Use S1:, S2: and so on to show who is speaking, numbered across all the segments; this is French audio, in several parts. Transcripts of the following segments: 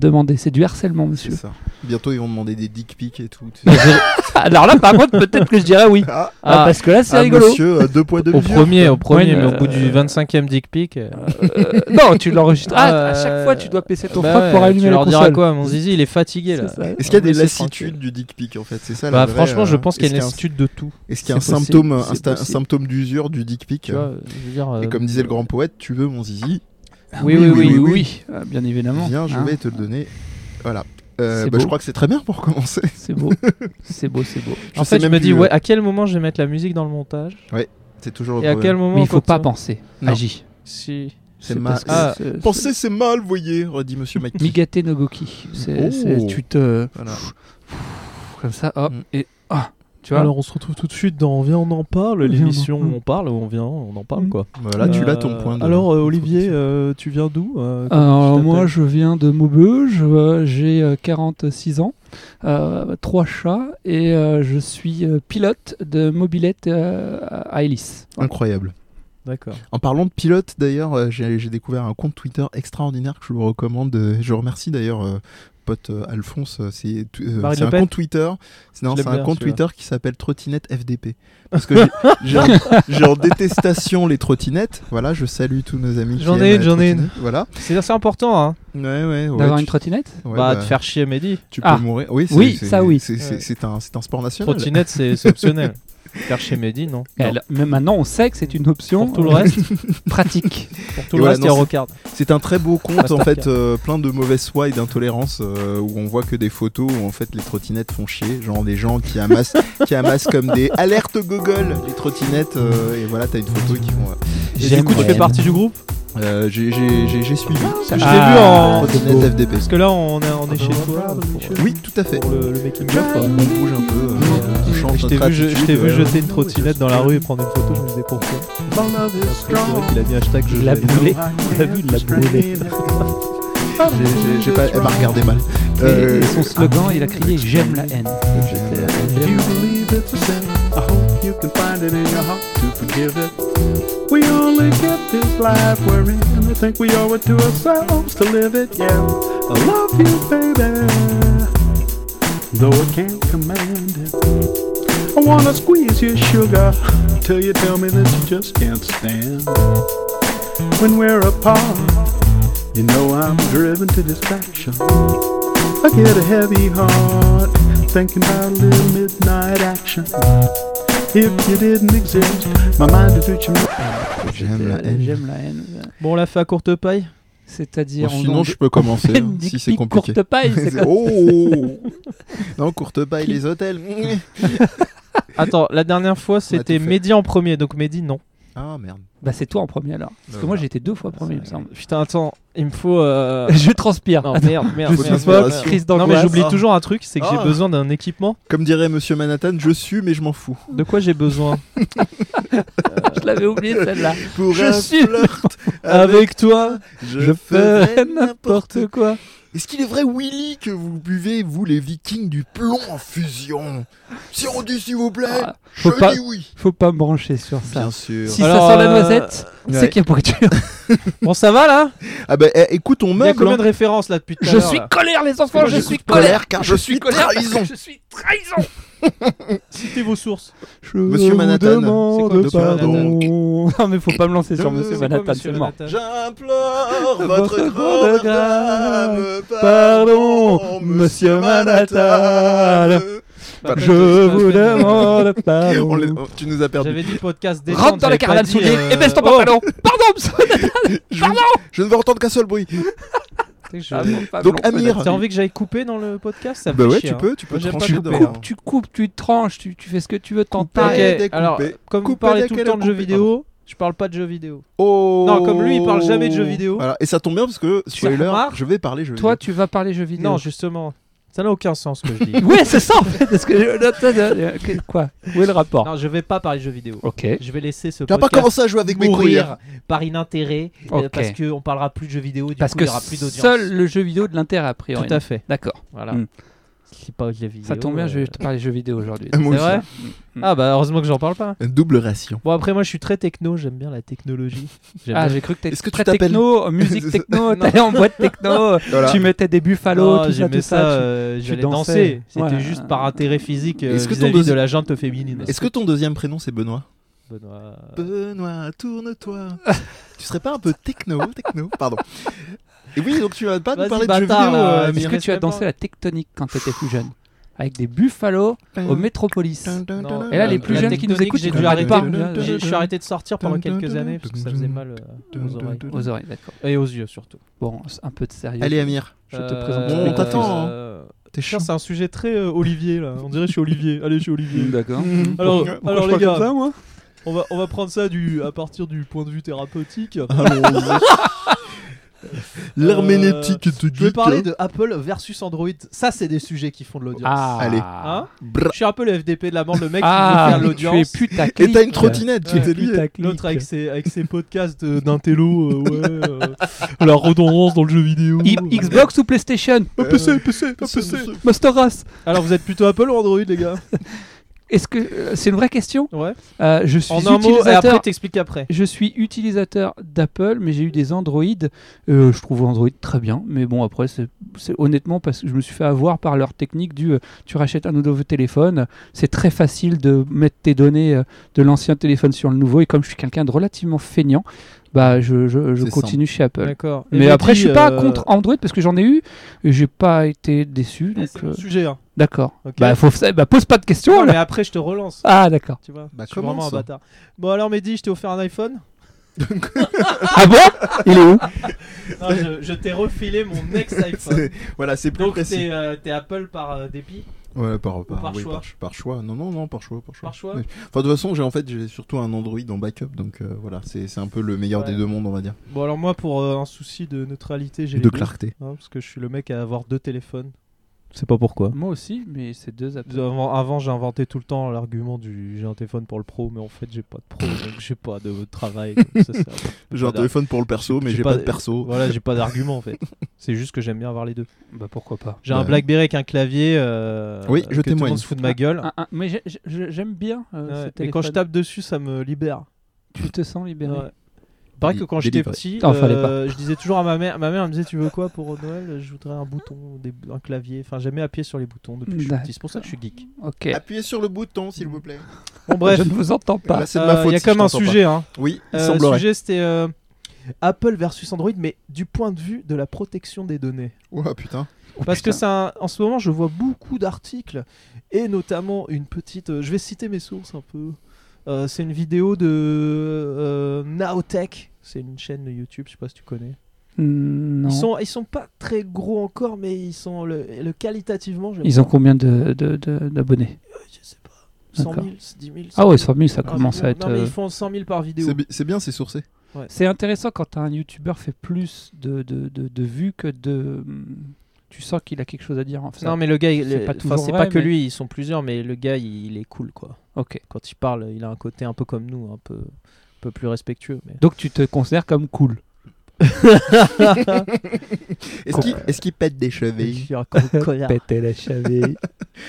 S1: demander. C'est du harcèlement, monsieur.
S2: C'est ça. Bientôt, ils vont demander des dick pics et tout. tu sais.
S1: Alors là, par contre, peut-être que je dirais oui.
S2: ah,
S1: Ah, parce que là, c'est
S2: ah,
S1: rigolo.
S2: monsieur, euh, deux poids, deux
S3: Au
S2: mesures.
S3: premier, au premier,
S1: Ouais,
S3: mais
S1: euh,
S3: au bout du 25e dick pic. euh,
S1: Euh, non, tu l'enregistres. Ah, à chaque
S3: Euh,
S1: fois, tu dois baisser ton
S3: bah
S1: froc
S3: ouais,
S1: pour allumer
S3: tu
S1: la
S3: leur diras
S1: console.
S3: quoi Mon zizi, il est fatigué
S1: C'est
S3: là.
S1: ça.
S2: Est-ce qu'il y a des
S3: Laissez tranquille.
S2: lassitudes du dick pic en fait C'est ça la
S3: Bah,
S2: vraie,
S3: franchement, je
S2: euh,
S3: pense qu'il y
S2: est-ce
S3: a une
S2: qu'il
S3: lassitude de tout.
S2: Est-ce qu'il y a un
S1: C'est possible,
S2: symptôme, un,
S1: c'est
S2: sta- un
S1: possible.
S2: symptôme d'usure du dick pic
S3: Tu vois, je veux dire, euh,
S2: Et comme disait le grand poète, tu veux mon zizi
S1: Oui, oui, oui, oui, Ah, bien évidemment.
S2: Viens, je
S1: Hein,
S2: vais te le donner. Voilà. Euh,
S1: C'est
S2: bah, je
S1: beau.
S2: crois que c'est très bien pour commencer.
S1: C'est beau, c'est beau, c'est beau.
S3: En
S2: sais
S3: fait, je
S2: même
S3: me dis,
S2: plus,
S3: ouais,
S2: euh,
S3: à quel moment je vais mettre la musique dans le montage
S2: C'est toujours.
S3: Et à quel moment
S1: Mais il faut
S3: quand
S1: pas
S3: on-
S1: penser,
S2: Non.
S1: agis.
S3: Si.
S2: C'est
S1: C'est
S2: ma-
S1: parce que
S3: Ah,
S1: c'est- c'est-
S2: Penser, c'est mal, voyez, redit Monsieur Mike.
S1: Migate no goki. C'est,
S2: Oh.
S1: c'est- tu te
S2: Voilà.
S1: comme ça, hop
S2: Mm.
S1: et ah, tu vois.
S3: Alors on se retrouve tout de suite dans Viens on en parle,
S1: Viens, on en
S3: l'émission où
S1: parle.
S3: on parle, où on vient, on en parle
S1: Mm.
S3: quoi.
S2: Voilà, tu l'as ton point de.
S3: Alors euh, Olivier,
S2: d'introduction.
S3: euh, tu viens d'où euh, comment
S1: Alors,
S3: tu
S1: moi,
S3: t'appelles
S1: je viens de Maubeu, je, euh, j'ai euh, 46 ans, euh, trois chats et euh, je suis euh, pilote de mobilette euh, à hélice.
S2: Incroyable.
S3: D'accord.
S2: En parlant de pilote, d'ailleurs, euh, j'ai j'ai découvert un compte Twitter extraordinaire que je vous recommande. euh, Je remercie d'ailleurs euh, pote euh, Alphonse. euh, C'est tu- euh,
S3: Marine
S2: c'est un
S3: Le Pen
S2: compte Twitter. C'est non,
S3: Je l'aime
S2: c'est un
S3: bien,
S2: compte
S3: celui-là.
S2: Twitter qui s'appelle Trottinette FDP. Parce que j'ai- j'ai en- j'ai en détestation les trottinettes. Voilà, je salue tous nos amis. qui
S3: J'en
S2: aiment
S3: ai une,
S2: la
S3: j'en ai une.
S2: trottinette. Voilà.
S3: C'est c'est important hein.
S2: Ouais, ouais, ouais,
S1: D'avoir
S2: tu-
S1: une trottinette
S2: ouais,
S3: bah,
S2: bah,
S3: te faire chier Mehdi.
S2: Tu peux
S1: Ah.
S2: mourir. Oui, c'est-
S1: Oui,
S2: c'est-
S1: ça, oui.
S2: c'est- C'est
S3: Ouais.
S2: c'est un, c'est un sport national.
S3: Trottinette c'est c'est optionnel. Te faire chier Mehdi non.
S1: Elle- Mais maintenant, on sait que c'est une option. euh,
S3: Pour tout le reste,
S1: pratique.
S3: pour tout
S2: Et
S3: le
S2: voilà,
S3: reste, il y a
S2: non, c'est-
S3: Rocard.
S2: C'est un très beau compte en
S3: Mastercard.
S2: fait, euh, plein de mauvaise foi et d'intolérance euh, où on voit que des photos où en fait les trottinettes font chier, genre des gens qui amassent, qui amassent comme des alertes Google les trottinettes euh, et voilà t'as une photo qui font. euh,
S3: Et du coup, tu fais partie du groupe
S2: euh, j'ai- j'ai j'ai- j'ai suivi.
S3: Je l'ai
S1: Ah,
S3: vu en.
S2: Trottinette FDP.
S3: Parce que là, on est, Ah bah, on est chez toi.
S2: euh, Oui, tout à fait.
S3: Pour le, le making
S2: On
S3: of. quoi.
S2: bouge un peu, euh, on change
S3: Je t'ai
S2: notre
S3: vu, je- je
S2: attitude,
S3: t'ai vu
S2: euh,
S3: jeter une trottinette dans la rue et prendre une photo, je me disais pourquoi. Après, C'est vrai qu'il a mis hashtag je
S1: Il l'a
S3: jette.
S1: brûlé.
S3: Il l'a vu, il l'a brûlé.
S2: j'ai- j'ai- j'ai pas, elle m'a regardé mal.
S1: Et-
S2: Euh,
S1: et son slogan, il a crié J'aime la haine. J'étais, euh,
S4: Do
S1: j'aime-
S4: you believe it's a sin? I hope you can find it in your heart to forgive it. We only get this life we're in. I think we owe it to ourselves to live it. Yeah, I love you, baby. Though I can't command it, I wanna squeeze your sugar till you tell me that you just can't stand. When we're apart, you know I'm driven to distraction. I get a heavy heart thinking about a little midnight action. If you didn't exist, my mind would reach you.
S2: J'aime la haine.
S1: J'aime la haine.
S3: Bon, on l'a fait à courte paille.
S1: C'est-à-dire.
S2: bon,
S1: on
S2: sinon
S1: en-
S2: je peux commencer hein,
S1: Dick
S2: si c'est
S1: pic
S2: compliqué.
S1: Courte paille, c'est comme-
S2: Oh Non, courte paille les hôtels.
S3: Attends, la dernière fois, c'était
S2: tout fait.
S3: Mehdi en premier, donc Mehdi non.
S2: Ah merde.
S1: Bah, c'est toi en premier alors. Parce que
S2: Voilà.
S1: moi, j'étais deux fois premier, il me semble.
S3: Putain, attends, il me faut. euh,
S1: Je transpire.
S3: Non, merde, merde.
S1: Je
S2: suis
S3: merde,
S2: pas
S3: merde.
S2: sûr.
S1: Crise
S3: Non,
S1: d'angoisse.
S3: mais j'oublie
S2: Ah.
S3: toujours un truc, c'est que
S2: Ah.
S3: j'ai besoin d'un équipement.
S2: Comme dirait Monsieur Manhattan, je suis mais je m'en fous.
S3: De quoi j'ai besoin
S1: Je l'avais oublié celle-là.
S2: Pour
S1: Je
S2: un
S1: suis-
S2: flirt
S3: Avec toi,
S2: je,
S3: je
S2: ferai
S3: ferai
S2: n'importe
S3: n'importe
S2: quoi.
S3: quoi.
S2: Est-ce qu'il est vrai, Willy, que vous buvez, vous, les vikings, du plomb en fusion Si on dit s'il vous plaît,
S1: Ah,
S2: je
S1: faut pas-
S2: dis oui.
S1: Faut pas me brancher sur ça.
S2: Bien sûr.
S1: Si
S3: Alors,
S1: ça sent la
S3: euh,
S1: noisette,
S2: ouais.
S1: c'est qu'il y a pourriture.
S3: Bon, ça va là
S2: Ah bah eh, écoute, on
S3: Il y a
S2: meuble.
S3: combien
S2: hein.
S3: de références là depuis tout à
S1: Je
S3: l'heure
S1: suis
S3: là
S1: colère, les enfants,
S2: Moi,
S1: je suis colère.
S2: colère car je suis
S1: colère parce
S2: trahison.
S1: que Je suis trahison.
S3: Citez vos sources.
S1: Je
S2: Monsieur
S1: vous
S2: Manhattan.
S1: demande
S3: C'est quoi, Monsieur
S1: pardon. Non, mais faut pas me lancer sur
S2: Je-
S1: Monsieur
S2: c'est quoi,
S1: Manhattan,
S3: Monsieur
S1: c'est mort.
S3: Manhattan
S2: J'implore
S1: Votre
S2: votre
S1: grande
S2: grande dame,
S1: Pardon, Monsieur Manhattan. Je vous demande
S2: On les-
S1: pardon.
S2: oh, Tu nous as perdu.
S3: J'avais dit podcast détente.
S1: Rentre dans
S3: j'avais
S1: la Eh
S3: pas
S1: caravane
S3: dit,
S1: soulier
S3: euh,
S1: et baisse ton
S3: oh,
S1: pantalon. ben, Pardon, monsieur.
S2: Je, je ne veux entendre qu'un seul bruit.
S3: t'sais que je-
S2: Donc Amir,
S3: T'as envie que j'aille couper dans le podcast ça me
S2: bah
S3: fait
S2: ouais,
S3: chier,
S2: tu
S3: hein.
S2: peux, tu peux
S3: Moi, j'aime pas
S2: trancher
S3: couper,
S2: dedans.
S3: hein.
S1: Tu coupes, tu tranches, tu, tu fais ce que tu veux, t'en
S2: Couper,
S1: parles.
S3: Ok,
S2: découper,
S3: alors, Comme vous
S2: couper,
S3: parlez tout le
S2: décaler,
S3: temps de jeux
S2: couper,
S3: vidéo, je parle pas de jeux vidéo.
S2: Oh.
S3: Non, comme lui, il parle jamais de jeux vidéo.
S2: Voilà. Et ça tombe bien parce que spoiler,
S3: remarques
S2: je vais parler jeux
S1: Toi,
S2: vidéo.
S1: tu vas parler jeux vidéo.
S3: Non, justement, ça n'a aucun sens ce que je dis.
S1: Ouais, c'est ça en fait. Parce que je- quoi Où est le rapport
S3: non, je vais pas parler jeux vidéo.
S1: Ok.
S3: Je vais laisser ce
S2: Tu n'as pas
S3: podcast
S2: commencé à jouer avec mes couilles. hein.
S3: mourir par inintérêt euh,
S1: Ok.
S3: parce qu'on parlera plus de jeux vidéo, du
S1: Parce
S3: coup
S1: que
S3: il y aura plus d'audience.
S1: seul le jeu vidéo de l'intérêt a priori.
S3: Tout à fait.
S1: D'accord.
S3: Voilà.
S1: Mm.
S3: qui lit pas les vidéos.
S1: Ça tombe bien,
S3: euh,
S1: je vais te parler jeux vidéo aujourd'hui.
S2: Ah, moi
S3: C'est
S2: aussi.
S3: vrai
S1: Mm.
S3: Ah bah heureusement que j'en parle pas.
S2: Double ration.
S3: Bon après moi je suis très techno, j'aime bien la technologie. J'aime
S1: Ah,
S3: bien-
S1: j'ai cru que t'étais
S2: Est-ce que tu
S1: très
S2: t'appelles-
S1: techno, euh, musique techno, t'allais en boîte techno, euh,
S2: Voilà.
S1: tu mettais des buffalo,
S3: Non,
S1: tout ça,
S3: Ah, j'aimais
S1: tout ça. tu-
S3: euh,
S1: tu
S3: j'allais
S1: dansais.
S3: danser. C'était
S1: Ouais.
S3: juste par intérêt physique euh,
S2: Est-ce que ton
S3: vis-à-vis de
S2: deuxi-
S3: la jante féminine.
S2: Est-ce que ton deuxième prénom c'est Benoît
S3: Benoît, euh,
S2: Benoît, tourne-toi. tu serais pas un peu techno, techno Pardon. Et oui, donc tu vas pas nous
S3: Vas-y,
S2: parler de jeux vidéo,
S3: bâtard, là,
S2: euh,
S3: tu
S1: Est-ce
S2: Amir.
S1: que tu as
S3: respectes
S1: dansé
S3: pas.
S1: la tectonique quand t'étais plus jeune Avec des buffalo au Métropolis.
S3: Oh, Non,
S1: Et là, les
S3: euh,
S1: plus
S3: la
S1: jeunes qui nous
S3: tectonique,
S1: écoutent,
S3: j'ai
S1: ils
S3: dû
S1: comprennent
S3: arrêter.
S1: pas.
S3: J'ai- Je suis arrêté de sortir pendant quelques années parce que ça faisait mal euh, aux oreilles.
S1: Aux oreilles, d'accord.
S3: Et aux yeux surtout.
S1: Bon, c'est un peu de sérieux.
S2: Allez, Amir,
S1: Je te présente.
S2: On
S1: Bon,
S2: t'attend, hein.
S3: euh,
S2: t'es
S3: tiens,
S2: chiant.
S3: C'est un sujet très euh, Olivier là. On dirait je suis Olivier. Allez, je suis Olivier.
S1: D'accord.
S3: Alors,
S2: Pourquoi
S3: alors
S2: je
S3: les
S2: parle
S3: gars,
S2: comme ça, moi
S3: on va on va prendre ça du à partir du point de vue thérapeutique.
S2: Ah, L'herméneutique te hein. dit.
S3: Euh, Je vais parler
S2: que-
S3: de Apple versus Android. Ça, c'est des sujets qui font de l'audience.
S1: Ah,
S2: Allez.
S3: Hein
S2: Brrr.
S3: je suis un peu le FDP de la mort, le mec qui
S1: Ah,
S3: veut faire
S1: tu es
S3: l'audience.
S1: putaclic.
S2: Et t'as une trottinette, tu
S3: Ouais.
S2: t'es lié.
S3: L'autre avec ses, avec ses podcasts euh, d'intello, euh, ouais, euh, la redondance dans le jeu vidéo.
S1: I- Xbox ou PlayStation
S3: Euh,
S2: PC,
S3: PC,
S1: Master Race
S3: Alors vous êtes plutôt Apple ou Android, les gars
S1: Est-ce que euh, c'est une vraie question
S3: Ouais.
S1: Euh, Je suis
S3: En un mot, et
S1: utilisateur.
S3: après t'expliques après.
S1: je suis utilisateur d'Apple, mais j'ai eu des Android. Euh, je trouve Android très bien, mais bon après c'est c'est honnêtement parce que je me suis fait avoir par leur technique du euh, tu rachètes un nouveau téléphone, c'est très facile de mettre tes données euh, de l'ancien téléphone sur le nouveau et comme je suis quelqu'un de relativement feignant, bah je, je- je
S2: C'est
S1: continue chez Apple.
S3: D'accord.
S1: Mais après, je suis pas
S3: euh,
S1: contre Android parce que j'en ai eu et j'ai pas été déçu. Donc,
S3: C'est
S1: euh,
S3: le sujet. hein.
S1: d'accord.
S3: Ok.
S1: Bah, faut, bah, pose pas de questions
S3: Non, mais
S1: là.
S3: après je te relance.
S1: Ah, d'accord.
S3: Tu vois,
S2: Bah,
S3: je suis
S2: comment
S3: vraiment un
S2: ça
S3: bâtard. Bon alors Mehdi, je t'ai offert un iPhone.
S1: ah bon Il est où
S3: Non, je je t'ai refilé mon ex iPhone.
S2: C'est- Voilà, c'est plus
S3: Donc
S2: précis.
S3: t'es euh, t'es Apple par euh, dépit.
S2: Ouais, par, par,
S3: par
S2: oui,
S3: choix.
S2: par ch- par choix. Non, non, non, par choix. Par choix.
S3: Par choix.
S2: Oui. Enfin, de toute façon, j'ai en fait, j'ai surtout un Android en backup, donc euh, voilà, c'est c'est un peu le meilleur
S3: Ouais.
S2: des deux mondes, on va dire.
S3: Bon alors moi pour euh, un souci de neutralité, j'ai
S2: Et
S3: les
S2: de
S3: deux.
S2: clarté.
S3: Hein, parce que je suis le mec à avoir deux téléphones. C'est pas pourquoi.
S1: Moi aussi, mais c'est deux appels.
S3: Avant, avant, j'ai inventé tout le temps l'argument du j'ai un téléphone pour le pro, mais en fait j'ai pas de pro, donc j'ai pas de travail. donc ça, c'est un peu-
S2: J'ai un
S3: Voilà.
S2: téléphone pour le perso, mais j'ai pas, de perso.
S3: Voilà, j'ai pas d'argument en fait. C'est juste que j'aime bien avoir les deux.
S1: Bah pourquoi pas.
S3: J'ai un
S2: Ouais.
S3: BlackBerry avec un clavier. euh,
S2: Oui, je
S3: que Tout le
S2: témoigne.
S3: monde se fout de ma gueule.
S1: Un- un- mais j'ai- j'ai- j'ai- j'aime bien euh,
S3: Ouais,
S1: Ah, ce
S3: Et
S1: téléphone.
S3: quand je tape dessus, ça me libère.
S1: tu te sens libéré.
S3: Ouais. Pareil que quand
S2: Déli-
S3: j'étais
S2: délivré.
S3: petit,
S1: Non, fallait
S3: euh, je disais toujours à ma mère, ma mère elle me disait tu veux quoi pour Noël Je voudrais un bouton, des- un clavier. Enfin, jamais appuyer sur les boutons depuis que je suis petit. C'est pour ça que je suis geek.
S1: Ok.
S2: Appuyez sur le bouton, s'il vous plaît.
S3: Bon bref,
S1: Je ne vous entends pas.
S2: Là, Bah, c'est de ma
S3: Euh,
S2: faute.
S3: Il y a
S2: si
S3: quand
S2: je
S3: même un
S2: t'entends pas.
S3: sujet. Hein.
S2: Oui, il
S3: Euh, le
S2: semblerait.
S3: sujet, c'était euh, Apple versus Android, mais du point de vue de la protection des données.
S2: Ouah, putain.
S1: Oh,
S3: Parce que
S1: putain.
S3: ça, en ce moment, je vois beaucoup d'articles, et notamment une petite. euh, je vais citer mes sources un peu. Euh, c'est une vidéo de euh, Nowtech. C'est une chaîne de YouTube, je sais pas si tu connais.
S1: Mm, Non.
S3: Ils sont, ils sont pas très gros encore, mais ils sont le, le qualitativement. j'aime
S1: Ils ont
S3: bien.
S1: combien de- de- de- d'abonnés
S3: Euh, Je sais pas. 100 000,
S1: D'accord.
S3: 10 000.
S1: Ah ouais,
S3: 100
S1: 100 000, ça
S3: 000.
S1: commence à être.
S3: Non, mais
S1: euh,
S3: ils font 100 000 par vidéo.
S2: C'est bi- C'est bien, c'est sourcé.
S1: C'est intéressant quand un youtubeur fait plus de, de, de- de vues que de. mmh, Tu sens qu'il a quelque chose à dire. Enfin,
S3: Non, mais le gars, il-
S1: c'est
S3: le-
S1: pas
S3: enfin,
S1: toujours
S3: c'est
S1: vrai,
S3: pas que
S1: mais-
S3: lui, ils sont plusieurs, mais le gars, il, il est cool, quoi.
S1: Ok.
S3: Quand il parle, il a un côté un peu comme nous, un peu, un peu plus respectueux. Mais...
S1: Donc tu te considères comme cool.
S2: Est-ce qu'il est-ce qu'il pète des chevilles
S3: suis un gros connard.
S1: Péter la chaville.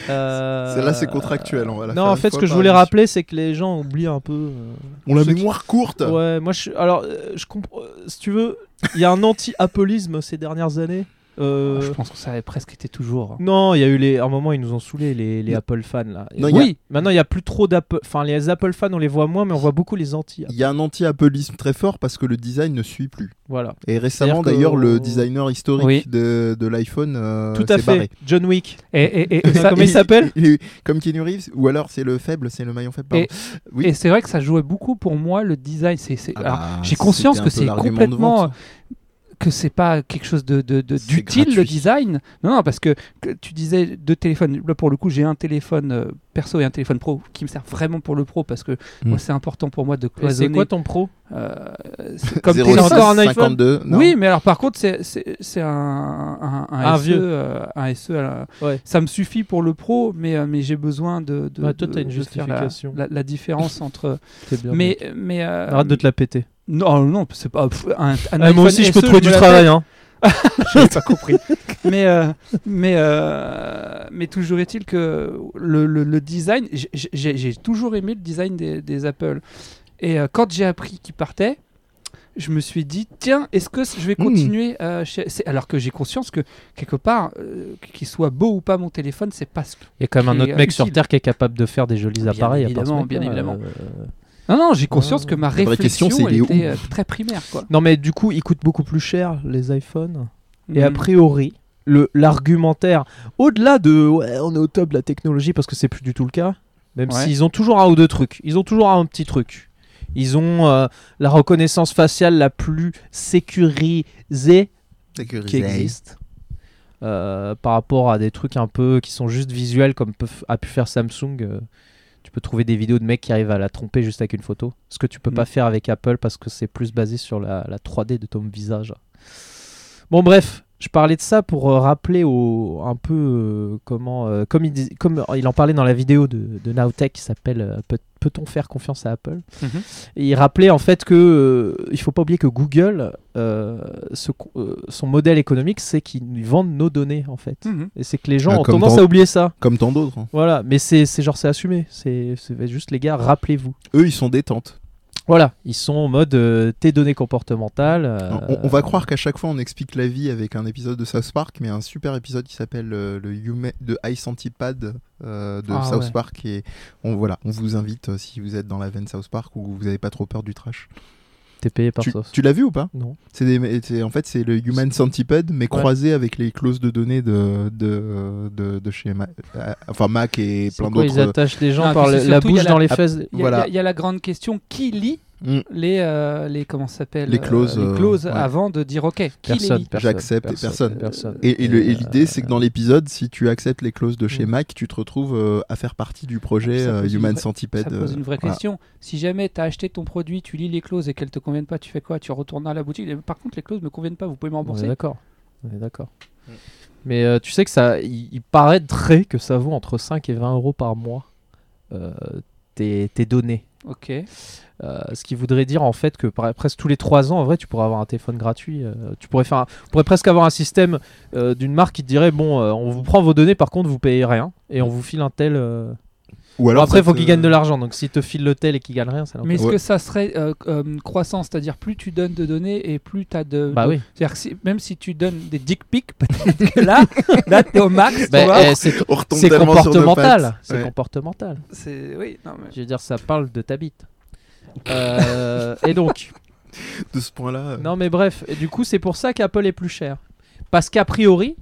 S3: Euh,
S2: C'est- là, c'est contractuel, on va la
S3: non,
S2: faire
S3: en
S2: une
S3: fait, ce
S2: fois
S3: que je
S2: par
S3: voulais
S2: émission.
S3: rappeler, c'est que les gens oublient un peu. euh,
S2: On la
S3: ceux qui-
S2: mémoire courte.
S3: Ouais, moi, je suis. Alors, euh, je comprends. euh, Si tu veux, il y a un anti-appelisme ces dernières années. Euh,
S1: Ah,
S2: Ah,
S1: Je pense que ça avait presque été toujours. hein.
S3: Non, il y a eu les. À un moment, ils nous ont saoulés, les, les
S2: Non.
S3: Apple fans, là.
S2: Non, il y a-
S1: oui,
S3: Maintenant, il y a plus trop d'Apple. Enfin, les Apple fans, on les voit moins, mais on voit beaucoup les anti.
S2: Il y a un anti-appelisme très fort parce que le design ne suit plus.
S3: Voilà.
S2: Et récemment,
S3: que-
S2: d'ailleurs, le designer historique
S1: Oui.
S2: de, de l'iPhone euh,
S3: Tout à
S2: s'est
S3: fait.
S2: barré.
S3: John Wick.
S1: et, et- et- et ça-
S3: Comment il
S1: et-
S3: s'appelle
S2: Il est- Comme Keanu Reeves, ou alors c'est le faible, c'est le maillon faible. pardon.
S1: Et-
S2: Oui.
S1: et c'est vrai que ça jouait beaucoup pour moi le design. C'est c'est-
S2: Ah
S1: alors,
S2: bah,
S1: j'ai conscience
S2: c'était un
S1: que
S2: peu
S1: c'est
S2: l'argument de
S1: complètement,
S2: vente,
S1: que c'est pas quelque chose de, de- de-
S2: C'est
S1: d'utile le
S2: gratuit.
S1: design. Non, non, parce que, que tu disais deux téléphones. Là, pour le coup, j'ai un téléphone euh, perso et un téléphone pro qui me sert vraiment pour le pro parce que
S2: Mm.
S1: moi, c'est important pour moi de
S3: Et C'est
S1: cloisonner.
S3: quoi ton pro
S1: Euh, c'est comme t'es
S2: 06,
S3: t'as encore un iPhone
S2: 52, non.
S1: Oui, mais alors par contre, c'est, c'est, c'est un, un,
S3: Un
S1: SE,
S3: vieux.
S1: euh, un SE, alors,
S3: Ouais.
S1: Ça me suffit pour le pro, mais, euh, mais j'ai besoin de. de
S3: Ouais, toi,
S1: de-
S3: t'as une
S1: de faire la-
S3: justification.
S1: La, la différence entre.
S3: C'est bien.
S1: mais. mais euh,
S3: Arrête de te la péter.
S1: Non, non, c'est pas. pff, un, un
S3: moi
S1: iPhone E,
S3: aussi, je peux
S1: SE,
S3: trouver du
S1: me la
S3: travail. Hein.
S1: J'avais pas compris. Mais, euh, mais, euh, mais toujours est-il que le, le- le design, j'ai- j'ai j'ai toujours aimé le design des, des Apple. Et euh, quand j'ai appris qu'ils partaient, je me suis dit, tiens, est-ce que je vais
S2: Mm.
S1: continuer euh, chez- c'est- Alors que j'ai conscience que, quelque part, euh, qu'il soit beau ou pas mon téléphone, c'est pas ce
S5: Il y a quand même un
S1: Qui est
S5: autre mec sur
S1: utile.
S5: Terre qui est capable de faire des jolis
S1: Bien
S5: appareils. à part ce
S1: évidemment,
S5: mec-là,
S1: bien évidemment.
S5: euh,
S1: Non, non, j'ai conscience que ma
S2: Ah. La vraie
S1: réflexion
S2: question, c'est il est où
S1: était euh, très primaire. Quoi.
S3: Non, mais du coup, ils coûtent beaucoup plus cher, les iPhones. Et
S1: Mm.
S3: a priori, le- l'argumentaire, au-delà de ouais, on est au top de la technologie parce que c'est plus du tout le cas, même
S1: Ouais.
S3: s'ils ont toujours un ou deux trucs, ils ont toujours un petit truc. Ils ont euh, la reconnaissance faciale la plus sécurisée qui existe. Euh, par rapport à des trucs un peu qui sont juste visuels comme peut f- a pu faire Samsung euh, tu peux trouver des vidéos de mecs qui arrivent à la tromper juste avec une photo ce que tu peux
S1: Mm.
S3: pas faire avec Apple parce que c'est plus basé sur la, la 3D de ton visage bon bref je parlais de ça pour euh, rappeler au, un peu euh, comment euh, comme, il, dis- comme il en parlait dans la vidéo de, de Nowtech qui s'appelle euh, Peut- peut-on faire confiance à Apple
S1: Mhm.
S3: et il rappelait en fait que euh, il faut pas oublier que Google, euh, ce co- euh, son modèle économique, c'est qu'ils vendent nos données en fait.
S1: Mhm.
S3: Et c'est que les gens
S2: Ah,
S3: ont
S2: comme
S3: tendance
S2: dans-
S3: à oublier ça.
S2: Comme tant d'autres. hein.
S3: Voilà, mais c'est c'est genre c'est assumé. C'est c'est juste les gars, rappelez-vous.
S2: Eux, ils sont détentes.
S3: Voilà, ils sont en mode euh, tes données comportementales. euh,
S2: On, on va croire qu'à chaque fois, on explique la vie avec un épisode de South Park, mais un super épisode qui s'appelle euh, le Human, de Ice Antipad euh, de
S3: Ah,
S2: South
S3: ouais.
S2: Park. Et on, voilà, on vous invite euh, si vous êtes dans la veine South Park ou vous n'avez pas trop peur du trash.
S3: T'es payé par
S2: Tu,
S3: ça.
S2: tu l'as vu ou pas
S3: Non.
S2: C'est des- c'est- en fait c'est le Human Centipede mais croisé avec les clauses de données de de, de, de chez Ma- euh, enfin Mac et
S3: C'est
S2: plein
S3: quoi, ils
S2: d'autres. euh,
S3: attachent des gens
S1: Non,
S3: par
S1: puis
S3: le-
S1: c'est
S3: la
S1: surtout, il y a
S3: bouche
S1: la-
S3: dans les
S2: Ah,
S3: fesses.
S1: Il y a-
S2: Voilà.
S1: il y, a- il y a la grande question qui lit
S2: Mm.
S1: les, euh, les comment ça s'appelle
S2: Les clauses,
S1: euh, les
S2: euh,
S1: clauses
S2: ouais.
S1: avant de dire ok qui les
S5: Personne.
S1: lit
S5: personne,
S2: J'accepte, personne.
S5: personne.
S2: Et, et le- et
S5: euh,
S2: l'idée, c'est que dans l'épisode, si tu acceptes les clauses de chez
S3: Mm. Ah,
S2: Mac, tu te retrouves euh, à faire partie du projet
S1: Ça
S2: euh,
S1: pose une
S2: Human
S1: vraie- ça
S2: Centipede.
S1: pose une vraie
S2: euh, voilà.
S1: question si jamais tu as acheté ton produit tu lis les clauses et qu'elles te conviennent pas tu fais quoi tu retournes à la boutique Et par contre les clauses me conviennent pas vous pouvez me
S3: On est
S1: rembourser
S3: d'accord. On est d'accord.
S2: Mm.
S3: Mais euh, tu sais que ça, il, il paraîtrait que ça vaut entre 5 et 20 euros par mois euh, tes, tes données.
S1: ok
S3: Euh, ce qui voudrait dire en fait que par- presque tous les 3 ans, en vrai, tu pourrais avoir un téléphone gratuit. euh, tu pourrais faire, un- tu pourrais presque avoir un système euh, d'une marque qui te dirait bon, euh, on vous prend vos données, par contre, vous payez rien et on vous file un tel. euh.
S2: Ou euh,
S3: Bon, après,
S2: ça
S3: il faut
S2: te-
S3: qu'ils gagnent de l'argent. Donc, s'ils te filent le tel et qu'ils gagnent rien, ça.
S1: mais est-ce
S2: Ouais.
S1: que ça serait euh, euh, croissant c'est-à-dire plus tu donnes de données et plus tu as de
S3: Bah
S1: de-
S3: oui.
S1: c'est-à-dire que si- même si tu donnes des dick pics peut-être que là là t'es au max tu
S3: Bah,
S1: vois.
S3: eh, c'est
S2: On retombe
S3: c'est
S2: tellement sur nos
S3: comportemental.
S2: pattes.
S3: C'est
S2: Ouais.
S3: comportemental.
S1: c'est oui non, mais-
S3: Je veux dire, ça parle de ta bite. Euh, et donc,
S2: De ce point-là. euh,
S3: non mais bref, et du coup c'est pour ça qu'Apple est plus cher. Parce qu'a priori,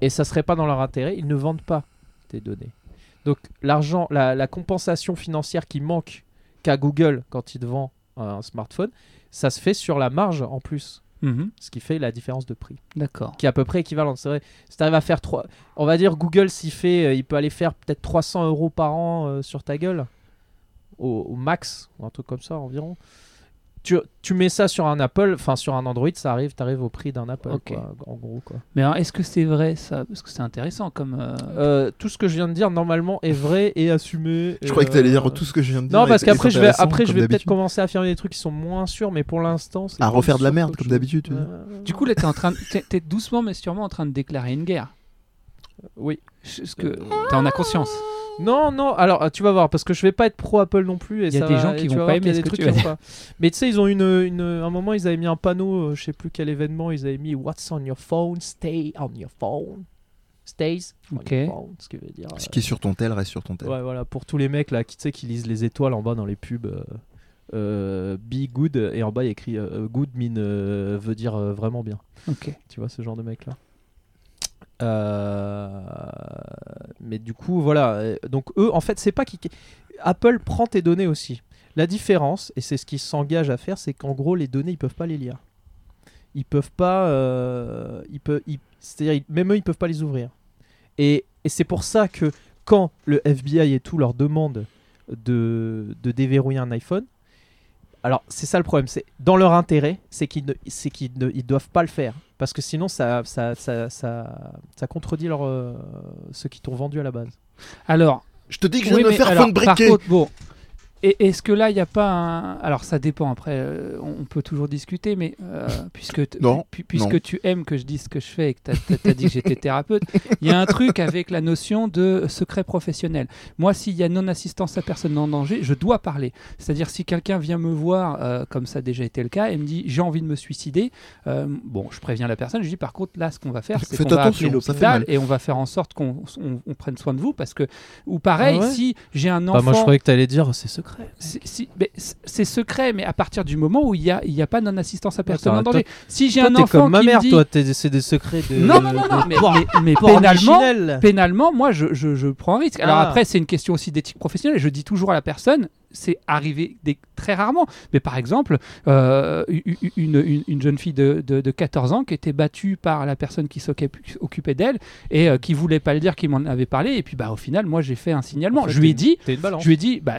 S3: et ça serait pas dans leur intérêt, ils ne vendent pas tes données. Donc l'argent, la, la compensation financière qui manque qu'à Google quand il te vend un smartphone, ça se fait sur la marge en plus.
S1: Mhm.
S3: Ce qui fait la différence de prix,
S1: d'accord
S3: qui est à peu près équivalente. C'est vrai, si t'arrives à faire 3... On va dire Google s'il fait, euh, il peut aller faire peut-être 300 euros par an euh, sur ta gueule, au, au max, ou un truc comme ça environ. Tu, tu mets ça sur un Apple, enfin sur un Android, ça arrive, t'arrives au prix d'un Apple,
S1: Ok.
S3: quoi, en gros quoi.
S1: mais alors est-ce que c'est vrai ça parce que c'est intéressant comme euh,
S3: Euh, tout ce que je viens de dire normalement est vrai et assumé.
S2: Je
S3: et,
S2: croyais que t'allais dire
S3: euh,
S2: tout ce que je viens de dire.
S3: Non, parce
S2: est-
S3: qu'après
S2: est
S3: je vais,
S2: intéressant,
S3: après, je
S2: comme
S3: vais peut-être
S2: d'habitude.
S3: commencer à affirmer des trucs qui sont moins sûrs, mais pour l'instant. c'est
S2: À
S3: plus
S2: refaire de la
S3: sûr Euh,
S2: merde,
S3: qu'autre
S2: comme
S3: chose.
S2: d'habitude, tu veux
S3: Ouais.
S1: Du coup, là, t'es en train, de- t'es, t'es doucement mais sûrement en train de déclarer une guerre.
S3: Oui.
S1: Je- Ce que t'en as conscience.
S3: Non, non, alors euh, tu vas voir, parce que je vais pas être pro Apple non plus. et
S1: Il y a
S3: ça
S1: des
S3: va-
S1: gens
S3: et
S1: qui
S3: tu
S1: vont
S3: vas
S1: pas
S3: voir qu'il y a
S1: aimer
S3: des
S1: ce que
S3: trucs
S1: tu
S3: qui
S1: vas
S3: vont pas. Mais tu sais, ils ont une, une. Un moment, ils avaient mis un panneau, euh, je sais plus quel événement, ils avaient mis What's on your phone, stay on your phone. Stays on
S1: Ok.
S3: your phone, ce qui veut dire.
S2: Ce
S3: euh,
S2: qui est sur ton tel reste sur ton tel.
S3: Ouais, voilà, pour tous les mecs là qui, tu sais, qui lisent les étoiles en bas dans les pubs. euh, euh, be good et en bas il y a écrit euh, good mean euh, veut dire euh, vraiment bien.
S1: Ok.
S3: Tu vois ce genre de mec là. Mais du coup voilà. euh, Donc eux en fait c'est pas qui Apple prend tes données aussi. La différence et c'est ce qu'ils s'engagent à faire c'est qu'en gros les données ils peuvent pas les lire. Ils peuvent pas. euh, ils peuvent. ils- C'est-à-dire ils- même eux ils peuvent pas les ouvrir. Et, et c'est pour ça que quand le FBI et tout leur demande de, de déverrouiller un iPhone, alors c'est ça le problème, c'est dans leur intérêt, c'est qu'ils ne, c'est qu'ils ne ils doivent pas le faire. Parce que sinon, ça, ça, ça, ça, ça contredit leur, euh, ce qu'ils t'ont vendu à la base.
S1: Alors,
S2: Je te dis que je
S1: oui,
S2: viens de me
S1: mais
S2: faire
S1: alors,
S2: fondre
S1: par
S2: briquet.
S1: contre, bon, Et est-ce que là, il n'y a pas un. Alors, ça dépend, après, euh, on on peut toujours discuter, mais euh, puisque, t-
S2: Non,
S1: pu- puisque tu aimes que je dise ce que je fais et que tu as dit que j'étais thérapeute, il y a un truc avec la notion de secret professionnel. Moi, s'il y a non-assistance à personne en danger, je dois parler. C'est-à-dire, si quelqu'un vient me voir, euh, comme ça a déjà été le cas, et me dit j'ai envie de me suicider, euh, bon, je préviens la personne, je dis par contre, là, ce qu'on va faire, c'est
S2: Faites
S1: qu'on va appeler
S2: attention, ça fait
S1: l'hôpital
S2: mal.
S1: et on va faire en sorte qu'on on- on prenne soin de vous parce que. Ou pareil,
S3: Ah ouais
S1: si j'ai un enfant.
S6: Bah, moi, je croyais que t'allais dire c'est secret.
S1: C'est- si- mais c- c'est secret, mais à partir du moment où il n'y a, il y a pas non-assistance à personne
S6: Attends,
S1: en danger. Si j'ai
S6: Toi,
S1: un
S6: t'es
S1: enfant
S6: comme ma
S1: qui me
S6: mère,
S1: dit-
S6: toi. t'es- C'est des secrets de.
S1: Non, non, non, non, mais,
S6: Pornichinelle.
S1: mais- mais pénalement,
S3: Pornichinelle.
S1: pénalement, moi, je, je- je prends un risque. Alors
S3: Ah.
S1: après, c'est une question aussi d'éthique professionnelle. Je dis toujours à la personne, c'est arrivé des- très rarement. Mais par exemple, euh, u- u- une, une- une jeune fille de, de- de 14 ans qui était battue par la personne qui s'occupait occupait d'elle et euh, qui voulait pas le dire, qui m'en avait parlé. Et puis, bah, au final, moi, j'ai fait un signalement.
S6: En fait,
S1: je lui ai
S6: t'es-
S1: dit,
S6: T'es une balance.
S1: je lui ai dit, bah,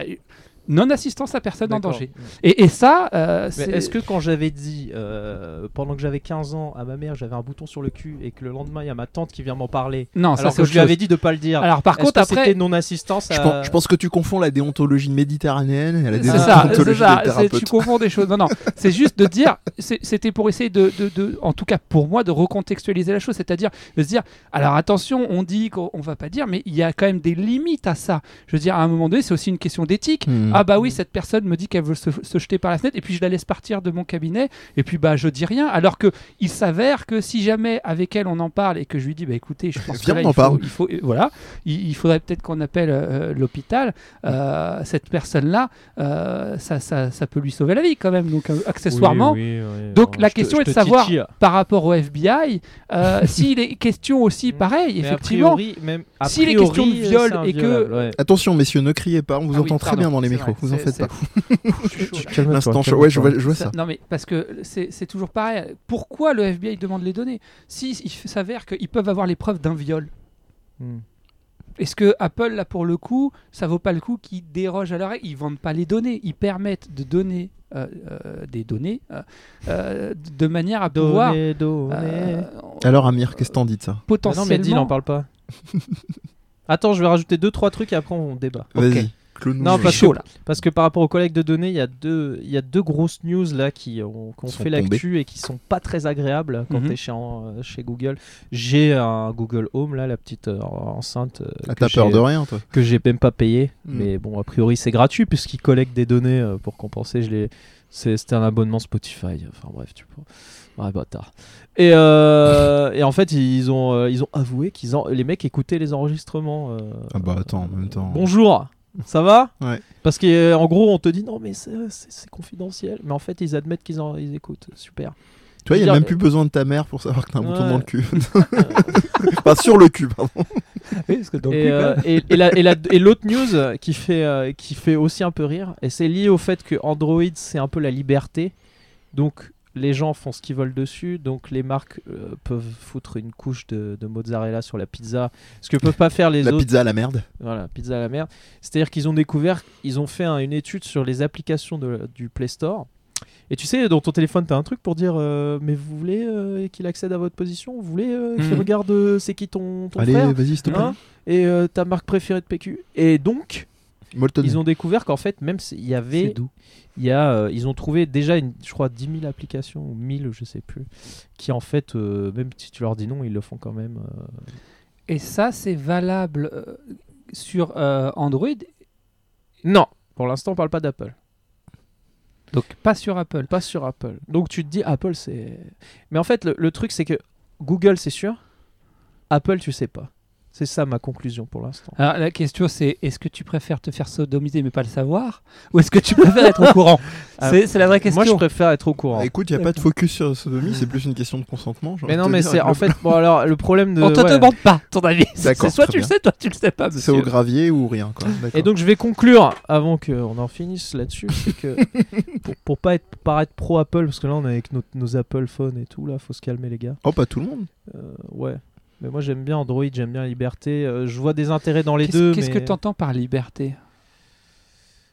S1: non-assistance à personne en
S3: D'accord.
S1: danger. Et, et ça, euh,
S3: Mais
S1: c'est-
S3: est-ce que quand j'avais dit, euh, pendant que j'avais 15 ans à ma mère, j'avais un bouton sur le cul et que le lendemain, il y a ma tante qui vient m'en parler,
S1: non, ça
S3: alors
S1: c'est
S3: que
S1: autre
S3: je lui avais
S1: chose.
S3: dit de pas le dire.
S1: Alors par
S3: Est-ce
S1: contre
S3: que
S1: après,
S3: c'était non-assistance
S2: Je,
S3: à-
S2: pense, je pense que tu confonds la déontologie méditerranéenne et la
S1: c'est ça, c'est
S2: déontologie
S1: ça,
S2: des
S1: c'est- tu
S2: thérapeutes.
S1: confonds des choses. Non, non, c'est juste de dire, c'est- c'était pour essayer de, de- de- en tout cas pour moi, de recontextualiser la chose, c'est-à-dire de se dire, alors attention, on dit qu'on on va pas dire, mais il y a quand même des limites à ça. Je veux dire, à un moment donné, c'est aussi une question d'éthique.
S2: Hmm.
S1: Ah bah oui, cette personne me dit qu'elle veut se, se jeter par la fenêtre et puis je la laisse partir de mon cabinet et puis bah je dis rien alors que il s'avère que si jamais avec elle on en parle et que je lui dis bah écoutez je pense que
S2: Viens,
S1: là,
S2: on en
S1: il, faut,
S2: parle.
S1: il faut- euh, voilà il, il faudrait peut-être qu'on appelle euh, l'hôpital Euh, cette personne là ça, ça, ça peut lui sauver la vie quand même donc euh, accessoirement Donc, la question est de savoir- par rapport au FBI euh, s'il est question aussi pareil effectivement
S3: même,
S1: s'il est question de viol et que-
S2: Attention, messieurs, ne criez pas, on vous
S1: Ah oui,
S2: entend très
S1: pardon,
S2: bien dans les
S1: c'est
S2: micros,
S1: vrai,
S2: vous en
S1: c'est-
S2: faites pas.
S1: c'est- je suis chaud, là.
S2: L'instant, chaud. ouais, je vois, je vois ça.
S1: Non, mais parce que c'est c'est toujours pareil. Pourquoi le FBI demande les données Si il f- s'avère qu'ils peuvent avoir les preuves d'un viol, est-ce que Apple, là, pour le coup, ça vaut pas le coup qu'ils dérogent à leur règle Ils vendent pas les données. Ils permettent de donner euh, euh, des données euh, euh, de manière à pouvoir
S3: Donné,
S1: euh,
S2: Alors, Amir, qu'est-ce que t'en dis de ça
S3: Ah non, mais dis,
S1: potentiellement.
S3: n'en parle pas. Attends, je vais rajouter deux trois trucs et après on débat.
S1: Ok.
S2: Vas-y, clone
S3: Non,
S1: C'est
S3: parce
S1: chaud, là.
S3: Parce que par rapport aux collectes de données, il y a deux il y a deux grosses news là qui ont, qui ont
S2: Sont
S3: fait l'actu et qui sont pas très agréables quand
S1: Mhm.
S3: t'es chez en- euh, chez Google. J'ai un Google Home là, la petite euh, enceinte euh,
S2: Ah,
S3: que
S2: t'as
S3: j'ai-
S2: peur de rien, toi.
S3: que j'ai même pas payé.
S2: Mm.
S3: Mais bon, a priori, c'est gratuit puisqu'ils collectent des données euh, pour compenser. Je l'ai- c'est- C'était un abonnement Spotify. Enfin bref, tu vois. Ouais, bâtard. Et, euh, et en fait, ils ont, euh, ils ont avoué qu'ils en- les mecs écoutaient les enregistrements. euh,
S2: Ah bah attends, en même temps.
S3: Bonjour, ça va
S2: Ouais.
S3: Parce qu'en gros, on te dit non, mais c'est- c'est c'est confidentiel. Mais en fait, ils admettent qu'ils en- ils écoutent. Super.
S2: Tu vois, il n'y
S3: Dire-
S2: a même plus besoin de ta mère pour savoir que t'as un bouton
S3: Ouais.
S2: dans le cul. Pas sur le cul, pardon.
S3: et, euh, et- et la- et la- et l'autre news qui fait, euh, qui fait aussi un peu rire, et c'est lié au fait que Android, c'est un peu la liberté. Donc, les gens font ce qu'ils veulent dessus. Donc, les marques euh, peuvent foutre une couche de, de mozzarella sur la pizza. Ce que peuvent pas faire les
S2: La
S3: autres.
S2: pizza à la merde.
S3: Voilà, pizza à la merde. C'est-à-dire qu'ils ont découvert, ils ont fait un- une étude sur les applications de- du Play Store. Et tu sais, dans ton téléphone, t'as un truc pour dire euh, Mais vous voulez euh, qu'il accède à votre position Vous voulez euh, qu'il
S1: Mhm.
S3: regarde euh, c'est qui ton, ton
S2: Hmm. Allez,
S3: frère
S2: vas-y, s'il te plaît.
S3: Hein et euh, ta marque préférée de PQ. Et donc,
S2: Molten.
S3: ils ont découvert qu'en fait, même s'il y avait. Il y a, euh, ils ont trouvé déjà, une, je crois, 10 000 applications ou 1000, je sais plus, qui en fait, euh, même si tu leur dis non, ils le font quand même. euh.
S1: Et ça, c'est valable euh, sur euh, Android,
S3: Non, pour l'instant, on parle pas d'Apple.
S1: donc pas sur Apple.
S3: Pas sur Apple. Donc tu te dis, Apple, c'est. Mais en fait, le, le truc, c'est que Google, c'est sûr. Apple, tu sais pas. C'est ça ma conclusion pour l'instant.
S1: Alors la question c'est est-ce que tu préfères te faire sodomiser mais pas le savoir ou est-ce que tu préfères être au courant
S3: Ah,
S1: C'est c'est la vraie question.
S3: Moi, je préfère être au courant.
S2: Ah, écoute, il n'y a pas de focus sur la sodomie, c'est plus une question de consentement. j'ai
S3: Mais
S2: envie
S3: non,
S2: de te
S3: mais
S2: dire,
S3: c'est en
S2: le-
S3: fait. Bon, alors, le problème de.
S1: On te
S3: ouais.
S1: demande pas ton avis. C'est
S2: D'accord,
S1: soit
S2: très
S1: tu le
S2: bien.
S1: sais, toi tu le sais pas.
S2: C'est
S1: Monsieur.
S2: au gravier ou rien, quoi. D'accord.
S3: Et donc je vais conclure avant qu'on en finisse là-dessus, c'est que pour, pour pas être paraître pro Apple, parce que là on est avec nos, nos Apple phones et tout, là faut se calmer les gars.
S2: Oh, pas tout le monde.
S3: Euh, ouais. Mais moi j'aime bien Android, j'aime bien la liberté. euh, je vois des intérêts dans les
S1: Qu'est-ce
S3: deux.
S1: qu'est-ce
S3: mais
S1: que t'entends par liberté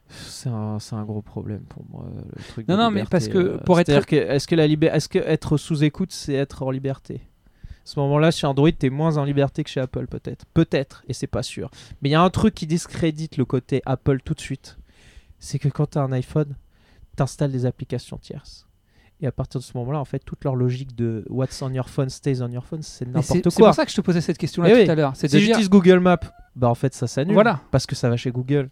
S3: C'est un, c'est un gros problème pour moi. euh, Le truc
S1: Non,
S3: de
S1: non, mais
S3: liberté,
S1: parce que
S3: euh,
S1: pour être-
S3: c'est-à-dire que est-ce que la libé- est-ce que être sous écoute c'est être en liberté À ce moment-là, chez Android, t'es moins en liberté que chez Apple peut-être, peut-être, et c'est pas sûr. Mais il y a un truc qui discrédite le côté Apple tout de suite. c'est que quand tu as un iPhone, tu installes des applications tierces. Et à partir de ce moment-là, en fait, toute leur logique de what's on your phone stays on your phone, c'est
S1: Mais C'est
S3: n'importe
S1: c'est pour
S3: quoi.
S1: ça que je te posais cette question-là
S3: Eh
S1: tout
S3: oui.
S1: à l'heure. C'est de
S3: Si
S1: dire,
S3: j'utilise Google Maps, bah en fait, ça s'annule.
S1: Voilà.
S3: Parce que ça va chez Google.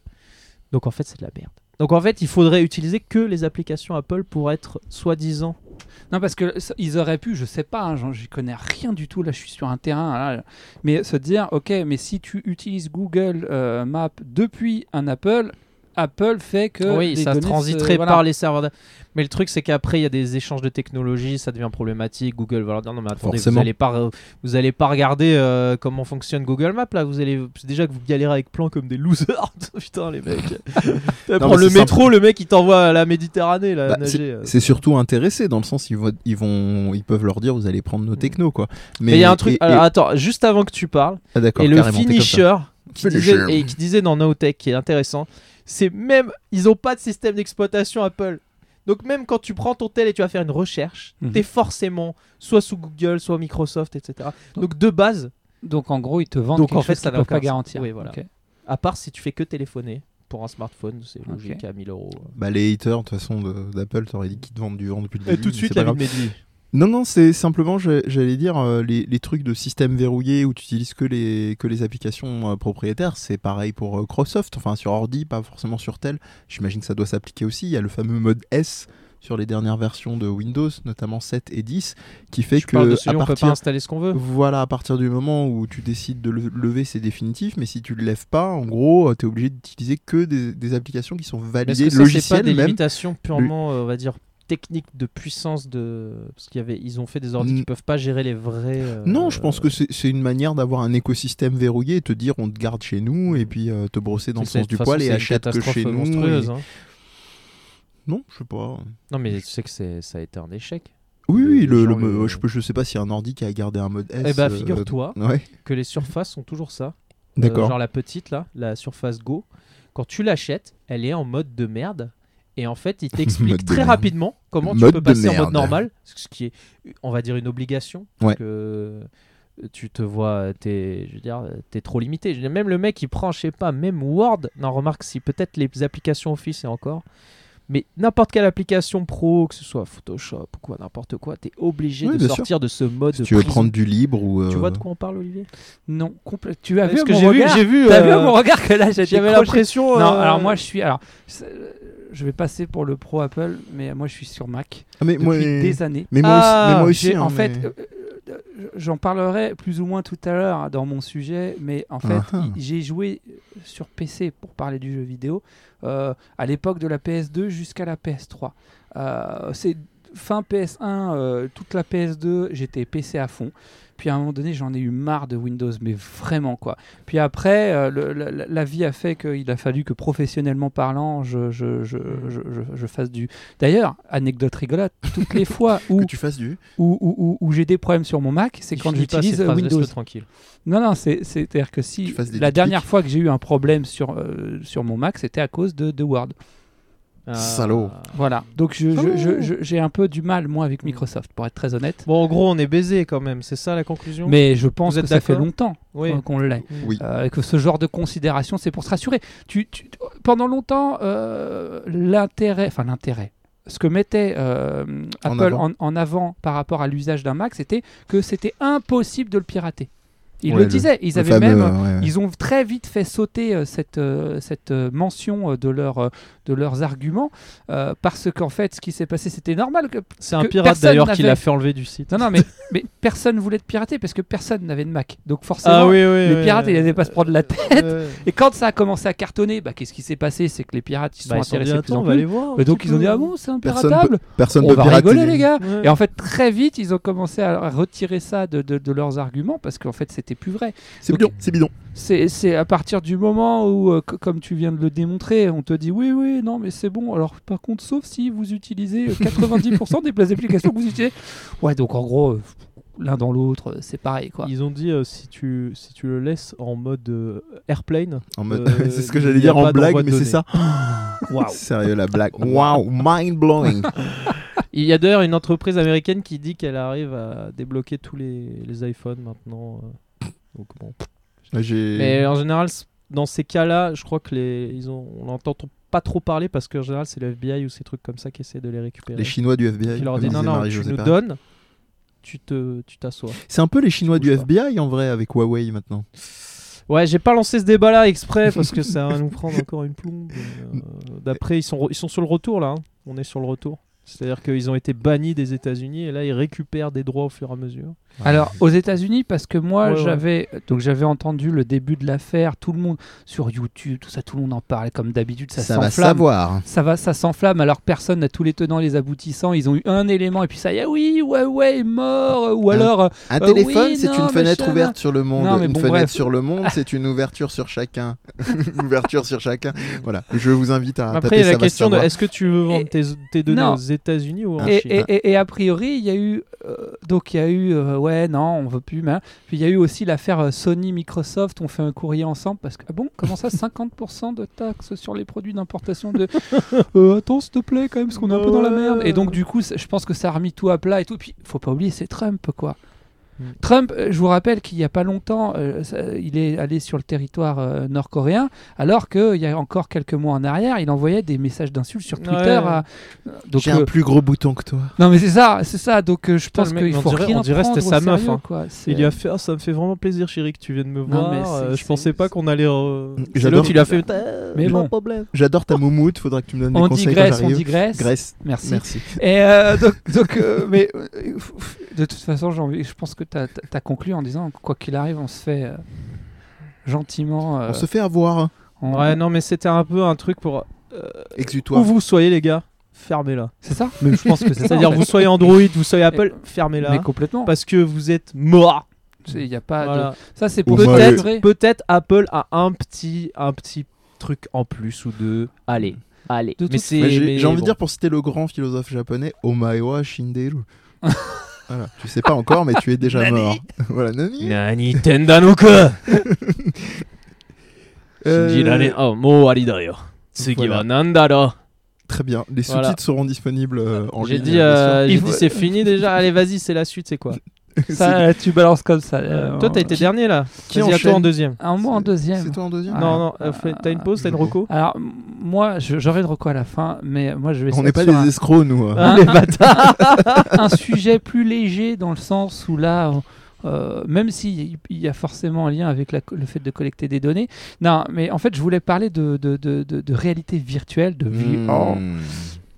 S3: Donc en fait, c'est de la merde. Donc en fait, il faudrait utiliser que les applications Apple pour être soi-disant.
S1: Non, parce que ça- ils auraient pu, je sais pas, hein, j'en- j'y connais rien du tout, là je suis sur un terrain, là, mais se dire, ok, mais si tu utilises Google euh, Maps depuis un Apple, Apple fait que...
S3: oui,
S1: les
S3: ça
S1: données se-
S3: transiterait
S1: voilà.
S3: par les serveurs. d'a- Mais le truc, c'est qu'après, il y a des échanges de technologies, ça devient problématique. Google va leur dire non, mais attendez, vous
S2: Forcément.
S3: n'allez pas, re- vous allez pas regarder euh, comment fonctionne Google Maps là. Vous allez c'est déjà que vous galérez avec plan comme des losers. Putain, les mecs.
S2: Non,
S3: Prends
S2: mais
S3: le
S2: c'est
S3: métro, le mec, il t'envoie à la Méditerranée là,
S2: Bah,
S3: nager. euh.
S2: C'est surtout intéressé dans le sens ils vont, ils vont ils peuvent leur dire vous allez prendre nos technos quoi.
S3: Mm. Mais il y a un truc.
S2: et- et-
S3: alors, attends, juste avant que tu parles.
S2: ah, d'accord,
S3: et le euh,
S2: carrément, t'es comme ça.
S3: finisher qui
S2: Finisher.
S3: disait, et qui disait dans NoTech qui est intéressant c'est même ils ont pas de système d'exploitation Apple donc même quand tu prends ton tel et tu vas faire une recherche
S1: Mhm.
S3: t'es forcément soit sous Google soit Microsoft etc donc de base
S1: Donc en gros, ils te vendent
S3: Donc,
S1: quelque
S3: en fait,
S1: chose
S3: ça
S1: qu'ils peuvent
S3: n'a aucun
S1: pas
S3: sens.
S1: garantir.
S3: Oui, voilà.
S1: Ok.
S3: à part si tu fais que téléphoner pour un smartphone c'est logique à 1000 euros
S2: Bah, les haters de toute façon de- d'Apple t'aurais dit qu'ils te vendent du vent depuis le début. mais c'est pas
S3: la
S2: grave. Non, non, c'est simplement, je- j'allais dire, euh, les, les trucs de système verrouillé où tu utilises que les, que les applications euh, propriétaires, c'est pareil pour euh, Microsoft, enfin sur ordi, pas forcément sur tel. J'imagine que ça doit s'appliquer aussi. Il y a le fameux mode S sur les dernières versions de Windows, notamment 7 et 10, qui fait
S3: tu
S2: que
S3: parles de celui
S2: à
S3: où on peut
S2: partir
S3: pas installer ce qu'on veut
S2: voilà, à partir du moment où tu décides de le lever, c'est définitif, mais si tu le lèves pas, en gros, tu es obligé d'utiliser que des, des applications qui sont
S3: Mais Est-ce
S2: validées
S3: que ça, c'est pas des
S2: logicielles même.
S3: limitations purement, euh, on va dire, techniques de puissance de parce qu'il y avait, ils ont fait des ordi
S2: Mm.
S3: qui peuvent pas gérer les vrais. euh,
S2: Non, je pense que c'est c'est une manière d'avoir un écosystème verrouillé et te dire on te garde chez nous et puis euh, te brosser dans le
S3: c'est- de
S2: sens du
S3: toute
S2: poil
S3: façon,
S2: et
S3: c'est une
S2: achète que
S3: catastrophe
S2: chez nous.
S3: monstrueuse,
S2: et-
S3: hein.
S2: Non, je sais pas.
S3: Non, mais tu sais que c'est- ça a été un échec.
S2: Oui,
S3: Les-
S2: oui,
S3: les
S2: le,
S3: gens,
S2: le-
S3: ils-
S2: je, peux- je sais pas s'il y a un ordi qui a gardé un mode S.
S3: Eh bah,
S2: euh,
S3: figure-toi
S2: Ouais,
S3: que les surfaces sont toujours ça. Euh,
S2: d'accord.
S3: genre la petite, là, la surface Go. Quand tu l'achètes, elle est en mode de merde. Et en fait, il
S2: Mode
S3: t'explique
S2: de
S3: très
S2: merde.
S3: rapidement comment
S2: Mode
S3: tu
S2: de
S3: peux passer en
S2: merde.
S3: mode normal, ce qui est, on va dire, une obligation. Parce
S2: Ouais.
S3: que euh, tu te vois, t'es, je veux dire, t'es trop limité. Je veux dire, même le mec, il prend, je sais pas, même Word. Non, remarque, si peut-être les applications Office et encore. Mais n'importe quelle application pro, que ce soit Photoshop ou quoi, n'importe quoi, t'es obligé
S2: Oui,
S3: de
S2: bien sûr.
S3: sortir de ce mode.
S2: Si tu veux
S3: prison.
S2: prendre du libre ou.
S3: Tu vois
S2: euh,
S3: de quoi on parle, Olivier
S1: Non, compl- tu as vu
S3: Parce que
S1: mon
S3: j'ai vu,
S1: regard
S3: j'ai vu.
S1: T'as
S3: euh,
S1: vu à mon regard que là j'étais
S3: J'avais
S1: crochet.
S3: l'impression.
S1: Non,
S3: euh,
S1: alors moi je suis... Alors, c'est- euh, je vais passer pour le pro Apple, mais moi je suis sur Mac
S2: ah, mais,
S1: depuis
S2: moi,
S1: des années.
S2: mais moi aussi.
S3: Ah,
S2: Mais moi aussi
S1: J'ai-
S2: hein,
S1: en
S2: mais-
S1: fait, euh, euh, euh, j'en parlerai plus ou moins tout à l'heure dans mon sujet, mais en fait,
S2: Ah, ah.
S1: il- j'ai joué euh, sur PC pour parler du jeu vidéo euh, à l'époque de la PS2 jusqu'à la PS3. Euh, C'est fin PS1, euh, toute la PS2, j'étais PC à fond. Puis à un moment donné, j'en ai eu marre de Windows, mais vraiment quoi. Puis après, euh, le- la, la- la vie a fait qu'il a fallu que professionnellement parlant, je, je- je-
S2: Mmh.
S1: je- je- je fasse du. D'ailleurs, anecdote rigolote, toutes les fois où
S2: Que tu fasses du.
S1: où, où- où- où j'ai des problèmes sur mon Mac, c'est
S3: il
S1: quand
S3: finit pas
S1: j'utilise
S3: ses phrases,
S1: Windows.
S3: laisse-le tranquille.
S1: Non, non, c'est- c'est-à-dire que
S2: Tu
S1: si
S2: fasses des
S1: la
S2: dick
S1: dernière
S2: pics.
S1: fois que j'ai eu un problème sur, euh, sur mon Mac, c'était à cause de, de Word.
S3: Ah.
S2: Salaud.
S1: Euh, Voilà. Donc je- je-
S2: Oh.
S1: je- je- j'ai un peu du mal, moi, avec Microsoft, pour être très honnête.
S3: Bon, en gros, on est baisé quand même. C'est ça la conclusion.
S1: Mais je pense
S3: Vous êtes
S1: que ça fait
S3: d'accord
S1: longtemps hein,
S3: oui.
S1: qu'on- qu'on l'est.
S2: Oui.
S1: Euh, et que ce genre de considération, c'est pour se rassurer. Tu, tu- pendant longtemps, euh, l'intérêt, enfin l'intérêt, ce que mettait euh,
S2: En
S1: Apple
S2: avant.
S1: en, en avant par rapport à l'usage d'un Mac, c'était que c'était impossible de le pirater. Ils
S2: Ouais,
S1: le
S2: le-
S1: disaient, ils
S2: Le
S1: avaient
S2: fameux, hein. euh,
S1: même.
S2: ouais, ouais.
S1: Ils ont très vite fait sauter euh, cette, euh, cette euh, mention euh, de, leur, euh, de leurs arguments euh, parce qu'en fait, ce qui s'est passé, c'était normal. Que...
S3: C'est un
S1: que
S3: pirate
S1: personne
S3: d'ailleurs
S1: n'avait.
S3: qui l'a fait enlever du site.
S1: Non, non, mais, mais personne voulait te pirater parce que personne n'avait de Mac. Donc forcément,
S3: Ah oui, oui.
S1: les
S3: oui,
S1: pirates,
S3: oui.
S1: ils n'allaient pas se prendre la tête.
S3: Euh,
S1: Et quand ça a commencé à cartonner, bah, qu'est-ce qui s'est passé C'est que les pirates ils se
S3: bah,
S1: sont
S3: ils se sont dit,
S1: intéressés de plus
S3: attends,
S1: en
S3: on va
S1: plus.
S3: aller voir. un
S1: Bah, donc
S3: petit
S1: ils ont dit
S3: peu.
S1: ah bon c'est
S2: Personne
S1: impiratable
S2: Personne
S1: on
S2: peut
S1: va
S2: pirater
S1: rigoler les gars
S3: Ouais.
S1: et en fait très vite ils ont commencé à retirer ça de, de- de leurs arguments parce qu'en fait c'était plus vrai
S2: C'est
S1: Donc-
S2: bidon, c'est bidon.
S1: c'est c'est à partir du moment où, euh, co- comme tu viens de le démontrer, on te dit oui, oui, non, mais c'est bon. Alors, par contre, sauf si vous utilisez euh, 90% des places d'application que vous utilisez. Ouais, donc en gros, euh, l'un dans l'autre, euh, c'est pareil, quoi.
S3: Ils ont dit euh, si tu si tu le laisses en mode euh, airplane.
S2: En mode-
S3: Euh,
S2: c'est ce que
S3: il
S2: j'allais
S3: y a
S2: dire
S3: pas
S2: en blague,
S3: d'envoi
S2: mais
S3: de
S2: c'est
S3: données.
S2: ça.
S3: Waouh.
S2: Sérieux, la blague. Waouh, mind blowing.
S3: Il y a d'ailleurs une entreprise américaine qui dit qu'elle arrive à débloquer tous les, les iPhones maintenant. euh. Donc bon.
S2: J'ai.
S3: euh, Mais en général, c- dans ces cas-là, je crois que les, ils ont, on entend t- pas trop parler parce qu'en général, c'est le FBI ou ces trucs comme ça qui essaient de les récupérer.
S2: Les Chinois du FBI.
S3: qui leur
S2: comme
S3: disent non,
S2: disait
S3: non, tu
S2: Marie-Josée
S3: nous
S2: Perret.
S3: donnes, tu te- tu t'assois.
S2: C'est un peu les Chinois
S3: Bouge
S2: du
S3: pas.
S2: FBI en vrai avec Huawei maintenant.
S3: Ouais, j'ai pas lancé ce débat-là exprès parce que ça va nous prendre encore une plombe. Euh, D'après, ils sont, ils sont sur le retour là. hein. On est sur le retour. C'est-à-dire qu'ils ont été bannis des États-Unis et là ils récupèrent des droits au fur et à mesure.
S1: Alors aux États-Unis, parce que moi
S3: Ouais, ouais.
S1: j'avais donc j'avais entendu le début de l'affaire, tout le monde sur YouTube, tout ça, tout le monde en parle. Comme d'habitude, ça,
S2: va
S1: s'enflamme.
S2: savoir.
S1: Ça va, ça s'enflamme. Alors que personne n'a tous les tenants, les aboutissants. Ils ont eu un élément et puis ça y est, oui, ouais, ouais, est mort. Ou
S2: Un-
S1: alors, euh,
S2: Un
S3: Bah
S1: Euh,
S2: téléphone,
S1: oui,
S2: c'est
S1: non,
S2: une
S1: machin,
S2: fenêtre
S1: non.
S2: ouverte sur le monde.
S1: Non, mais
S2: une
S1: bon,
S2: fenêtre
S1: bref.
S2: sur le monde, c'est une ouverture sur chacun. une ouverture sur chacun. Voilà. Je vous invite à.
S3: Après,
S2: taper Ah,
S3: il y a
S2: ça
S3: la
S2: va
S3: question de
S2: savoir.
S3: est-ce que tu veux vendre
S1: Et-
S3: tes, tes données
S1: Non.
S3: aux États-Unis ou en
S1: et,
S3: Chine
S1: et- et- et a priori, il y a eu euh, donc il y a eu euh, ouais, non, on veut plus. Mais hein. puis il y a eu aussi l'affaire euh, Sony Microsoft. On fait un courrier ensemble parce que ah bon, comment ça, 50% de taxes sur les produits d'importation de Euh, attends, s'il te plaît, quand même, parce qu'on est un peu dans la merde. Et donc, du coup, c'est- je pense que ça a remis tout à plat et tout. Puis, faut pas oublier, c'est Trump, quoi.
S3: Mm.
S1: Trump, euh, je vous rappelle qu'il y a pas longtemps, euh, ça- il est allé sur le territoire euh, nord-coréen, alors qu'il y a encore quelques mois en arrière, il envoyait des messages d'insultes sur Twitter.
S3: Ouais.
S1: à- Donc,
S2: J'ai
S1: euh,
S2: un plus gros bouton que toi.
S1: non, mais c'est ça, c'est ça. Donc, euh, je
S3: Putain,
S1: pense
S3: le mec,
S1: qu'il
S3: on
S1: faut
S3: dirait-
S1: rien
S3: on dirait
S1: prendre
S3: c'était
S1: au
S3: sa meuf,
S1: sérieux,
S3: hein.
S1: quoi. C'est-
S3: Il lui a fait Ah, ça me fait vraiment plaisir, chérie, que tu viennes me voir.
S1: mais c'est-
S3: Euh, je
S1: c'est-
S3: pensais pas qu'on allait. euh, c'est
S2: J'adore.
S3: l'autre, il a fait.
S1: Mais
S3: pas de
S1: bon.
S3: problème.
S2: J'adore ta moumoute. Faudra que tu me donnes Euh, des
S1: On
S2: conseils quand
S1: digresse, on
S2: j'arrive.
S1: digresse.
S2: Grèce.
S1: Merci.
S2: Merci.
S1: Et euh, donc, donc, euh, mais euh, f- f- de toute façon, j'ai envie- je pense que tu as, conclu en disant quoi qu'il arrive, on se fait euh, gentiment. euh,
S2: On se fait avoir.
S1: on-
S3: Ouais, non, mais c'était un peu un truc pour. Où
S2: Exutoire.
S3: vous soyez, les gars, fermez-la.
S1: C'est ça
S3: Mais je pense que
S1: c'est ça,
S3: C'est-à-dire,
S1: en fait.
S3: vous soyez Android, vous soyez Apple, fermez-la.
S1: Mais complètement.
S3: Parce que vous êtes mort.
S1: Il y a pas. de-
S3: Voilà.
S1: Ça, c'est pour
S3: Peut-être,
S2: euh,
S1: montrer-
S3: peut-être Apple a un petit, un petit truc en plus ou deux. Allez, allez.
S1: De
S3: mais
S1: toute-
S3: c'est.
S2: Mais J'ai
S3: mais
S2: j'ai envie de
S3: bon.
S2: dire pour citer le grand philosophe japonais Omaewa Shinderu. voilà. Tu sais pas encore, mais tu es déjà mort. voilà, Nani.
S3: Nani tendanuka
S2: Euh,
S3: Shinjirane- oh, mo ari da yo. Tsugi
S2: Voilà.
S3: wa nanda da.
S2: Très bien. Les sous-titres
S3: Voilà.
S2: seront disponibles euh, en
S3: J'ai
S2: ligne.
S3: dit,
S2: bien
S3: euh,
S1: sûr.
S3: j'ai
S1: Il
S3: dit
S1: faut-
S3: c'est fini déjà. Allez, vas-y, c'est la suite, c'est quoi
S2: sûr.
S1: ça, euh, tu balances comme ça. euh,
S3: Toi, t'as été dernier là.
S2: qui
S3: Vas-y, à toi
S2: enchaîne
S3: en deuxième.
S1: Un mois en
S2: C'est-
S1: deuxième.
S2: C'est toi en deuxième
S1: Ah,
S3: Non, non,
S1: ah,
S3: euh, fais- t'as une pause, t'as une reco
S1: Alors, m- moi, je- j'aurais de recours à la fin, mais moi, je vais.
S2: On
S1: essayer
S2: n'est pas
S1: sur un- Ah,
S2: des escrocs, nous. euh.
S3: Hein
S1: un, un- Hein un sujet plus léger dans le sens où là, euh, même s'il y a forcément un lien avec la co- le fait de collecter des données, non, mais en fait, je voulais parler de, de, de- de- de réalité virtuelle, de VR,
S2: Hmm.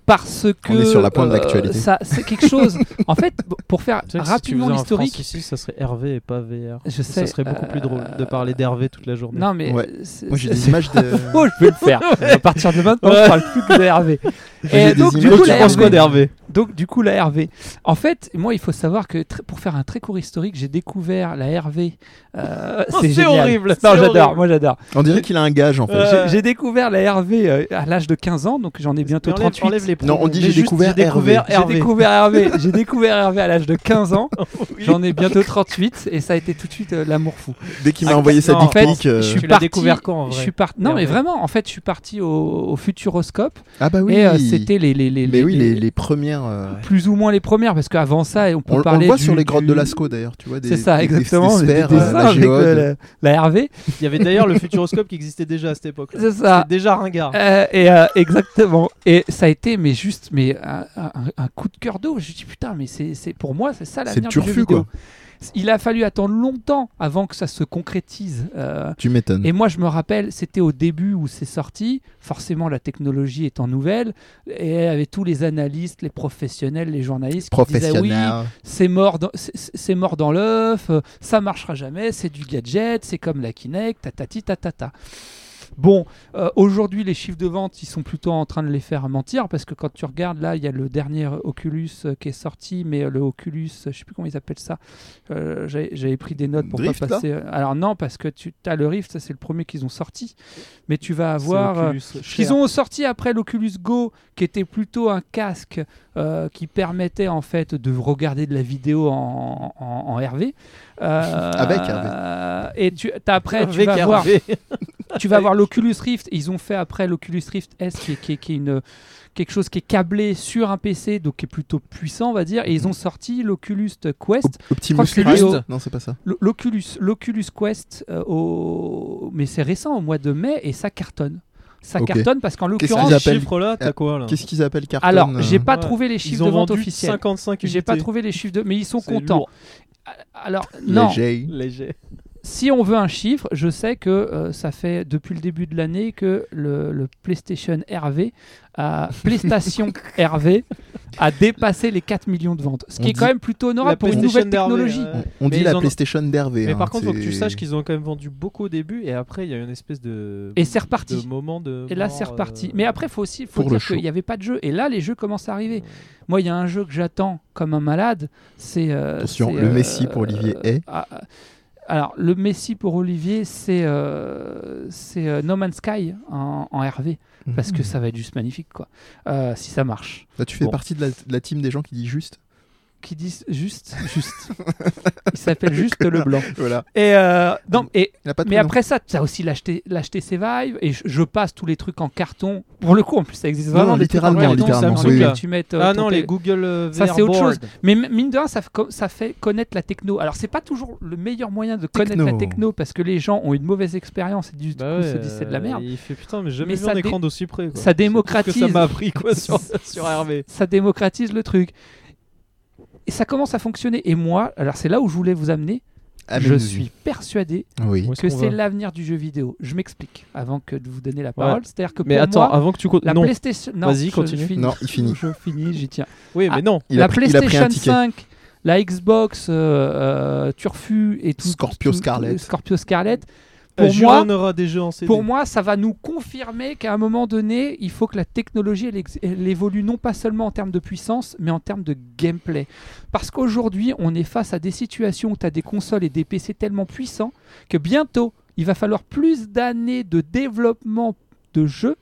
S1: parce que euh,
S2: est sur la pointe de l'actualité.
S1: ça, c'est quelque chose. en fait, b- pour faire
S3: C'est vrai que si tu faisais
S1: rapidement
S3: un
S1: l'historique,
S3: France ici, ça serait Hervé et pas VR.
S1: je sais,
S3: ça serait beaucoup
S1: euh,
S3: plus drôle de parler d'Hervé toute la journée.
S1: Non, mais
S2: Ouais.
S1: c'est-
S2: Moi, j'ai
S1: c'est-
S2: des images de.
S1: Oh, je vais le faire. À partir de maintenant, je parle plus que d'Hervé.
S2: J'ai
S1: Et
S2: des
S1: donc, du
S2: images
S1: coup,
S2: qui
S1: la
S3: tu penses
S2: pensent
S1: Hervé,
S3: quoi d'Hervé
S1: Donc, du coup, la RV. En fait, moi, il faut savoir que tr- pour faire un très court historique, j'ai découvert la RV. Euh,
S3: Oh,
S1: c'est
S3: c'est
S1: génial.
S3: horrible,
S1: Non,
S3: c'est
S1: j'adore.
S3: horrible.
S1: Moi, j'adore.
S2: On dirait qu'il a un gage en fait.
S3: Ouais.
S1: J'ai- J'ai découvert la RV euh, à l'âge de 15 ans, donc j'en ai bientôt
S3: Mais enlève-
S1: 38.
S3: enlève les
S2: Non, on dit
S3: Mais
S2: j'ai
S3: juste,
S2: découvert
S3: j'ai découvert
S1: J'ai
S3: Hervé.
S1: découvert RV. J'ai découvert RV à l'âge de 15 ans. J'en ai bientôt 38 et ça a été tout de suite euh, l'amour fou.
S2: Dès qu'il m'a
S3: Ah,
S2: envoyé sa
S3: non,
S2: dick
S1: en fait,
S2: pic, euh,
S1: je suis
S3: Tu l'as
S1: parti.
S3: découvert quand en
S1: je
S3: vrai
S1: suis parti. Non, mais
S3: RV.
S1: vraiment, en fait, je suis parti au, au Futuroscope
S2: Ah bah oui.
S1: et euh, c'était les, les, les,
S2: Mais
S1: les-
S2: oui, les,
S1: les-
S2: les premières. euh,
S1: plus ou moins les premières parce qu'avant ça, on peut
S2: On, on
S1: parler
S2: le voit
S1: du-
S2: sur les grottes
S1: du-
S2: de Lascaux d'ailleurs, tu vois. des-
S1: C'est ça,
S2: des- des-
S1: exactement.
S2: Des
S1: Des,
S2: sphères,
S1: des
S2: euh,
S1: dessins
S2: la
S1: avec
S2: géode.
S1: euh, la, la RV.
S3: Il y avait d'ailleurs le Futuroscope qui existait déjà à cette époque.
S1: C'est ça.
S3: déjà ringard.
S1: Euh, et euh, exactement. Et ça a été, mais juste, mais un, un- un coup de cœur d'eau. Je me dis putain, mais c'est c'est- pour moi, c'est ça l'avenir
S2: le
S1: du jeu
S2: turfu,
S1: vidéo. Il a fallu attendre longtemps avant que ça se concrétise. euh,
S2: Tu m'étonnes.
S1: Et moi, je me rappelle, c'était au début où c'est sorti. Forcément, la technologie étant nouvelle, et avec tous les analystes, les professionnels, les journalistes qui disaient oui,
S2: Professionnel.
S1: c'est mort dans, c'est- c'est c'est mort dans l'œuf, euh, ça marchera jamais, c'est du gadget, c'est comme la Kinect, tatati tatata. Bon, euh, aujourd'hui les chiffres de vente, ils sont plutôt en train de les faire mentir parce que quand tu regardes là, il y a le dernier Oculus euh, qui est sorti, mais euh, le Oculus, euh, je sais plus comment ils appellent ça. Euh, j'ai- J'avais pris des notes pour
S2: Drift,
S1: pas
S2: là
S1: passer. euh, Alors non, parce que tu as le Rift, ça c'est le premier qu'ils ont sorti, mais tu vas avoir euh, ce qu'ils ont sorti après l'Oculus Go, qui était plutôt un casque euh, qui permettait en fait de regarder de la vidéo en, en, en RV. Euh,
S2: Avec
S1: Et tu, t'as après, tu vas, voir, tu vas voir l'Oculus Rift. Ils ont fait après l'Oculus Rift S, qui est, qui est- qui est une, quelque chose qui est câblé sur un PC, donc qui est plutôt puissant, on va dire.
S2: Mhm.
S1: Et ils ont sorti l'Oculus Quest.
S2: Op- Optimus
S1: Franck
S2: Prime.
S1: Lulio.
S2: Non, c'est pas ça.
S1: L- L'Oculus, l'Oculus Quest, euh, au... mais c'est récent, au mois de mai, et ça cartonne. ça
S2: Ok.
S1: cartonne parce qu'en
S2: Qu'est-ce
S1: l'occurrence.
S2: qu'ils
S3: Ce
S2: appellent-
S3: chiffre-là,
S1: Euh,
S3: t'as quoi là
S2: Qu'est-ce qu'ils appellent carton euh,
S1: Alors, j'ai pas
S3: Ouais.
S1: trouvé les
S3: Ils
S1: chiffres
S3: ont
S1: de vente
S3: vendu
S1: officiels.
S3: 55 unités.
S1: J'ai pas trouvé les chiffres de. Mais ils sont
S3: C'est
S1: contents.
S3: lourd.
S1: Alors, non.
S2: Léger.
S3: Léger.
S1: Si on veut un chiffre, je sais que euh, ça fait depuis le début de l'année que le, le PlayStation RV, a, PlayStation RV, a dépassé les 4 millions de ventes. Ce
S2: On
S1: qui est
S2: dit-
S1: quand même plutôt honorable pour une nouvelle
S3: PlayStation euh,
S1: technologie.
S3: d'Hervé, ouais.
S2: On
S3: Mais
S2: dit
S3: ils
S2: la
S3: en ont-
S2: PlayStation d'Hervé.
S3: Mais
S2: hein,
S3: par contre, faut que
S2: c'est-
S3: tu saches qu'ils ont quand même vendu beaucoup au début et après, il y a une espèce de.
S1: Et c'est reparti.
S3: De moment de.
S1: Et là,
S3: mort,
S1: c'est reparti.
S3: euh,
S1: Mais après, faut aussi faut
S2: Pour le
S1: dire qu'il
S2: show.
S1: n'y avait pas de jeu. Et là, les jeux commencent à arriver. Moi, il y a un jeu que j'attends comme un malade. C'est. euh,
S2: Attention,
S1: c'est,
S2: le Messi pour Olivier est-
S1: ah, ah. alors, le Messi pour Olivier, c'est euh, c'est, euh, No Man's Sky en, en RV. Parce que ça va être juste magnifique, quoi. Euh, si ça marche.
S2: Mhm. Là, tu fais
S1: Bon.
S2: partie de la, de la team des gens qui dit juste.
S1: Qui disent juste. Juste. il s'appelle juste Leblanc.
S2: Voilà.
S1: Et, euh, non, et
S2: Il a pas de
S1: Mais
S2: prénom.
S1: après ça, tu as aussi l'acheter Vive et je, je passe tous les trucs en carton. Pour le coup, en plus, ça existe
S2: Non,
S1: vraiment. des
S2: littéralement,
S1: trucs en carton,
S3: littéralement,
S1: Samsung,
S3: oui,
S1: là,
S3: oui.
S1: tu mets, euh,
S3: Ah
S1: ton
S3: non, les
S1: tél-
S3: Google euh,
S1: Ça,
S3: VR
S1: c'est autre
S3: board.
S1: chose. Mais m- mine de rien, ça, f- com- ça fait connaître la techno. Alors, c'est pas toujours le meilleur moyen de connaître
S2: Techno.
S1: la techno parce que les gens ont une mauvaise expérience et du
S3: Bah
S1: coup
S3: ouais,
S1: se disent c'est de la
S3: euh,
S1: merde.
S3: Il fait putain, mais j'ai
S1: Mais
S3: jamais vu
S1: ça
S3: un
S1: dé-
S3: écran d'aussi près. quoi.
S1: ça
S3: C'est tout ce
S1: démocratise.
S3: que ça m'a appris quoi sur, sur RV.
S1: ça démocratise le truc. Et ça commence à fonctionner. Et moi, alors c'est là où je voulais vous amener. je
S2: Amène-nous.
S1: suis persuadé
S2: Ah, Oui.
S3: Où est-ce
S1: que
S3: qu'on
S1: c'est
S3: va
S1: l'avenir du jeu vidéo. Je m'explique avant que de vous donner la parole. C'est-à-dire que
S3: Mais
S1: pour
S3: attends,
S1: moi,
S3: avant que tu comptes.
S1: La
S3: Non.
S1: PlayStation. Non,
S3: Vas-y,
S1: je
S3: continue.
S1: finis.
S2: Non, il finit.
S1: Je finis, j'y tiens.
S3: Oui, mais non.
S2: Il
S1: la
S2: a, pris- il a pris un
S1: PlayStation
S2: ticket.
S1: 5, la Xbox euh, euh, Turfu et tout.
S2: Scorpio
S1: tout-
S2: Scarlett.
S1: Scorpio Scarlett.
S3: Euh,
S1: Pour
S3: Jura,
S1: moi,
S3: on aura des jeux en CD.
S1: pour moi, ça va nous confirmer qu'à un moment donné, il faut que la technologie elle, ex- elle évolue non pas seulement en termes de puissance, mais en termes de gameplay. Parce qu'aujourd'hui, on est face à des situations où tu as des consoles et des PC tellement puissants que bientôt, il va falloir plus d'années de développement de jeux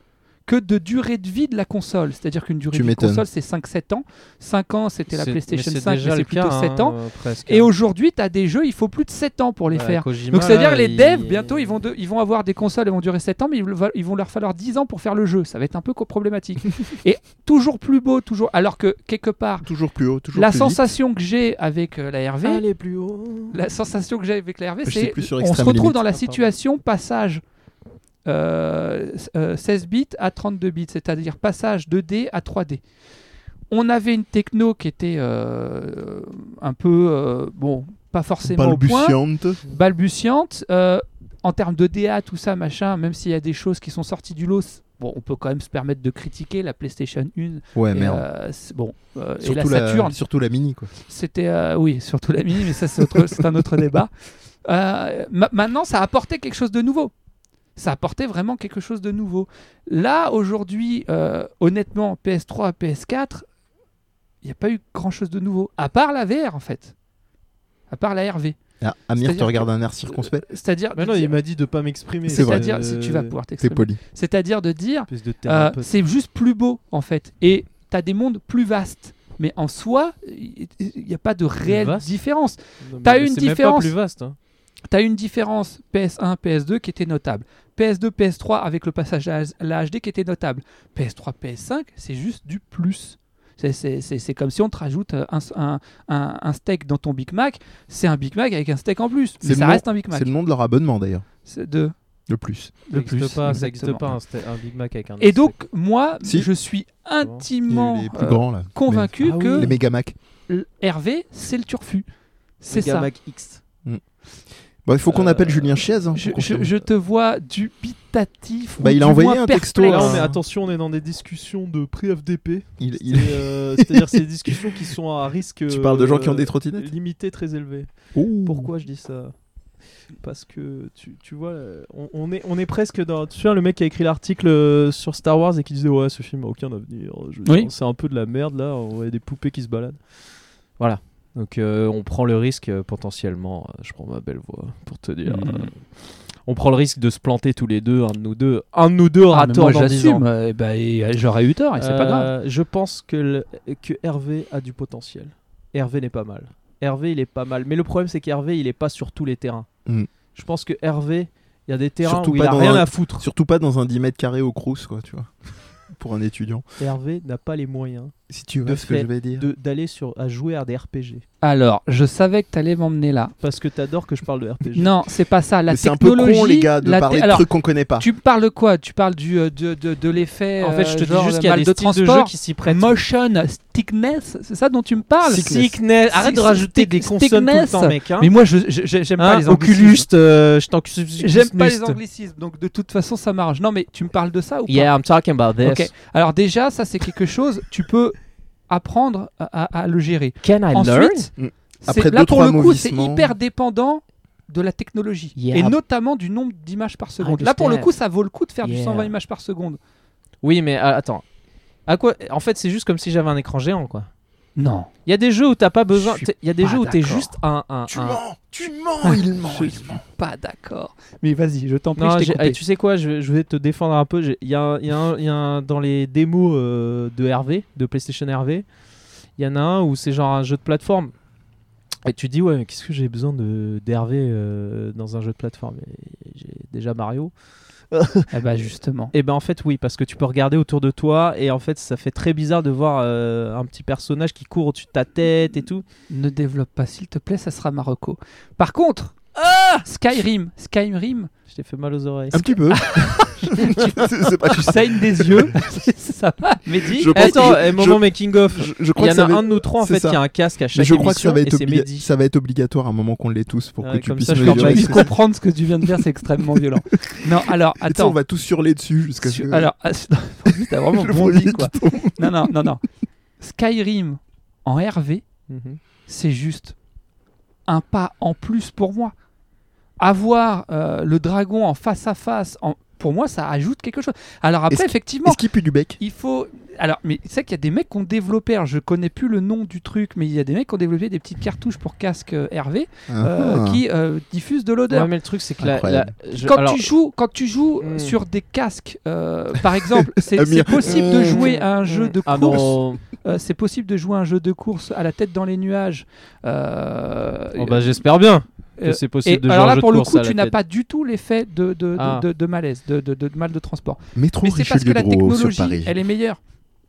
S1: que de durée de vie de la console. C'est-à-dire qu'une durée de
S2: Tu
S1: vie de
S2: m'étonnes.
S1: console, c'est 5-7 ans. 5 ans, c'était la
S3: C'est-
S1: PlayStation
S3: mais
S1: 5,
S3: déjà
S1: mais c'est
S3: le
S1: plutôt
S3: cas,
S1: 7
S3: hein,
S1: ans.
S3: euh, presque.
S1: Et aujourd'hui, tu as des jeux, il faut plus de 7 ans pour les
S3: Ouais,
S1: faire.
S3: Kojima,
S1: Donc c'est-à-dire
S3: là,
S1: les
S3: il-
S1: devs, bientôt, ils vont, de- ils vont avoir des consoles, elles vont durer 7 ans, mais ils va- ils vont leur falloir 10 ans pour faire le jeu. Ça va être un peu co- problématique. et toujours plus beau, toujours... Alors que, quelque part,
S2: Toujours plus haut, toujours
S1: la
S2: plus vite.
S1: sensation que j'ai avec euh, la RV,
S3: Allez plus haut.
S1: la sensation que j'ai avec la RV,
S2: Je sais
S1: c'est
S2: plus sur
S1: on se
S2: Extreme
S1: retrouve
S2: Limit.
S1: dans la
S3: Ah, pardon.
S1: situation passage euh, s- euh, 16 bits à 32 bits, c'est-à-dire passage 2D à 3D. On avait une techno qui était euh, un peu, euh, bon, pas forcément au point,
S2: Balbutiante.
S1: balbutiante. euh, en termes de DA, tout ça, machin, même s'il y a des choses qui sont sorties du lot, c- bon, on peut quand même se permettre de critiquer la PlayStation 1.
S2: Ouais,
S1: et,
S2: merde.
S1: euh, c- bon, euh, et la
S2: Surtout la,
S1: Saturn.
S2: surtout la mini, quoi.
S1: C'était, euh, oui, surtout la mini, mais ça, c'est, autre- c'est un autre débat. Euh, ma- maintenant, ça a apporté quelque chose de nouveau. Ça a apporté vraiment quelque chose de nouveau. Là, aujourd'hui, euh, honnêtement, PS3, PS4, il n'y a pas eu grand-chose de nouveau. À part la VR, en fait. À part la RV.
S2: Ah, Amir, tu
S1: C'est-à-dire
S2: regardes un air circonspect.
S1: C'est-à-dire.
S3: Mais
S1: de
S3: non, il
S1: dire-
S3: m'a dit de pas m'exprimer.
S2: C'est vrai.
S1: c'est-à-dire, si tu vas pouvoir
S2: C'est
S1: t'exprimer.
S2: poli.
S1: C'est-à-dire de dire,
S3: Espèce de
S1: euh,
S3: thérapeute.
S1: c'est juste plus beau, en fait. Et tu as des mondes plus vastes. Mais en soi, il n'y a pas de réelle
S3: vastes
S1: différence.
S3: Non, mais
S1: t'as
S3: c'est
S1: une
S3: même pas
S1: différence.
S3: plus vaste. hein.
S1: tu as une différence PS1, PS2 qui était notable. PS2, PS3 avec le passage à la HD qui était notable. PS3, PS5, c'est juste du plus. C'est- C'est c'est- c'est comme si on te rajoute euh, un, un- un- un steak dans ton Big Mac. C'est un Big Mac avec un steak en plus.
S2: C'est
S1: Mais
S2: le
S1: ça
S2: nom-
S1: reste un Big
S2: C'est
S1: Mac.
S2: le nom de leur abonnement, d'ailleurs.
S1: C'est de
S2: Le plus.
S3: Ça
S1: le
S3: existe
S1: plus.
S3: pas, ça n'existe
S1: exactement.
S3: pas un, sta- un Big Mac avec un.
S1: Et donc, moi,
S2: Si.
S1: je suis
S2: Il y a eu
S1: intimement
S2: les plus
S1: euh,
S2: grands, là.
S1: convaincu
S3: Ah oui.
S1: que
S2: Les méga Mac.
S1: l- Hervé, c'est le turfu. C'est ça.
S3: Mac X.
S2: Bon, il faut qu'on
S1: Euh,
S2: appelle Julien Chiez. hein,
S1: Je,
S2: pour
S1: je-
S2: confirmer.
S1: je te vois dubitatif.
S2: Bah,
S1: ou
S2: il a
S1: du
S2: envoyé
S1: moins
S2: un texto,
S1: perplexe.
S3: Là, on est,
S2: Ah.
S3: attention, on est dans des discussions de pré-FDP.
S2: Il-
S3: C'est,
S2: il-
S3: euh, C'est-à-dire, c'est des discussions qui sont à risque.
S2: Tu parles de gens qui ont
S3: euh,
S2: des trottinettes
S3: Limité, très élevé.
S2: Ouh.
S3: Pourquoi je dis ça Parce que tu, tu vois, euh, on, on est, on est presque dans. Tu sais, le mec qui a écrit l'article euh, sur Star Wars et qui disait Ouais, ce film a aucun avenir. Je veux dire,
S1: Oui.
S3: C'est un peu de la merde là, on voit des poupées qui se baladent. Voilà. Donc euh, on prend le risque euh, potentiellement. euh, Je prends ma belle voix pour te dire.
S1: Mhm.
S3: euh, on prend le risque de se planter tous les deux, un de nous deux, un de nous deux aura
S1: Ah, mais
S3: tort
S1: moi,
S3: dans 10 ans.
S1: j'assume. euh, et
S3: ben,
S1: bah, et, euh, J'aurais eu tort et c'est pas grave.
S3: Euh, Je pense que, le- que Hervé a du potentiel. Hervé n'est pas mal. Hervé, il est pas mal. Mais le problème, c'est qu'Hervé, il est pas sur tous les terrains.
S2: Mm.
S3: Je pense que Hervé, il y a des terrains
S2: Surtout
S3: où il
S2: pas
S3: a
S2: dans
S3: rien
S2: un-
S3: à foutre.
S2: Surtout pas dans un 10 mètres carrés au Crous, quoi, tu vois. Pour un étudiant.
S3: Hervé n'a pas les moyens
S2: Si tu
S7: de
S2: vois ce que
S7: fait,
S2: je vais dire.
S7: de- d'aller sur à jouer à des RPG
S1: Alors, je savais que t'allais m'emmener là.
S7: parce que t'adores que je parle de RPG.
S1: Non, c'est pas ça. La
S2: Mais C'est un peu
S1: technologie.
S2: con, les gars, de
S1: la te-
S2: parler de
S1: Alors,
S2: trucs qu'on connaît pas.
S1: tu parles de quoi Tu parles du, euh, de, de, de l'effet.
S3: En fait, je te
S1: euh,
S3: dis
S1: genre
S3: juste
S1: le
S3: qu'il y a
S1: mal
S3: des
S1: de
S3: styles de jeu
S1: transport.
S3: qui s'y prêtent.
S1: Motion stickness, c'est ça dont tu me parles
S2: Sickness.
S3: Arrête de
S1: Sick-
S3: rajouter des
S1: stick-
S3: consonnes tout le
S1: stickness.
S3: temps, mec. hein.
S1: Mais moi, ah, je- je- j'ai- j'aime
S3: Hein,
S1: pas les
S3: Oculus,
S1: anglicismes.
S3: euh, je t'en je-
S1: J'aime pas les
S3: Oculus.
S1: anglicismes, donc de toute façon, ça m'arrange. Non, mais tu me parles de ça ou pas
S3: Yeah, I'm talking about this.
S1: Ok. Alors déjà, ça c'est quelque chose, tu peux apprendre à, à- à le gérer.
S3: Can I learn?
S1: Ensuite,
S2: Mm.
S1: c'est- là
S2: Après deux,
S1: pour
S2: trois
S1: le coup, c'est
S2: movissements.
S1: hyper dépendant de la technologie
S3: Yeah.
S1: et notamment du nombre d'images par seconde.
S3: I
S1: Là pour le
S3: understand.
S1: coup, ça vaut le coup de faire du
S3: Yeah.
S1: 120 images par seconde.
S3: Oui, mais euh, attends. À quoi En fait, c'est juste comme si j'avais un écran géant, quoi.
S1: Non.
S3: Il y a des jeux où t'as pas besoin.
S1: Je suis
S3: t'es- Il y a des
S1: pas
S3: jeux où t'es
S1: d'accord.
S3: juste un. un,
S2: Tu
S3: un-
S2: mens, tu
S1: Oh, Ah,
S2: mens, il ment.
S1: Je suis pas d'accord. Mais vas-y, je t'en prie,
S3: Non,
S1: je t'ai
S3: j'ai-
S1: coupé.
S3: eh, tu sais quoi, je, je vais te défendre un peu. J'ai- Il y a, un- il y a un- il y a un- dans les démos euh, de RV, de PlayStation RV, il y en a un où c'est genre un jeu de plateforme. Et tu dis, ouais, mais qu'est-ce que j'ai besoin de d'RV euh, dans un jeu de plateforme Et J'ai déjà Mario.
S1: Ah bah justement.
S3: Et ben en fait, oui, parce que tu peux regarder autour de toi et en fait, ça fait très bizarre de voir euh, un petit personnage qui court au-dessus de ta tête et tout.
S1: Ne développe pas, s'il te plaît, ça sera Marocco. Par contre, Ah Skyrim, Skyrim,
S3: Je t'ai fait mal aux oreilles.
S2: Un petit peu. C'est- c'est pas-
S1: tu saignes des yeux, ça va. Mais dis,
S2: Je pense que
S3: Attends,
S2: je-
S3: eh, moment making off.
S2: je- je
S3: Il
S2: crois
S3: y
S2: que
S3: en
S2: ça
S3: a
S2: va
S3: un de nous trois en
S2: c'est
S3: fait
S2: ça.
S3: qui a un casque à
S2: Mais
S3: chaque
S2: je crois que ça
S3: émission
S2: va,
S3: et
S2: être
S3: c'est
S2: obli-
S3: Mehdi.
S2: ça va être obligatoire à un moment qu'on l'ait tous pour
S3: Ah
S2: que
S3: ouais,
S2: tu
S3: comme
S2: puisses
S3: ça, je
S2: nous
S3: leur
S2: dire
S1: Quand
S3: Ouais,
S1: même
S2: ce que c'est.
S1: comprendre ce que tu viens de dire, c'est extrêmement violent. Non, alors,
S2: Et on
S1: attends.
S2: va tous hurler dessus jusqu'à ce
S1: Su-
S2: que
S1: Alors, ah, c'est- t'as vraiment
S2: le
S1: bondi,
S2: premier
S1: quoi.
S2: qui tombe.
S1: Non, non, non, non. Skyrim en RV,
S3: Mhm.
S1: c'est juste un pas en plus pour moi. Avoir euh, le dragon en face à face, en- pour moi, ça ajoute quelque chose. Alors après,
S2: Est-ce que-
S1: effectivement,
S2: Est-ce qu'il pue du bec
S1: il faut. Alors, mais c'est vrai qu'il y a des mecs qui ont développé, alors je connais plus le nom du truc, mais il y a des mecs qui ont développé des petites cartouches pour casque euh, RV euh,
S2: Ah.
S1: qui euh, diffusent de l'odeur.
S3: Ouais, mais le truc, c'est que la,
S2: Incroyable.
S3: la- je-
S1: quand,
S3: alors,
S1: tu joues, quand tu joues euh,
S3: Hmm.
S1: sur des casques, euh, par exemple, c'est c'est
S2: Amir.
S1: possible de
S2: Hmm.
S1: jouer à un jeu de
S3: Ah
S1: course.
S3: non.
S1: euh, c'est possible de jouer à un jeu de course à la tête dans les nuages. Euh,
S3: Oh, bah, j'espère bien
S1: euh,
S3: que c'est
S1: et
S3: possible de
S1: alors
S3: jouer
S1: là,
S3: un jeu
S1: pour
S3: de
S1: le
S3: course
S1: coup,
S3: à la
S1: tu n'as
S3: tête.
S1: pas du tout l'effet de, de, de-
S3: Ah.
S1: de- de malaise, de, de- de mal de transport.
S2: Métro
S1: Mais c'est parce que
S2: Richelieu
S1: la
S2: Drouot sur
S1: technologie,
S2: Paris.
S1: elle est meilleure.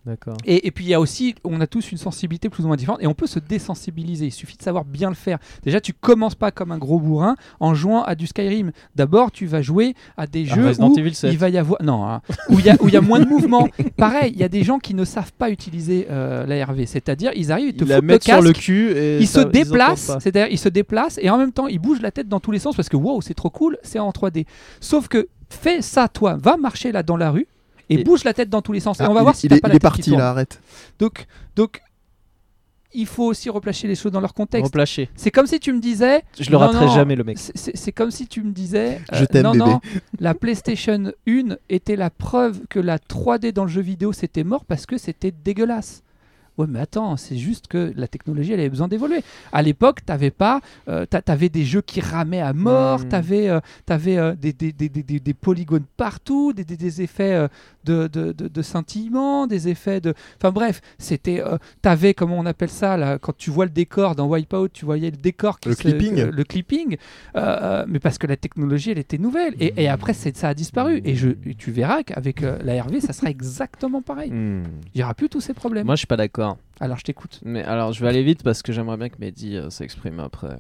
S3: D'accord.
S1: Et, et puis il y a aussi, on a tous une sensibilité plus ou moins différente et on peut se désensibiliser. Il suffit de savoir bien le faire. Déjà, tu commences pas comme un gros bourrin en jouant à du Skyrim. D'abord, tu vas jouer à des
S3: Ah,
S1: jeux
S3: Resident
S1: où
S3: Evil 7.
S1: il va y avoir non hein, où il y a où il y a moins de mouvement. Pareil, il y a des gens qui ne savent pas utiliser euh, l'ARV, c'est-à-dire ils arrivent, ils te
S3: Ils la
S1: foutent le
S3: mettent
S1: casque.
S3: sur le cul et
S1: Ils
S3: ça-
S1: se déplacent,
S3: entendent
S1: c'est-à-dire ils se déplacent et en même temps ils bougent la tête dans tous les sens parce que waouh c'est trop cool, c'est en 3D. Sauf que fais ça toi, va marcher là dans la rue et,
S3: Et-
S1: bouge la tête dans tous les sens et
S2: Ah,
S1: on va
S2: il-
S1: voir si
S2: il
S1: t'as
S2: est,
S1: pas
S2: il
S1: la
S2: est
S1: tête qui
S2: parti
S1: tourne.
S2: là, arrête.
S1: Donc, donc, il faut aussi replacer les choses dans leur
S3: pas.
S1: contexte.
S3: Replaché.
S1: C'est comme si tu me disais.
S3: Je le
S1: Non,
S3: raterai
S1: non.
S3: jamais, le mec.
S1: c'est- C'est c'est comme si tu me disais. euh,
S2: Je t'aime,
S1: non,
S2: bébé.
S1: non, la PlayStation 1 était la preuve que la 3D dans le jeu vidéo c'était mort parce que c'était dégueulasse. Ouais, mais attends, c'est juste que la technologie elle avait besoin d'évoluer. À l'époque, t'avais pas. euh, t'a- t'avais des jeux qui ramaient à mort,
S3: Mm.
S1: t'avais euh, t'avais, euh, des, des, des- des- des- des polygones partout, des, des- des effets euh, de, de, de- de scintillement, des effets de. Enfin bref, c'était. euh, T'avais, comment on appelle ça, là, quand tu vois le décor dans Wipeout, tu voyais le décor qui
S2: Le
S1: se-
S2: clipping.
S1: euh, le clipping. euh, mais parce que la technologie, elle était nouvelle. Et, et après, c'est- ça a disparu. Et, je, et tu verras qu'avec euh, la RV, ça sera exactement pareil. Il n'y aura plus tous ces problèmes.
S3: Moi, je suis pas d'accord.
S1: Alors, je t'écoute.
S3: Mais alors, je vais aller vite parce que j'aimerais bien que Mehdi euh, s'exprime après.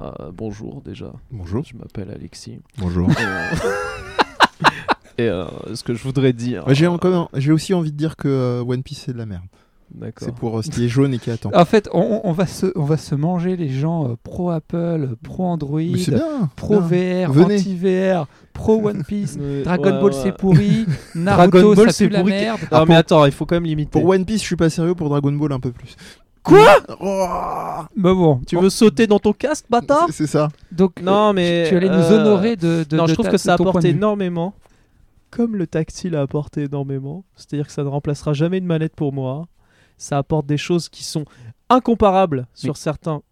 S3: Euh, bonjour déjà,
S2: Bonjour.
S3: je m'appelle Alexis.
S2: Bonjour.
S3: Et, euh, et, euh, ce que je voudrais dire.
S2: Bah, J'ai
S3: euh,
S2: encore- j'ai aussi envie de dire que euh, One Piece c'est de la merde.
S3: D'accord.
S2: C'est pour euh, ce qui est jaune et qui attend.
S1: En fait, on, on va, se, on va se manger les gens euh, pro Apple, pro Android,
S2: Mais c'est bien.
S1: pro
S2: bien.
S1: VR,
S2: Venez.
S1: anti VR, pro One Piece.
S3: Ouais,
S1: Dragon
S3: ouais,
S1: Ball
S3: ouais.
S1: c'est pourri, Naruto
S3: Dragon Ball,
S1: ça
S3: c'est
S1: pue la
S3: pourri.
S1: merde.
S3: Non, mais attends, il faut quand même limiter.
S2: Pour One Piece, je suis pas sérieux. Pour Dragon Ball, un peu plus.
S3: Quoi
S2: Oh
S1: Bah bon,
S3: Tu veux sauter dans ton casque, bâtard
S2: C'est- C'est ça.
S1: donc
S3: Non, mais.
S1: tu allais nous
S3: euh,
S1: honorer de, de-
S3: non,
S1: de
S3: je trouve
S1: ta-
S3: que
S1: de
S3: ça
S1: ton point
S3: apporte
S1: de vue.
S3: énormément.
S7: Comme le tactile a apporté énormément, c'est-à-dire que ça ne remplacera jamais une manette pour moi.
S3: Ça apporte des choses qui sont incomparables sur certains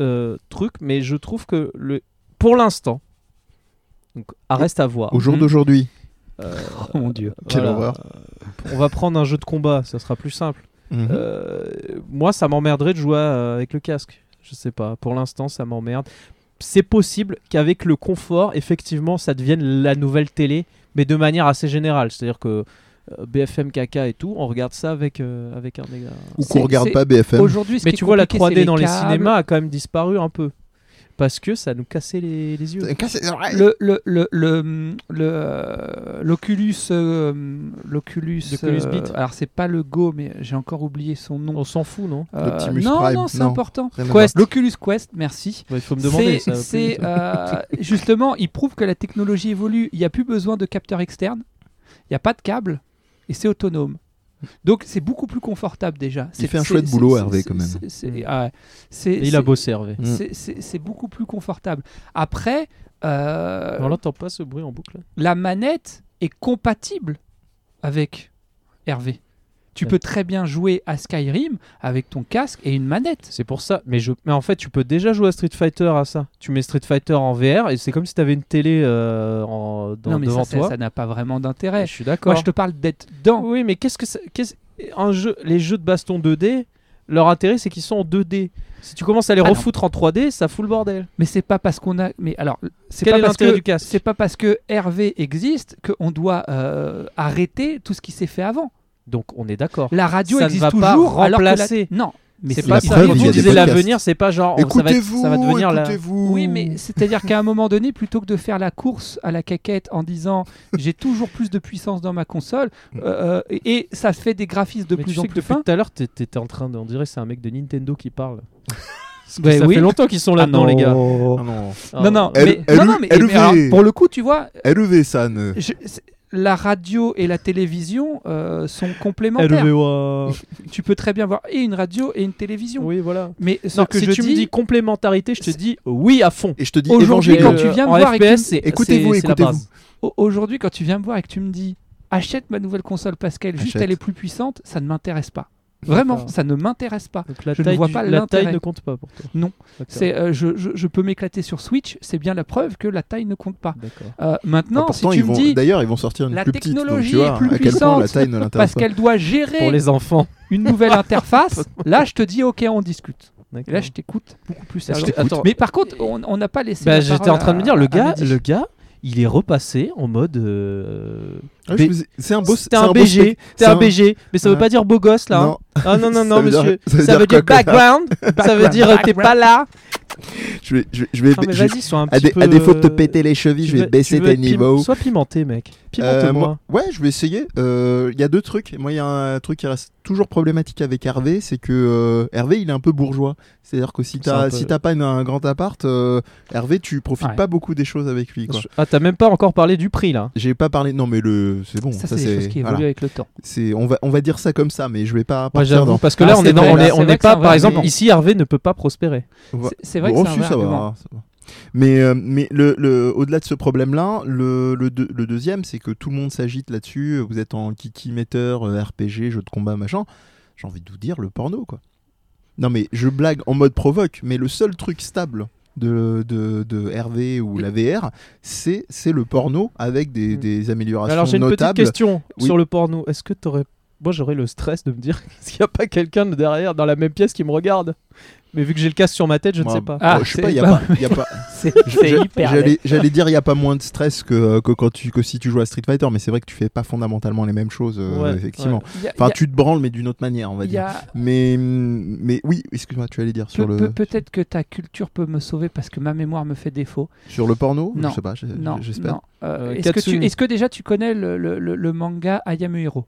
S3: euh, trucs, mais je trouve que le, pour l'instant, donc à reste à voir.
S2: Au jour
S1: Mhm.
S2: d'aujourd'hui.
S3: Euh,
S1: Oh mon dieu.
S2: Quelle
S3: voilà,
S2: horreur.
S3: euh, On va prendre un jeu de combat, ça sera plus simple.
S2: Mhm.
S3: Euh, moi, ça m'emmerderait de jouer euh, avec le casque. Je sais pas. Pour l'instant, ça m'emmerde. C'est possible qu'avec le confort, effectivement, ça devienne la nouvelle télé, mais de manière assez générale. C'est-à-dire que euh, BFM Caca et tout, on regarde ça avec, euh, avec un des gars.
S2: Ou
S1: C'est-
S2: qu'on regarde
S1: c'est-
S2: pas BFM.
S1: Aujourd'hui, ce
S3: Mais
S1: qui
S3: tu
S1: est
S3: vois, la
S1: compliqué,
S3: 3D
S1: c'est
S3: dans les
S1: câbles.
S3: cinémas a quand même disparu un peu. Parce que ça nous cassait les, les yeux.
S2: C'est vrai.
S1: Le, le, le, le, hum, le, euh, l'Oculus, euh, l'Oculus,
S3: L'Oculus
S1: euh,
S3: Beat.
S1: alors c'est pas le Go, mais j'ai encore oublié son nom.
S3: On s'en fout, non
S1: Euh,
S2: L'Optimus
S1: non,
S2: Oh, Prime,
S1: non, c'est
S2: non.
S1: important.
S2: Rien à voir.
S1: Quest. L'Oculus Quest, merci.
S3: Il faut me demander.
S1: C'est-
S3: ça,
S1: c'est,
S3: plus.
S1: euh, justement, il prouve que la technologie évolue. Il n'y a plus besoin de capteurs externes. Il n'y a pas de câble et c'est autonome. Donc c'est beaucoup plus confortable déjà. C'est-
S2: fait un
S1: c'est-
S2: chouette
S1: c'est-
S2: boulot,
S1: c'est-
S2: Hervé,
S1: c'est-
S2: quand même.
S1: c'est- c'est-
S3: Mm.
S1: ah ouais. C'est-
S3: Et il a
S1: c'est-
S3: bossé, Hervé.
S2: Mm.
S1: c'est- C'est c'est beaucoup plus confortable. Après, euh,
S3: On l'entend pas ce bruit en boucle.
S1: la manette est compatible avec Hervé. Tu
S3: Ouais.
S1: peux très bien jouer à Skyrim avec ton casque et une manette.
S3: C'est pour ça. Mais, je... mais en fait, tu peux déjà jouer à Street Fighter à ça. Tu mets Street Fighter en VR et c'est comme si tu avais une télé euh, en- dans-
S1: non mais
S3: devant
S1: ça, ça-
S3: toi.
S1: ça n'a pas vraiment d'intérêt.
S3: Je suis d'accord.
S1: Moi, je te parle d'être dedans.
S3: Oui, mais qu'est-ce que ça- qu'est-ce- un jeu, les jeux de baston 2D, leur intérêt c'est qu'ils sont en 2D. Si tu commences à les
S1: Ah non.
S3: refoutre en 3D, ça fout le bordel.
S1: Mais c'est pas parce qu'on a. Mais alors, c'est
S3: Quel
S1: pas
S3: est
S1: parce
S3: l'intérêt
S1: que
S3: du casque
S1: c'est pas parce que Hervé existe qu'on doit euh, arrêter tout ce qui s'est fait avant.
S3: Donc on est d'accord.
S1: La radio
S3: Ça ne
S1: existe
S3: va pas
S1: toujours. alors que la-
S3: remplacer.
S1: Non, mais
S3: C'est
S1: c'est
S3: pas
S2: la
S3: ça.
S2: preuve,
S3: Quand
S2: il y
S3: on
S2: a des
S3: disait
S2: podcasts.
S3: l'avenir, c'est pas
S1: Oh,
S3: genre on- ça, va être-
S2: Écoutez-vous,
S3: ça va devenir la.
S2: écoutez-vous.
S1: Oui, mais c'est-à-dire qu'à un moment donné, plutôt que de faire la course à la caquette en disant j'ai toujours plus de puissance dans ma console,
S2: Hmm.
S1: euh, euh, et, et ça fait des graphismes de
S3: Mais
S1: plus
S3: tu
S1: en
S3: sais que
S1: plus
S3: depuis
S1: fins.
S3: tout à l'heure, t'é- t'étais en train de. On dirait que c'est un mec de Nintendo qui parle. Parce que
S1: Ben
S3: ça
S1: oui.
S3: fait longtemps qu'ils sont là-dedans, les gars.
S1: Oh.
S2: Ah non. Eh,
S1: Non, non,
S3: Ah,
S1: mais,
S2: Elle-
S1: non, non, mais-
S2: elle-
S1: mais alors,
S2: elle-
S1: pour le coup, tu vois,
S2: LEV San.
S1: je- c'est- la radio et la télévision euh, sont complémentaires. Tu peux très bien voir et une radio et une télévision.
S3: Oui, voilà.
S1: Mais ce
S3: Non,
S1: que
S3: si
S1: je
S3: tu me dis complémentarité, je te
S1: C'est-
S3: dis oui à fond. Euh,
S2: Et je te dis
S1: Aujourd'hui, euh,
S2: évangélio.
S1: quand tu viens me
S3: en
S1: voir et que tu me-
S3: FPS, c'est-
S2: Écoutez-vous,
S3: c'est- c'est la
S2: écoutez-vous.
S3: base.
S1: Au- Aujourd'hui, quand tu viens me voir et que tu me dis achète ma nouvelle console Pascal, juste
S2: Achète.
S1: elle est plus puissante, ça ne m'intéresse pas. Vraiment,
S3: D'accord.
S1: ça ne m'intéresse pas.
S3: Donc la
S1: Je ne
S3: taille,
S1: vois
S3: du-
S1: pas
S3: la taille
S1: l'intérêt.
S3: ne compte pas pour toi.
S1: Non.
S3: D'accord.
S1: C'est, euh, je, je- je peux m'éclater sur Switch, c'est bien la preuve que la taille ne compte pas.
S3: D'accord.
S1: Euh,
S2: Ah,
S1: maintenant, si
S2: pourtant,
S1: tu
S2: ils
S1: me
S2: vont.
S1: dis
S2: D'ailleurs, ils vont sortir une
S1: la
S2: plus petite. donc
S1: technologie
S2: tu vois
S1: est plus
S2: à quel point la
S1: puissante
S2: taille ne l'intéresse
S1: parce
S2: pas.
S1: qu'elle doit
S3: Pour
S1: gérer
S3: les enfants.
S1: une nouvelle interface, là je te dis ok, on discute. Et là, je t'écoute beaucoup plus
S3: Attends,
S1: sérieusement.
S3: attends,
S1: Mais par contre, on on n'a pas laissé.
S3: bah,
S1: la
S3: j'étais
S1: parole
S3: en train de me
S1: à-
S3: dire, le
S1: à
S3: gars,
S1: Mehdi.
S3: le gars, il est repassé en mode. euh,
S2: Ah, je
S3: B-
S2: vous ai- C'est un beau.
S3: T'es
S2: c'est
S3: un
S2: beau
S3: BG, t'es
S2: c'est
S3: un
S2: un-
S3: BG, mais ça veut
S2: Ouais.
S3: pas dire beau gosse là. hein.
S2: Non,
S3: Ah non, non, non,
S2: Ça veut dire-
S3: monsieur.
S2: ça veut
S3: Ça
S2: dire
S3: veut dire
S2: quoi, connard
S3: background, ça veut dire euh, t'es pas là.
S2: je vais, je vais, je vais,
S3: Non, mais
S2: ben, je-
S3: vas-y, sois un
S2: à,
S3: petit
S2: dé-
S3: peu.
S2: à défaut de te
S3: euh,
S2: péter les chevilles,
S3: tu
S2: je vais
S3: veux-
S2: baisser
S3: tu veux
S2: tes
S3: être pim-
S2: niveaux.
S3: Sois pimenté, mec.
S2: Euh,
S3: Pimente-moi.
S2: Ouais, je vais essayer. Euh, Il y a deux trucs. Moi, il y a un truc qui reste toujours problématique avec Hervé, c'est que euh, Hervé, il est un peu bourgeois. C'est-à-dire que si
S3: C'est un
S2: t'as
S3: peu-
S2: si t'as pas une- un grand appart, euh, Hervé, tu profites
S1: Ouais.
S2: pas beaucoup des choses avec lui. quoi.
S3: Ah, t'as même pas encore parlé du prix là.
S2: J'ai pas parlé. Non, mais le c'est bon.
S1: Ça,
S2: Ça,
S1: c'est des choses qui évoluent
S2: voilà.
S1: avec le temps.
S2: C'est on va on va dire ça comme ça, mais je vais pas
S3: Moi
S2: partir
S3: j'avoue,
S2: dans.
S3: parce que
S1: Ah,
S3: là on
S1: c'est
S3: est, dans-
S1: vrai,
S3: on
S1: là,
S3: est,
S1: c'est
S3: on
S1: vrai
S3: n'est
S1: que c'est
S3: pas,
S1: un
S3: par
S1: vrai
S3: exemple,
S1: argument.
S3: ici Hervé ne peut pas prospérer.
S2: Ouais.
S1: C'est- C'est vrai
S2: Bon,
S1: que c'est un
S2: si,
S1: vrai
S2: ça
S1: argument.
S2: va, ça va. Mais, euh, mais le, le- au-delà de ce problème-là, le, le deux- le deuxième, c'est que tout le monde s'agite là-dessus. euh, Vous êtes en kiki metteur, euh, RPG, jeu de combat, machin. J'ai envie de vous dire le porno, quoi. Non, mais je blague en mode provoque, mais le seul truc stable de, de, de Hervé ou la VR, c'est, c'est le porno avec des,
S3: Mm.
S2: des améliorations
S3: Alors j'ai une petite
S2: notables.
S3: question
S2: Ah, Oui.
S3: sur le porno. Est-ce que t'aurais. Moi j'aurais le stress de me dire s'il n'y a pas quelqu'un de derrière dans la même pièce qui me regarde. Mais vu que j'ai le casque sur ma tête, je ne
S2: Moi,
S3: sais pas.
S1: Ah,
S2: euh, je sais pas,
S1: c'est-
S2: il y a pas. y a pas-
S1: C'est
S2: hein. je-
S1: c'est
S2: je-
S1: hyper.
S2: J'allais, j'allais dire, il n'y a pas moins de stress que, euh, que quand tu, que si tu joues à Street Fighter, mais c'est vrai que tu fais pas fondamentalement les mêmes choses, euh,
S3: Ouais,
S2: effectivement.
S1: Il y a-
S2: Enfin, tu te branles, mais d'une autre manière, on va
S1: il y
S2: dire.
S1: a-
S2: Mais, mais oui, excuse-moi, tu allais dire sur,
S1: Pe-
S2: le,
S1: pe- Peut-être que ta culture peut me sauver parce que ma mémoire me fait défaut.
S2: sur le porno
S1: Non,
S2: Je sais pas, j'ai-
S1: Non,
S2: j'espère.
S1: non. Euh,
S3: Euh,
S1: Est-ce que, tu-
S3: Katsune.
S1: est-ce que déjà tu connais le, le- le- le manga I Am a Hero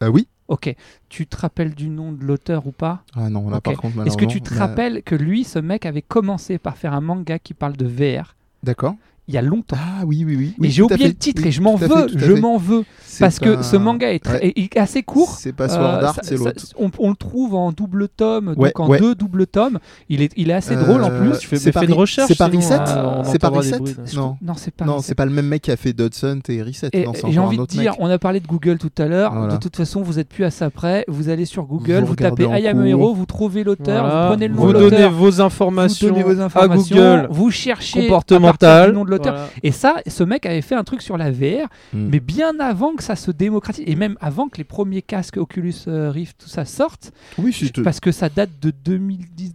S2: Ah oui
S1: Ok. Tu te rappelles du nom de l'auteur ou pas
S2: Ah non, bah là
S1: Ok.
S2: par contre,
S1: Est-ce que tu
S2: malheureusement,
S1: te
S2: là-
S1: rappelles que lui, ce mec, avait commencé par faire un manga qui parle de VR
S2: D'accord.
S1: il y a longtemps
S2: Ah oui, oui, oui. oui,
S1: et j'ai
S2: tout à
S1: oublié
S2: fait.
S1: le titre
S2: Oui,
S1: et je m'en
S2: tout à
S1: veux,
S2: fait, tout à
S1: je
S2: fait.
S1: m'en veux
S2: C'est
S1: parce que
S2: pas-
S1: ce manga est, très-
S2: Ouais.
S1: est- est assez court.
S2: C'est pas
S1: Euh,
S2: Sword Art,
S1: ça-
S2: c'est
S1: ça-
S2: l'autre.
S1: on, on le trouve en double tome,
S2: Ouais,
S1: donc en
S2: ouais.
S1: deux doubles tomes. Il est, il est assez drôle en
S2: Euh,
S1: plus.
S3: Tu fais,
S2: C'est
S3: mais
S2: pas
S3: fais une
S2: Ri-
S3: recherche.
S2: c'est pas
S3: sinon,
S2: Reset
S3: euh, on
S2: C'est pas
S3: entendra des
S2: Reset
S3: bruits, là.
S2: Non.
S1: Non, c'est pas.
S2: Non,
S1: c'est
S2: c'est pas le même mec qui a fait Dodson et Reset.
S1: Et,
S2: non, c'est
S1: et j'ai
S2: encore un
S1: envie de
S2: autre
S1: dire,
S2: mec.
S1: on a parlé de Google tout à l'heure.
S2: Voilà.
S1: De toute façon, vous êtes plus à ça près. Vous allez sur Google,
S2: Vous
S1: vous, tapez
S2: regardez
S1: I
S2: en
S1: am a
S2: cours.
S1: hero, vous trouvez l'auteur,
S3: Voilà.
S1: vous prenez le nom
S3: Vous
S1: de
S3: donnez
S1: l'auteur,
S3: vos
S1: vous
S3: informations,
S1: donnez vos informations,
S3: à Google.
S1: vous cherchez à partir
S3: comportemental,
S1: du nom de auteur. Et ça, ce mec avait fait un truc sur la VR,
S2: Mm.
S1: mais bien avant que ça se démocratise, et même avant que les premiers casques Oculus euh, Rift, tout ça sorte,
S2: Oui, si te-
S1: parce que ça date de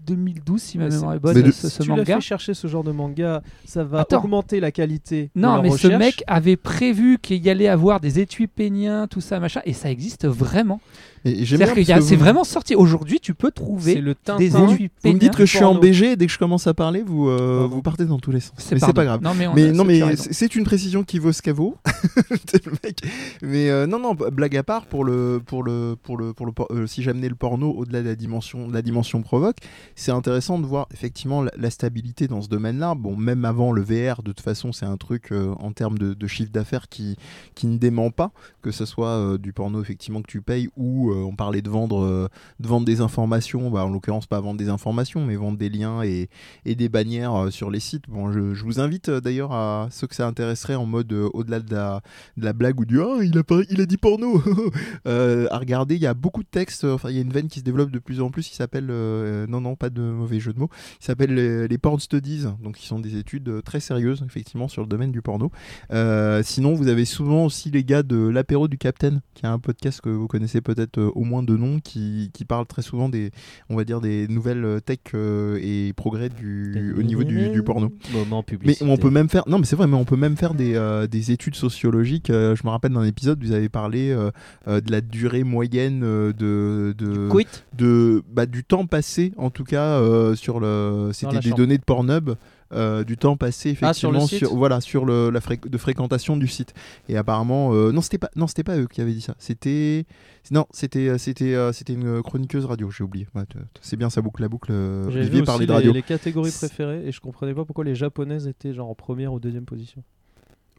S1: 2010-2012, si ma
S7: Mais
S1: mémoire
S7: c'est-
S1: est bonne,
S2: mais de-
S1: ce,
S7: Si
S1: ce
S7: tu l'as
S1: manga.
S7: fait chercher ce genre de manga, ça va
S1: Attends.
S7: augmenter la qualité. de
S1: Non,
S7: la
S1: mais ce
S7: recherche.
S1: mec avait prévu qu'il y allait avoir des étuis péniens, tout ça, machin, et ça existe vraiment.
S2: Et j'aime
S1: C'est-à-dire
S2: bien
S1: que y a-
S2: parce que
S1: c'est
S2: vous-
S1: vraiment sorti. Aujourd'hui, tu peux trouver
S3: C'est le
S1: des
S3: Tintin.
S1: étuis
S2: Vous me
S1: péniens.
S2: dites que je suis en
S3: porno.
S2: BG et dès que je commence à parler, vous, euh, vous partez dans tous les sens. Mais c'est
S1: pardon.
S2: pas grave.
S1: Non, mais, on a-
S2: Mais non,
S1: c'est-
S2: mais
S1: tu as raison.
S2: c'est- c'est une précision qui vaut ce qu'elle vaut. C'est le mec. Mais euh, non, non, blague à part pour le, pour le, pour le, pour le, por- euh, si j'amenais le porno au-delà de la dimension, de la dimension provoque, c'est intéressant de voir effectivement la, la stabilité dans ce domaine-là. Bon, même avant le VR, de toute façon, c'est un truc euh, en termes de, de chiffre d'affaires qui, qui ne dément pas, que ce soit euh, du porno effectivement que tu payes ou euh, on parlait de vendre, euh, de vendre des informations. Bah, en l'occurrence, pas vendre des informations, mais vendre des liens et, et des bannières euh, sur les sites. Bon, je, je vous invite euh, d'ailleurs à ceux que ça intéresserait en mode euh, au-delà de la, de la blague ou du ah il a pas- il a dit porno euh, à regarder. Il y a beaucoup de textes. euh, Enfin, il y a une veine qui se développe de plus en plus qui s'appelle euh, euh, non non pas de mauvais jeu de mots. Qui s'appelle les, les porn studies. Donc, qui sont des études euh, très sérieuses effectivement sur le domaine du porno. Euh, sinon, vous avez souvent aussi les gars de l'apéro du Capitaine, qui est un podcast que vous connaissez peut-être euh, au moins de nom, qui, qui parle très souvent des on va dire des nouvelles euh, tech euh, et progrès du au niveau du, du porno.
S3: Moment
S2: Mais
S3: public.
S2: on peut même faire, non mais c'est vrai, mais on peut même faire des, euh, des études sociologiques. Euh, je me rappelle d'un épisode, vous avez parlé euh, euh, de la durée moyenne euh, de, de
S3: Quit.
S2: de bah, du temps passé en tout cas euh, sur le c'était
S3: la
S2: des
S3: chambre.
S2: données de Pornhub euh, du temps passé effectivement
S3: Ah, sur le site
S2: voilà sur le la fréqu- de fréquentation du site et apparemment euh, non c'était pas non c'était pas eux qui avaient dit ça c'était non c'était euh, c'était euh, c'était une chroniqueuse radio j'ai oublié Ouais, t- t- c'est bien ça boucle la boucle euh,
S3: J'ai
S2: Olivier
S3: vu aussi
S2: parlait de
S3: les,
S2: radio
S3: les catégories
S2: C'est-
S3: préférées et je comprenais pas pourquoi les japonaises étaient genre en première ou deuxième position.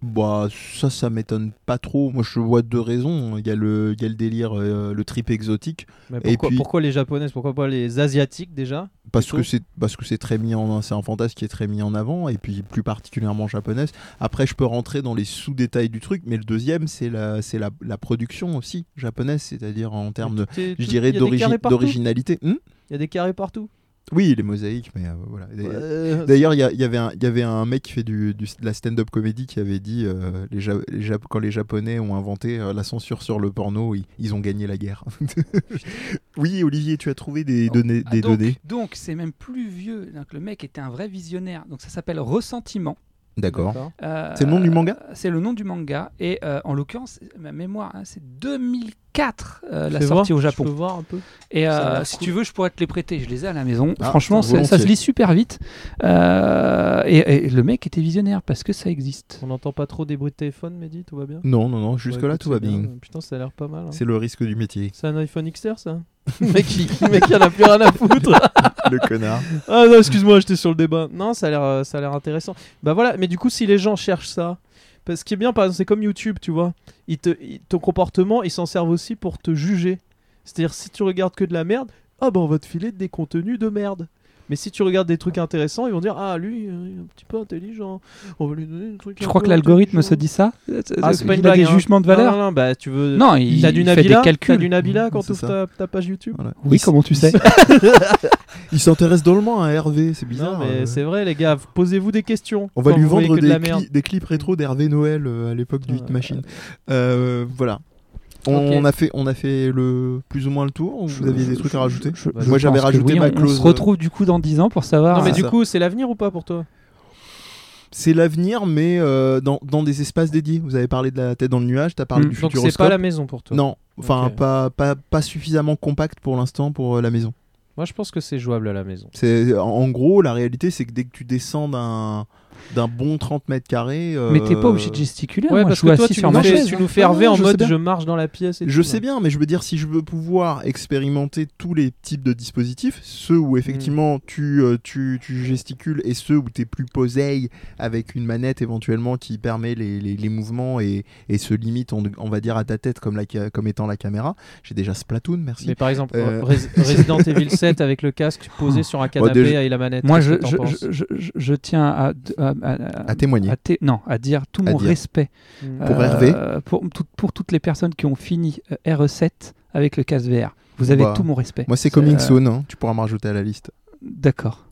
S2: Bah, ça, ça m'étonne pas trop. Moi, je vois deux raisons. Il y a le, il y a le délire, euh, le trip exotique,
S3: Mais
S2: Et
S3: pourquoi,
S2: puis-
S3: pourquoi les japonaises Pourquoi pas les asiatiques déjà
S2: parce
S3: Plutôt.
S2: que c'est, parce que c'est très mis en, c'est un fantasme qui est très mis en avant, et puis plus particulièrement japonaise. Après, je peux rentrer dans les sous-détails du truc, mais le deuxième, c'est la, c'est la, la production aussi japonaise, c'est-à-dire en termes de,
S3: Tout est-
S2: je
S3: tout-
S2: dirais,
S3: il y a des carrés
S2: d'origi-
S3: partout.
S2: d'originalité. Hmm
S3: Il y a des carrés partout.
S2: oui, les mosaïques, mais euh, voilà.
S7: Euh,
S2: D'ailleurs, il y, a- il y avait un- il y avait un mec qui fait du, du- de la stand-up comédie qui avait dit euh, les Ja- les Ja- quand les Japonais ont inventé euh, la censure sur le porno, ils, ils ont gagné la guerre. oui, Olivier, tu as trouvé des données.
S1: Ah,
S2: des
S1: donc,
S2: données.
S1: donc, c'est même plus vieux. Donc, le mec était un vrai visionnaire. Donc, ça s'appelle Ressentiment.
S2: D'accord.
S1: Euh,
S2: C'est le nom du manga
S1: C'est le nom du manga. Et euh, en l'occurrence, ma mémoire, hein, c'est 2004 euh, la
S3: Fais
S1: sortie
S3: voir,
S1: au
S3: Je
S1: Japon.
S3: peux voir un peu.
S1: Et
S3: Ça a
S1: euh,
S3: l'air
S1: si
S3: cool.
S1: tu veux, je pourrais te les prêter. Je les ai à la maison.
S2: Ah,
S1: Franchement, ça,
S2: volontiers.
S1: ça se lit super vite. Euh, et, et le mec était visionnaire parce que ça existe.
S3: On n'entend pas trop des bruits de téléphone, Mehdi, tout va bien
S2: Non, non, non, jusque-là,
S3: Ouais, écoute,
S2: tout va
S3: c'est
S2: bien.
S3: Putain, ça a l'air pas mal. hein.
S2: C'est le risque du métier.
S3: C'est un iPhone XR ça Le Mec, il, le mec, il en a plus rien à foutre.
S2: le connard.
S3: Ah non, excuse-moi, j'étais sur le débat. Non, ça a l'air, euh, ça a l'air intéressant. Bah voilà, mais du coup, si les gens cherchent ça, parce qu'il est bien, par exemple, c'est comme YouTube, tu vois. Ils te, ils- ton comportement, ils s'en servent aussi pour te juger. C'est-à-dire, si tu regardes que de la merde, ah bah on va te filer des contenus de merde. Mais si tu regardes des trucs intéressants, ils vont dire ah lui, euh, il est un petit peu intelligent. On va lui donner des trucs.
S1: Tu
S3: un
S1: crois
S3: peu
S1: que l'algorithme se
S3: intelligents.
S1: dit ça Euh,
S3: Ah, c'est
S1: Il
S3: pas une
S1: a des
S3: blague, hein.
S1: jugements de valeur
S3: Non, non, non, bah tu veux.
S1: Non, il,
S3: T'as du
S1: il fait des
S3: Nabila, t'as
S1: calculs.
S3: du Nabila
S2: Mmh,
S3: quand
S2: c'est
S3: tu
S2: ça.
S3: ta, ta page YouTube.
S2: Voilà.
S1: Oui,
S2: Il-
S1: comment tu sais
S2: Il s'intéresse drôlement à Hervé, c'est bizarre.
S3: Non, mais
S2: euh.
S3: c'est vrai, les gars, posez-vous des questions.
S2: On va
S3: quand
S2: lui
S3: vous voyez
S2: vendre
S3: que de
S2: des,
S3: la merde.
S2: cli- des clips rétro d'Hervé Noël euh, à l'époque du
S3: Ah,
S2: Hit Machine. Euh, voilà. On,
S3: Ok.
S2: a fait, on a fait le plus ou moins le tour. ou Vous aviez des trucs à rajouter
S1: Je-
S3: Moi,
S1: je
S2: j'avais
S1: pense que
S2: rajouté
S1: oui,
S2: ma
S1: on- On
S2: clause,
S1: se
S2: euh.
S1: retrouve du coup dans 10 ans pour savoir.
S3: Non, mais
S2: Ah,
S3: du
S2: ça.
S3: coup, c'est l'avenir ou pas pour toi
S2: C'est l'avenir, mais euh, dans, dans des espaces dédiés. Vous avez parlé de la tête dans le nuage, tu as parlé
S1: Mm.
S2: du
S3: Donc,
S2: futuroscope.
S3: c'est pas la maison pour toi
S2: Non, enfin,
S3: Ok.
S2: pas, pas, pas suffisamment compact pour l'instant pour euh, la maison.
S3: Moi, je pense que c'est jouable à la maison.
S2: C'est en- En gros, la réalité, c'est que dès que tu descends d'un d'un bon 30 mètres carrés.
S1: Mais t'es pas
S2: euh,
S1: obligé de gesticuler. moi,
S3: ouais,
S1: je
S3: parce
S1: suis
S3: que toi,
S1: assis
S3: tu
S1: sur
S3: nous,
S1: ma
S3: fais,
S1: chaise.
S3: tu nous fais
S2: Non,
S3: Hervé
S2: non,
S3: en
S2: je sais
S3: mode
S2: bien.
S3: je marche dans la pièce. Et
S2: Je
S3: tout,
S2: sais
S3: ouais.
S2: bien, mais je veux dire, si je veux pouvoir expérimenter tous les types de dispositifs, ceux où
S3: Mm.
S2: effectivement tu, euh, tu, tu gesticules et ceux où tu es plus poseille avec une manette éventuellement qui permet les, les- les mouvements et, et se limite, on, on va dire, à ta tête comme, la, ca- comme étant la caméra. J'ai déjà Splatoon, merci.
S3: Mais par exemple,
S2: Euh.
S3: Rés- Resident Evil 7 avec le casque posé sur un canapé
S2: déjà-
S3: et la manette.
S1: Moi,
S3: qu'est-ce
S1: je,
S3: que t'en
S1: je,
S3: penses
S1: je, je- je tiens à, à, à-
S2: À témoigner.
S1: à té- non, à dire tout
S2: À
S1: mon
S2: dire.
S1: respect
S3: Mm.
S2: Pour
S1: euh,
S2: Hervé.
S1: pour, tout- pour toutes les personnes qui ont fini euh, RE7 avec le casque VR. Vous avez
S2: Bah,
S1: tout mon respect.
S2: Moi, c'est Coming
S1: euh,
S2: Soon, hein. tu pourras me rajouter à la liste.
S1: D'accord.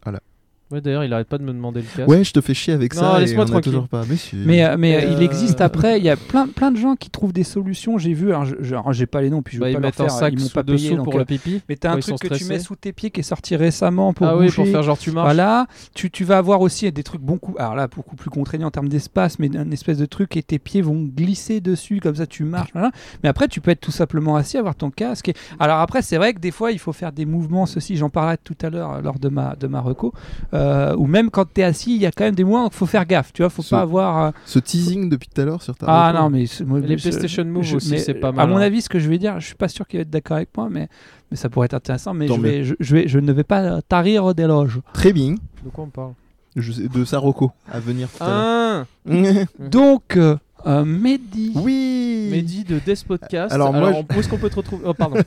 S3: Ouais, D'ailleurs, il arrête pas de me demander le casque.
S2: Ouais, je te fais chier avec
S3: Non,
S2: ça. et
S3: laisse-moi
S2: on a
S3: tranquille.
S2: toujours pas. Mais, si.
S1: Mais, euh, mais
S7: Et,
S1: euh, il
S7: euh,
S1: existe après, il y a plein, plein de gens qui trouvent des solutions. J'ai vu, alors je- je- alors, j'ai pas les noms, puis je
S3: Bah,
S1: vais
S3: ils
S1: pas leur
S3: mettent un
S1: faire,
S3: sac
S1: ils m'ont
S3: sous
S1: pas payé.
S3: dessous
S1: donc,
S3: pour
S1: euh,
S3: le pipi.
S1: Mais t'as un
S3: quand ils
S1: truc
S3: sont
S1: que tu
S3: stressés.
S1: mets sous tes pieds qui est sorti récemment pour
S3: ah oui,
S1: bouger.
S3: pour faire genre tu marches.
S1: Voilà, tu, tu vas avoir aussi des trucs beaucoup, alors là beaucoup plus contraignants en termes d'espace, mais un espèce de truc et tes pieds vont glisser dessus comme ça tu marches. voilà. Mais après tu peux être tout simplement assis, avoir ton casque. et- Alors après c'est vrai que des fois il faut faire des mouvements, ceci j'en parlais tout à l'heure euh, lors de ma de ma reco, euh, ou même quand t'es assis il y a quand même des mouvements donc faut faire gaffe, tu vois, faut
S2: Ce-
S1: pas avoir. euh,
S2: Ce teasing depuis tout à l'ure sur ta.
S1: Ah
S2: reco.
S1: non mais c'est- moi,
S3: Les
S1: je-
S3: PlayStation Move aussi,
S1: mais,
S3: c'est pas mal,
S1: À mon
S3: hein.
S1: avis ce que je vais dire, je suis pas sûr qu'il va être d'accord avec moi, mais mais ça pourrait être intéressant. Mais
S2: Tant
S1: je
S2: mieux.
S1: vais, je, je vais je ne vais pas euh, tarir des loges.
S2: Très bien.
S3: De quoi on parle
S2: Je sais- de Saroko à venir tout à
S3: Ah
S2: l'heure.
S1: Donc euh, euh, Mehdi.
S2: oui.
S3: Mehdi de Death Podcast.
S2: Alors,
S3: Alors,
S2: moi,
S3: on- où est-ce qu'on peut te retrouver Oh, pardon.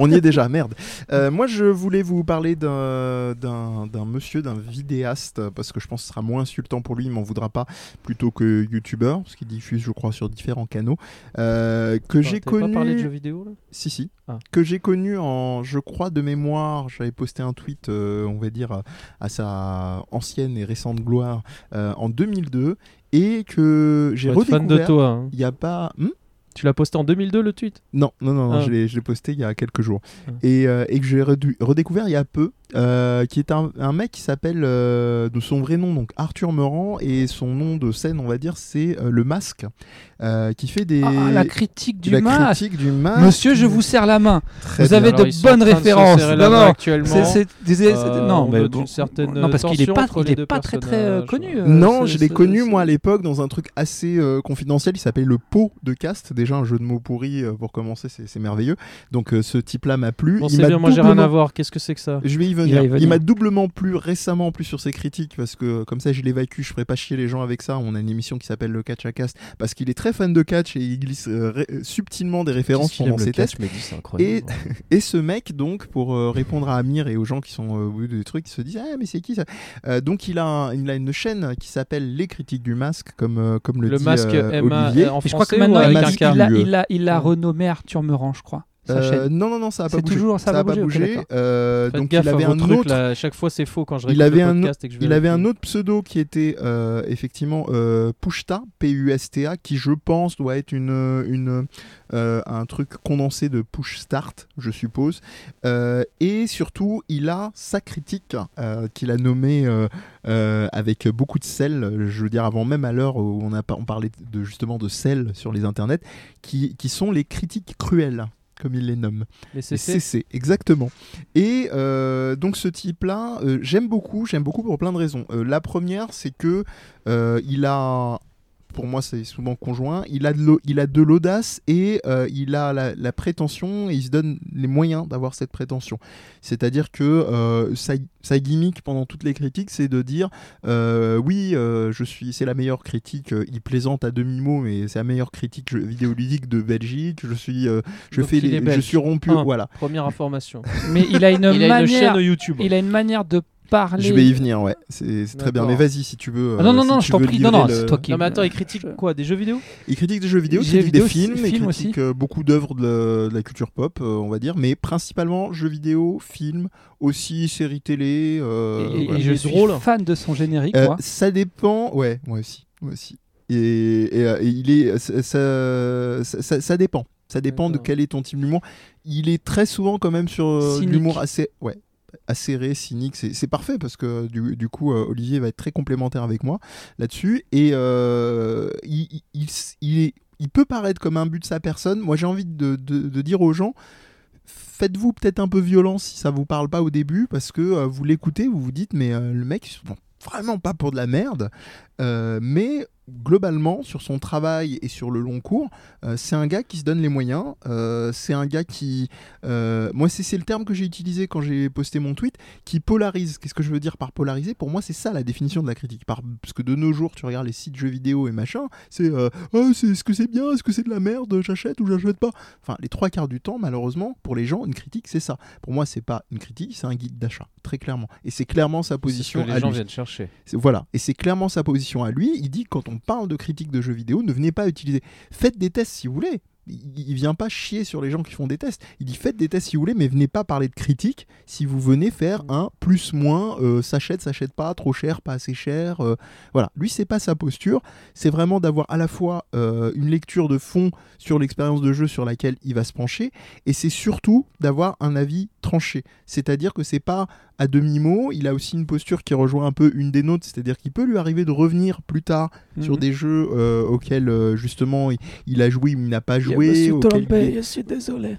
S2: On y est déjà, merde. Euh, moi, je voulais vous parler d'un d'un d'un monsieur, d'un vidéaste, parce que je pense que ce sera moins insultant pour lui, il m'en voudra pas, plutôt que youtubeur, parce qu'il diffuse, je crois, sur différents canaux, euh, que
S3: Attends,
S2: j'ai
S3: t'avais
S2: connu.
S3: pas parlé de jeux vidéo là
S2: Si, si.
S3: Ah.
S2: Que j'ai connu en, je crois, de mémoire. J'avais posté un tweet, euh, on va dire, à sa ancienne et récente gloire euh, en 2002, et que j'ai
S3: Faut être fan de
S2: redécouvert.
S3: toi. hein.
S2: Il n'y a pas. Hmm
S3: Tu l'as posté en 2002 le tweet
S2: non, non, non, non,
S3: Ah.
S2: je l'ai- je l'ai posté il y a quelques jours.
S3: Ah.
S2: Et, euh, et que j'ai redu- redécouvert il y a peu, euh, qui est un, un mec qui s'appelle, euh, de son vrai nom, donc Arthur Meurant, et son nom de scène, on va dire, c'est euh, Le Masque, euh, qui fait des...
S1: Ah, la critique du
S2: la
S1: masque.
S2: critique du masque.
S1: Monsieur, je vous serre la main.
S2: Très
S1: vous
S2: bien.
S1: avez- de
S3: Alors, ils sont
S1: bonnes
S3: en train de se
S1: références.
S3: serrer
S1: Non,
S3: la main
S1: non.
S3: actuellement.
S1: C'est- c'est- c'est- c'est-
S3: Euh,
S1: non,
S3: on
S1: mais
S3: note
S1: bon,
S3: une certaine,
S1: non, parce qu'il est
S3: tension
S1: pas,
S3: entre
S1: il
S3: les
S1: est
S3: deux
S1: pas très très euh,
S3: personnages.
S1: connu. euh,
S2: Non,
S1: ce-
S2: je l'ai
S1: ce-
S2: connu,
S1: ce-
S2: moi, à l'époque, dans un truc assez euh, confidentiel. Il s'appelle le pot de cast. Déjà, un jeu de mots pourri euh, pour commencer, c'est c'est merveilleux. Donc, euh, ce type-là m'a plu.
S3: Bon,
S2: Il
S3: c'est
S2: m'a
S3: bien, moi j'ai rien à
S2: doublement-
S3: voir. Qu'est-ce que c'est que ça
S2: Je vais y
S1: Il va
S2: venir.
S1: y
S2: Il,
S1: venir.
S2: m'a doublement plu récemment en plus sur ses critiques parce que comme ça je l'évacue, je ferai pas chier les gens avec ça. On a une émission qui s'appelle le Catch à Cast parce qu'il est très fan de catch et il glisse euh, ré- euh, subtilement des références pendant ses tests.
S8: c'est
S2: Et,
S8: incroyable.
S2: et ce mec, donc, pour euh, répondre à Amir et aux gens qui sont euh, au bout des trucs, qui se disent Ah, mais c'est qui ça Euh, Donc, il a, un- il a une chaîne qui s'appelle Les Critiques du Masque, comme, euh, comme le,
S3: Le
S2: dit
S3: masque
S2: euh,
S3: MA
S2: Olivier.
S3: en
S1: Et je crois que
S3: français ou
S1: maintenant il,
S3: avec
S1: a-
S3: un
S2: masque,
S1: il a-
S3: K
S1: il a,
S2: lui, euh.
S1: il a- il a
S3: Ouais.
S1: renommé Arthur Meurant, je crois. Sa
S2: Euh,
S1: chaîne.
S2: non, non, non, ça a pas
S1: C'est
S2: bougé.
S1: toujours- ça a
S2: a
S1: pas
S2: pas
S1: bougé, ok,
S2: bougé.
S1: d'accord.
S2: Euh,
S3: Faites
S2: donc,
S3: gaffe
S2: il avait
S3: à vos
S2: un
S3: trucs,
S2: autre.
S3: là, à chaque fois c'est faux quand je
S2: Il
S3: réécoute
S2: avait
S3: le
S2: un
S3: podcast et que je
S2: Il
S3: vais-
S2: avait un autre pseudo qui était euh, effectivement euh, Pushta, P-U-S-T-A, qui je pense doit être une, euh, une, euh, un truc condensé de push start, je suppose. Euh, et surtout, il a sa critique euh, qu'il a nommée euh, euh, avec beaucoup de sel, je veux dire avant même à l'heure où on, a, par- on parlait de, justement de sel sur les internets, qui, qui sont les critiques cruelles, comme il les nomme.
S3: Les
S2: Les
S3: CC.
S2: CC, exactement. Et euh, donc ce type-là, euh, j'aime beaucoup, j'aime beaucoup pour plein de raisons. Euh, la première, c'est que euh, il a, pour moi c'est souvent conjoint, il a de l'au- il a de l'audace et euh, il a la, la prétention et il se donne les moyens d'avoir cette prétention. C'est-à-dire que euh, sa, sa gimmick pendant toutes les critiques, c'est de dire euh, oui, euh, je suis, c'est la meilleure critique. euh, Il plaisante à demi mot, mais c'est la meilleure critique jeu- vidéoludique de Belgique. Je suis, euh, je
S3: Donc
S2: fais,
S3: il est
S2: les, je
S3: belge.
S2: suis rompu.
S3: Un.
S2: Voilà.
S3: Première information.
S1: Mais il a une
S3: il a une chaîne
S1: manière,
S3: YouTube.
S1: il a une manière de parler.
S2: Je vais y venir, ouais. C'est c'est très bien.
S3: D'accord.
S2: Mais vas-y, si tu veux.
S1: Ah non,
S2: euh,
S1: non,
S2: si
S1: non,
S2: tu
S1: je t'en
S2: veux
S1: prie. Non, non,
S2: livrer le-
S1: c'est toi qui. Euh,
S3: Non mais attends, il
S1: Je-
S3: critique quoi Des jeux vidéo
S2: Il critique des jeux vidéo, il
S1: Jeux
S2: critique des
S1: vidéo,
S2: films, il
S1: films
S2: critique euh, beaucoup d'œuvres de, la- de la culture pop, euh, on va dire, mais principalement jeux vidéo, films, aussi séries télé.
S1: Et,
S2: euh,
S1: et- et
S2: voilà.
S1: je
S3: Il est
S1: suis
S3: drôle.
S1: fan de son générique.
S2: Euh,
S1: moi.
S2: ça dépend, ouais, moi aussi, moi aussi. Et, et, euh, et il est, ça, ça- ça- ça dépend. Ça dépend de
S3: D'accord.
S2: quel est ton type d'humour. Il est très souvent quand même sur euh,
S1: Cynique.
S2: l'humour assez, ouais, acéré, cynique. C'est c'est parfait parce que du, du coup, euh, Olivier va être très complémentaire avec moi là-dessus. Et euh, il, il- il s- il est- il peut paraître comme un but de sa personne. Moi, j'ai envie de- de- de dire aux gens faites-vous peut-être un peu violence si ça vous parle pas au début parce que euh, vous l'écoutez, vous vous dites mais euh, le mec il se prend vraiment pas pour de la merde, Euh, mais globalement sur son travail et sur le long cours, euh, c'est un gars qui se donne les moyens, euh, c'est un gars qui, euh, moi c'est c'est le terme que j'ai utilisé quand j'ai posté mon tweet, qui polarise. Qu'est-ce que je veux dire par polariser Pour moi c'est ça la définition de la critique, Par- parce que de nos jours tu regardes les sites jeux vidéo et machin, c'est euh, Oh, c'est est-ce que c'est bien, est-ce que c'est de la merde, j'achète ou j'achète pas enfin les trois quarts du temps malheureusement pour les gens une critique c'est ça pour moi c'est pas une critique c'est un guide d'achat très clairement et c'est clairement sa position
S8: que
S2: à
S8: les gens
S2: lui.
S8: viennent chercher.
S2: C'est- voilà et c'est clairement sa position à lui il dit quand on parle de critique de jeux vidéo ne venez pas utiliser faites des tests si vous voulez il il vient pas chier sur les gens qui font des tests. Il dit faites des tests si vous voulez, mais venez pas parler de critique si vous venez faire un plus moins, euh, s'achète, s'achète pas, trop cher, pas assez cher. euh, voilà, lui c'est pas sa posture, c'est vraiment d'avoir à la fois euh, une lecture de fond sur l'expérience de jeu sur laquelle il va se pencher, et c'est surtout d'avoir un avis tranché. C'est-à-dire que c'est pas à demi-mot, il a aussi une posture qui rejoint un peu une des nôtres, c'est-à-dire qu'il peut lui arriver de revenir plus tard sur
S1: Mhm.
S2: des jeux euh, auxquels euh, justement il, il a joué ou il n'a pas
S9: Je
S2: joué.
S9: me suis
S2: auxquels il
S9: trompé, je suis désolé.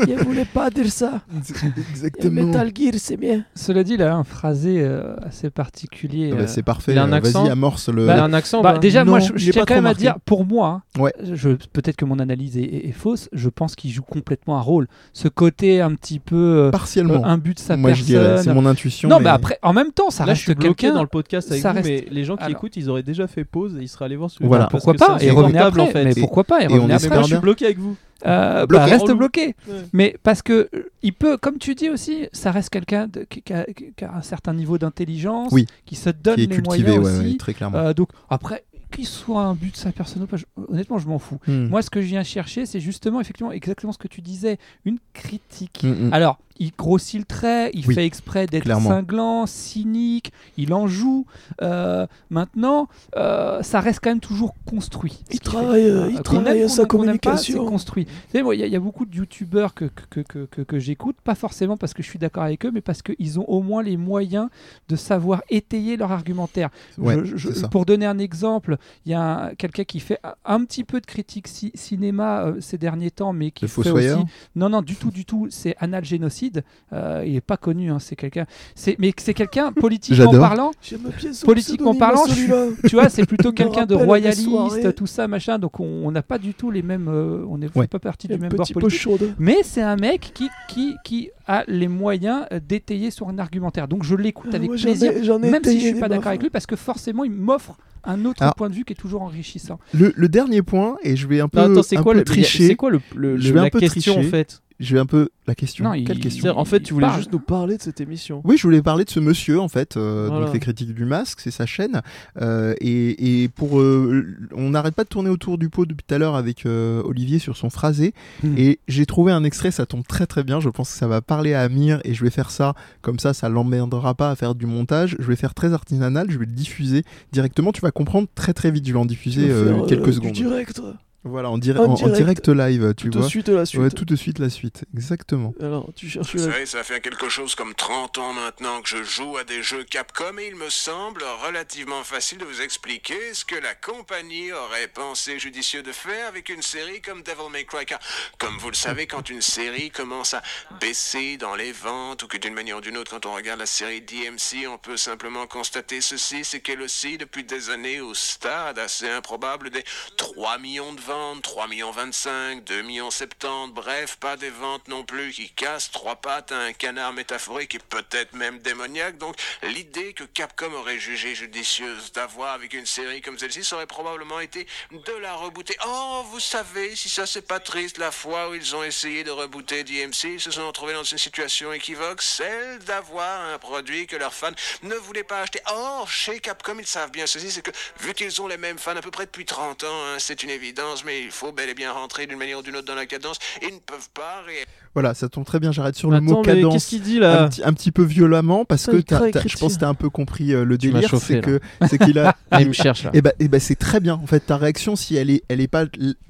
S9: je voulais pas dire ça.
S2: est-
S9: Et
S2: Exactement.
S9: Metal Gear, c'est bien.
S1: Cela dit, il a un phrasé euh, assez particulier.
S2: Ah bah,
S1: euh,
S2: c'est parfait,
S3: il a un
S2: euh,
S3: accent.
S2: vas-y amorce le...
S3: Il a un accent.
S1: Bah,
S3: bah.
S1: déjà, moi,
S2: non,
S1: je, je
S2: j'ai
S1: tiens
S2: pas
S1: quand
S2: trop
S1: même
S2: marqué.
S1: à dire, pour moi, hein,
S2: Ouais.
S1: je, peut-être que mon analyse est, est- est fausse, je pense qu'il joue complètement un rôle. Ce côté un petit peu euh,
S2: partiellement.
S1: un but de sa
S2: Moi je dirais, c'est
S1: personne.
S2: mon intuition.
S1: non, mais...
S2: mais...
S3: bah,
S1: après, en même temps, ça
S3: Là, je suis
S1: reste
S3: bloqué
S1: quelqu'un.
S3: dans le podcast avec
S1: ça
S3: vous,
S1: reste-
S3: mais les gens qui
S1: Alors.
S3: écoutent, ils auraient déjà fait pause et ils seraient allés voir sur
S2: Voilà.
S1: Pourquoi pas Et
S2: c'est
S1: revenez
S3: revenir
S1: après.
S3: en fait.
S1: Mais
S2: Et-
S1: pourquoi pas Et
S2: et on
S1: revenez
S3: Mais
S1: après.
S2: espère
S3: moi, je suis
S2: bien.
S3: bloqué avec vous.
S1: Euh,
S2: Bloqué.
S1: bah, reste
S3: Relou.
S1: bloqué.
S3: Ouais.
S1: Mais parce que euh, il peut, comme tu dis aussi, ça reste quelqu'un de- qui, qui a, qui a un certain niveau d'intelligence,
S2: Oui.
S1: qui se donne
S2: qui est
S1: les
S2: cultivé,
S1: moyens
S2: ouais,
S1: aussi.
S2: ouais, très clairement.
S1: Euh, donc après, qu'il soit un but de sa personne ou pas, je- honnêtement, je m'en fous.
S2: Hmm.
S1: Moi, ce que je viens chercher, c'est justement, effectivement, exactement ce que tu disais, une critique.
S2: Hmm, hmm.
S1: Alors, il grossit le trait, il
S2: Oui,
S1: fait exprès d'être
S2: clairement.
S1: cinglant, cynique, il en joue. Euh, maintenant, euh, ça reste quand même toujours construit.
S9: Il
S1: Ce qu'il fait.
S9: travaille, euh, il
S1: Ah, Qu'on
S9: travaille
S1: aime, qu'on-
S9: sa
S1: qu'on aime pas, c'est
S9: communication.
S1: construit. Tu sais, moi, il y, a- il y a beaucoup de youtubeurs que, que, que, que, que j'écoute, pas forcément parce que je suis d'accord avec eux, mais parce qu'ils ont au moins les moyens de savoir étayer leur argumentaire.
S2: Ouais,
S1: Je- je-
S2: c'est ça.
S1: pour donner un exemple, il y a un- quelqu'un qui fait un, un petit peu de critique ci- cinéma euh, ces derniers temps, mais qui
S2: Le
S1: fait aussi.
S2: Fossoyeur
S1: Non, non, du tout, du tout. C'est Anal Génocide. Euh, il est pas connu. hein, c'est quelqu'un. C'est mais c'est quelqu'un politiquement
S2: J'adore.
S1: parlant.
S9: J'aime bien son
S1: Politiquement
S9: pseudonyme,
S1: parlant, je suis-
S9: celui-là.
S1: Tu vois, c'est plutôt quelqu'un de
S9: rappelle des
S1: royaliste,
S9: soirées.
S1: tout ça, machin. Donc on on n'a pas du tout les mêmes. euh, on n'est
S2: Ouais.
S1: pas parti
S9: Un
S1: du même bord
S9: petit peu
S1: politique.
S9: chaude.
S1: Mais c'est un mec qui, qui, qui a les moyens euh, d'étayer sur un argumentaire. Donc je l'écoute avec
S9: Ah, Moi, j'en ai-
S1: plaisir,
S9: j'en ai
S1: même si je
S9: étayé
S1: suis pas
S9: des
S1: d'accord avec
S9: marques.
S1: lui, parce que forcément, il m'offre un autre
S2: Alors-
S1: point de vue qui est toujours enrichissant.
S2: Le, le dernier point, et je vais un peu,
S3: Non, attends, c'est
S2: un
S3: quoi
S2: peu
S3: le mais y a-
S2: tricher.
S3: C'est quoi le, le-
S2: Je
S3: le-
S2: vais un
S3: la
S2: peu
S3: question
S2: tricher.
S3: en fait
S2: Je vais un peu. La question.
S1: Non,
S2: Quelle
S1: il-
S2: question
S3: C'est-à-dire, En fait, tu voulais
S1: parle.
S3: juste
S7: Nous parler de cette émission.
S2: Oui, je voulais parler de ce monsieur, en fait, euh,
S3: Voilà.
S2: donc les critiques du masque, c'est sa chaîne. Euh, et, et pour, euh, on n'arrête pas de tourner autour du pot depuis tout à l'heure avec euh, Olivier sur son phrasé.
S1: Hmm.
S2: Et j'ai trouvé un extrait, ça tombe très très bien. Je pense que ça va parler à Amir et je vais faire ça comme ça, ça l'emmerdera pas à faire du montage. Je vais faire très artisanal, je vais le diffuser directement. Tu vas comprendre très très vite. Je vais en
S9: Je
S2: diffuser
S9: vais
S2: euh,
S9: faire, euh,
S2: quelques
S9: du
S2: secondes.
S9: direct.
S2: Voilà, en, dir-
S9: en
S2: en- en direct.
S9: direct.
S2: live, tu
S9: Tout de
S2: vois.
S9: suite à la suite. Euh.
S2: Ouais, tout de suite la suite, exactement.
S9: Alors, tu cherches
S10: Vous
S9: la
S10: savez, ça fait quelque chose comme 30 ans maintenant que je joue à des jeux Capcom et il me semble relativement facile de vous expliquer ce que la compagnie aurait pensé judicieux de faire avec une série comme Devil May Cry. car, Comme vous le savez, quand une série commence à baisser dans les ventes ou que d'une manière ou d'une autre, quand on regarde la série DMC, on peut simplement constater ceci, c'est qu'elle aussi, depuis des années, au stade assez improbable des 3 millions de ventes, 3 millions 25, 2 millions 70, bref, pas des ventes non plus qui cassent trois pattes à un canard métaphorique et peut-être même démoniaque. Donc, l'idée que Capcom aurait jugé judicieuse d'avoir avec une série comme celle-ci, ça aurait probablement été de la rebooter. Oh, vous savez, si ça c'est pas triste, la fois où ils ont essayé de rebooter DMC, ils se sont retrouvés dans une situation équivoque, celle d'avoir un produit que leurs fans ne voulaient pas acheter. Or, chez Capcom, ils savent bien ceci, c'est que vu qu'ils ont les mêmes fans à peu près depuis 30 ans, hein, c'est une évidence, mais il faut bel et bien rentrer d'une manière ou d'une autre dans la cadence. Ils ne peuvent pas réellement...
S2: Voilà, ça tombe très bien. J'arrête sur le mot
S3: Attends, mais
S2: cadence.
S3: qu'est-ce qu'il dit
S2: un
S3: là
S2: petit, un petit peu violemment parce
S9: Ça,
S2: que
S9: il
S2: t'as-
S9: craque,
S2: t'as- je
S9: Richie.
S2: pense que t'as un peu compris euh, le délire
S3: chauffé,
S2: c'est
S3: là.
S2: que c'est qu'il a
S3: Ah, Il me cherche là.
S2: et bah, et bah, c'est très bien en fait ta réaction si elle est elle est pas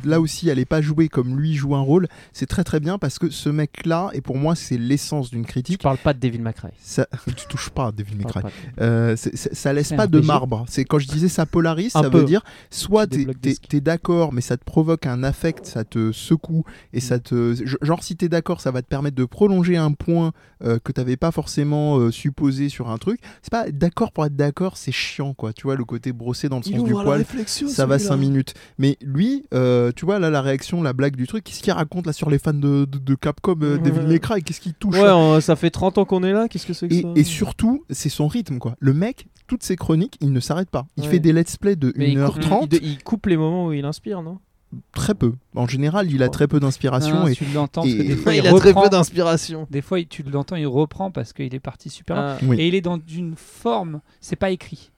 S2: là aussi elle est pas jouée comme lui joue un rôle c'est très très bien parce que ce mec là et pour moi c'est l'essence d'une
S3: Tu
S2: critique
S3: parles pas de Devil May Cry.
S2: ça, tu touches pas à Devil May Cry.
S3: Parle pas.
S2: Euh, c'est- c'est- ça laisse
S1: C'est
S2: pas
S1: un
S2: de
S1: RPG.
S2: marbre. C'est quand je disais ça polarise,
S3: Un
S2: ça
S3: peu.
S2: veut dire soit
S3: Tu
S2: t'es
S3: débloques des
S2: t'es-
S3: skis.
S2: t'es d'accord, mais ça te provoque un affect, ça te secoue et
S3: Mm.
S2: ça te je- genre si t'es d'accord, ça va te permettre de prolonger un point euh, que t'avais pas forcément euh, supposé sur un truc. C'est pas d'accord pour être d'accord, c'est chiant quoi. Tu vois le côté brossé dans le
S9: Il
S2: sens du
S9: ouvre à la
S2: poil.
S9: réflexion.
S2: Ça va 5
S9: celui-là.
S2: minutes. Mais lui, euh, tu vois, là, la réaction, la blague du truc, qu'est-ce qu'il raconte là sur les fans de, de- de Capcom, euh, Devil May Cry Qu'est-ce qu'il touche
S3: Ouais, on- ça fait 30 ans qu'on est là, qu'est-ce que c'est que
S2: et,
S3: ça euh.
S2: et surtout, c'est son rythme, quoi. Le mec, toutes ses chroniques, il ne s'arrête pas. Il
S3: Ouais.
S2: fait des let's play de
S3: Mais il coupe-
S2: 1h30,
S3: il, il coupe les moments où il inspire, non
S2: très peu. En général,
S3: Oh.
S2: il a très peu d'inspiration.
S1: Ah,
S2: et...
S1: tu l'entends parce que
S2: et-
S1: des fois,
S3: Il
S1: il,
S3: a très
S1: reprend.
S3: d'inspiration.
S1: Des fois, il- tu l'entends, il reprend parce qu'il est parti super loin.
S3: Ah,
S2: Oui.
S1: Et il est dans une forme, c'est pas écrit.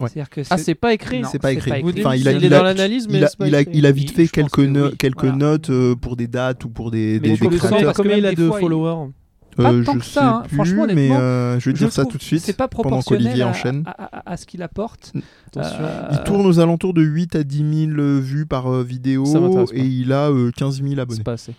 S2: Ouais.
S1: C'est-à-dire que
S3: Ah, c'est pas écrit
S1: Non,
S2: c'est pas écrit.
S1: pas
S3: Vous dites,
S2: Enfin, il
S3: il,
S2: a- il
S3: est dans
S2: a-
S3: l'analyse, mais
S2: il, a,
S3: c'est pas
S2: il a-
S3: écrit.
S2: il a vite
S1: Oui,
S2: fait
S1: je pense
S2: quelques,
S1: que
S2: no-
S1: oui,
S2: quelques
S1: voilà.
S2: notes euh, pour des dates ou pour des,
S1: Mais
S2: des,
S1: on
S2: des
S1: comprend
S3: Comment-
S1: parce
S2: créateurs.
S1: que
S3: Combien
S1: même
S3: il a
S1: des
S3: de
S1: fois, il-
S3: followers
S1: pas
S2: Euh,
S1: tant
S2: je
S1: que
S2: sais
S1: ça, hein.
S2: plus,
S1: Franchement,
S2: mais
S1: honnêtement,
S2: euh, je vais
S1: Je
S2: dire ça
S1: trouve-
S2: tout de suite.
S1: C'est pas
S2: pendant
S1: proportionnel
S2: qu'Olivier
S1: à,
S2: enchaîne.
S1: à- à- à ce qu'il apporte.
S3: Attention.
S1: Euh,
S2: Il tourne aux alentours de 8 à 10 000 euh, vues par euh, vidéo
S3: Ça m'intéresse pas.
S2: et il a euh, 15 000 abonnés.
S3: C'est pas assez.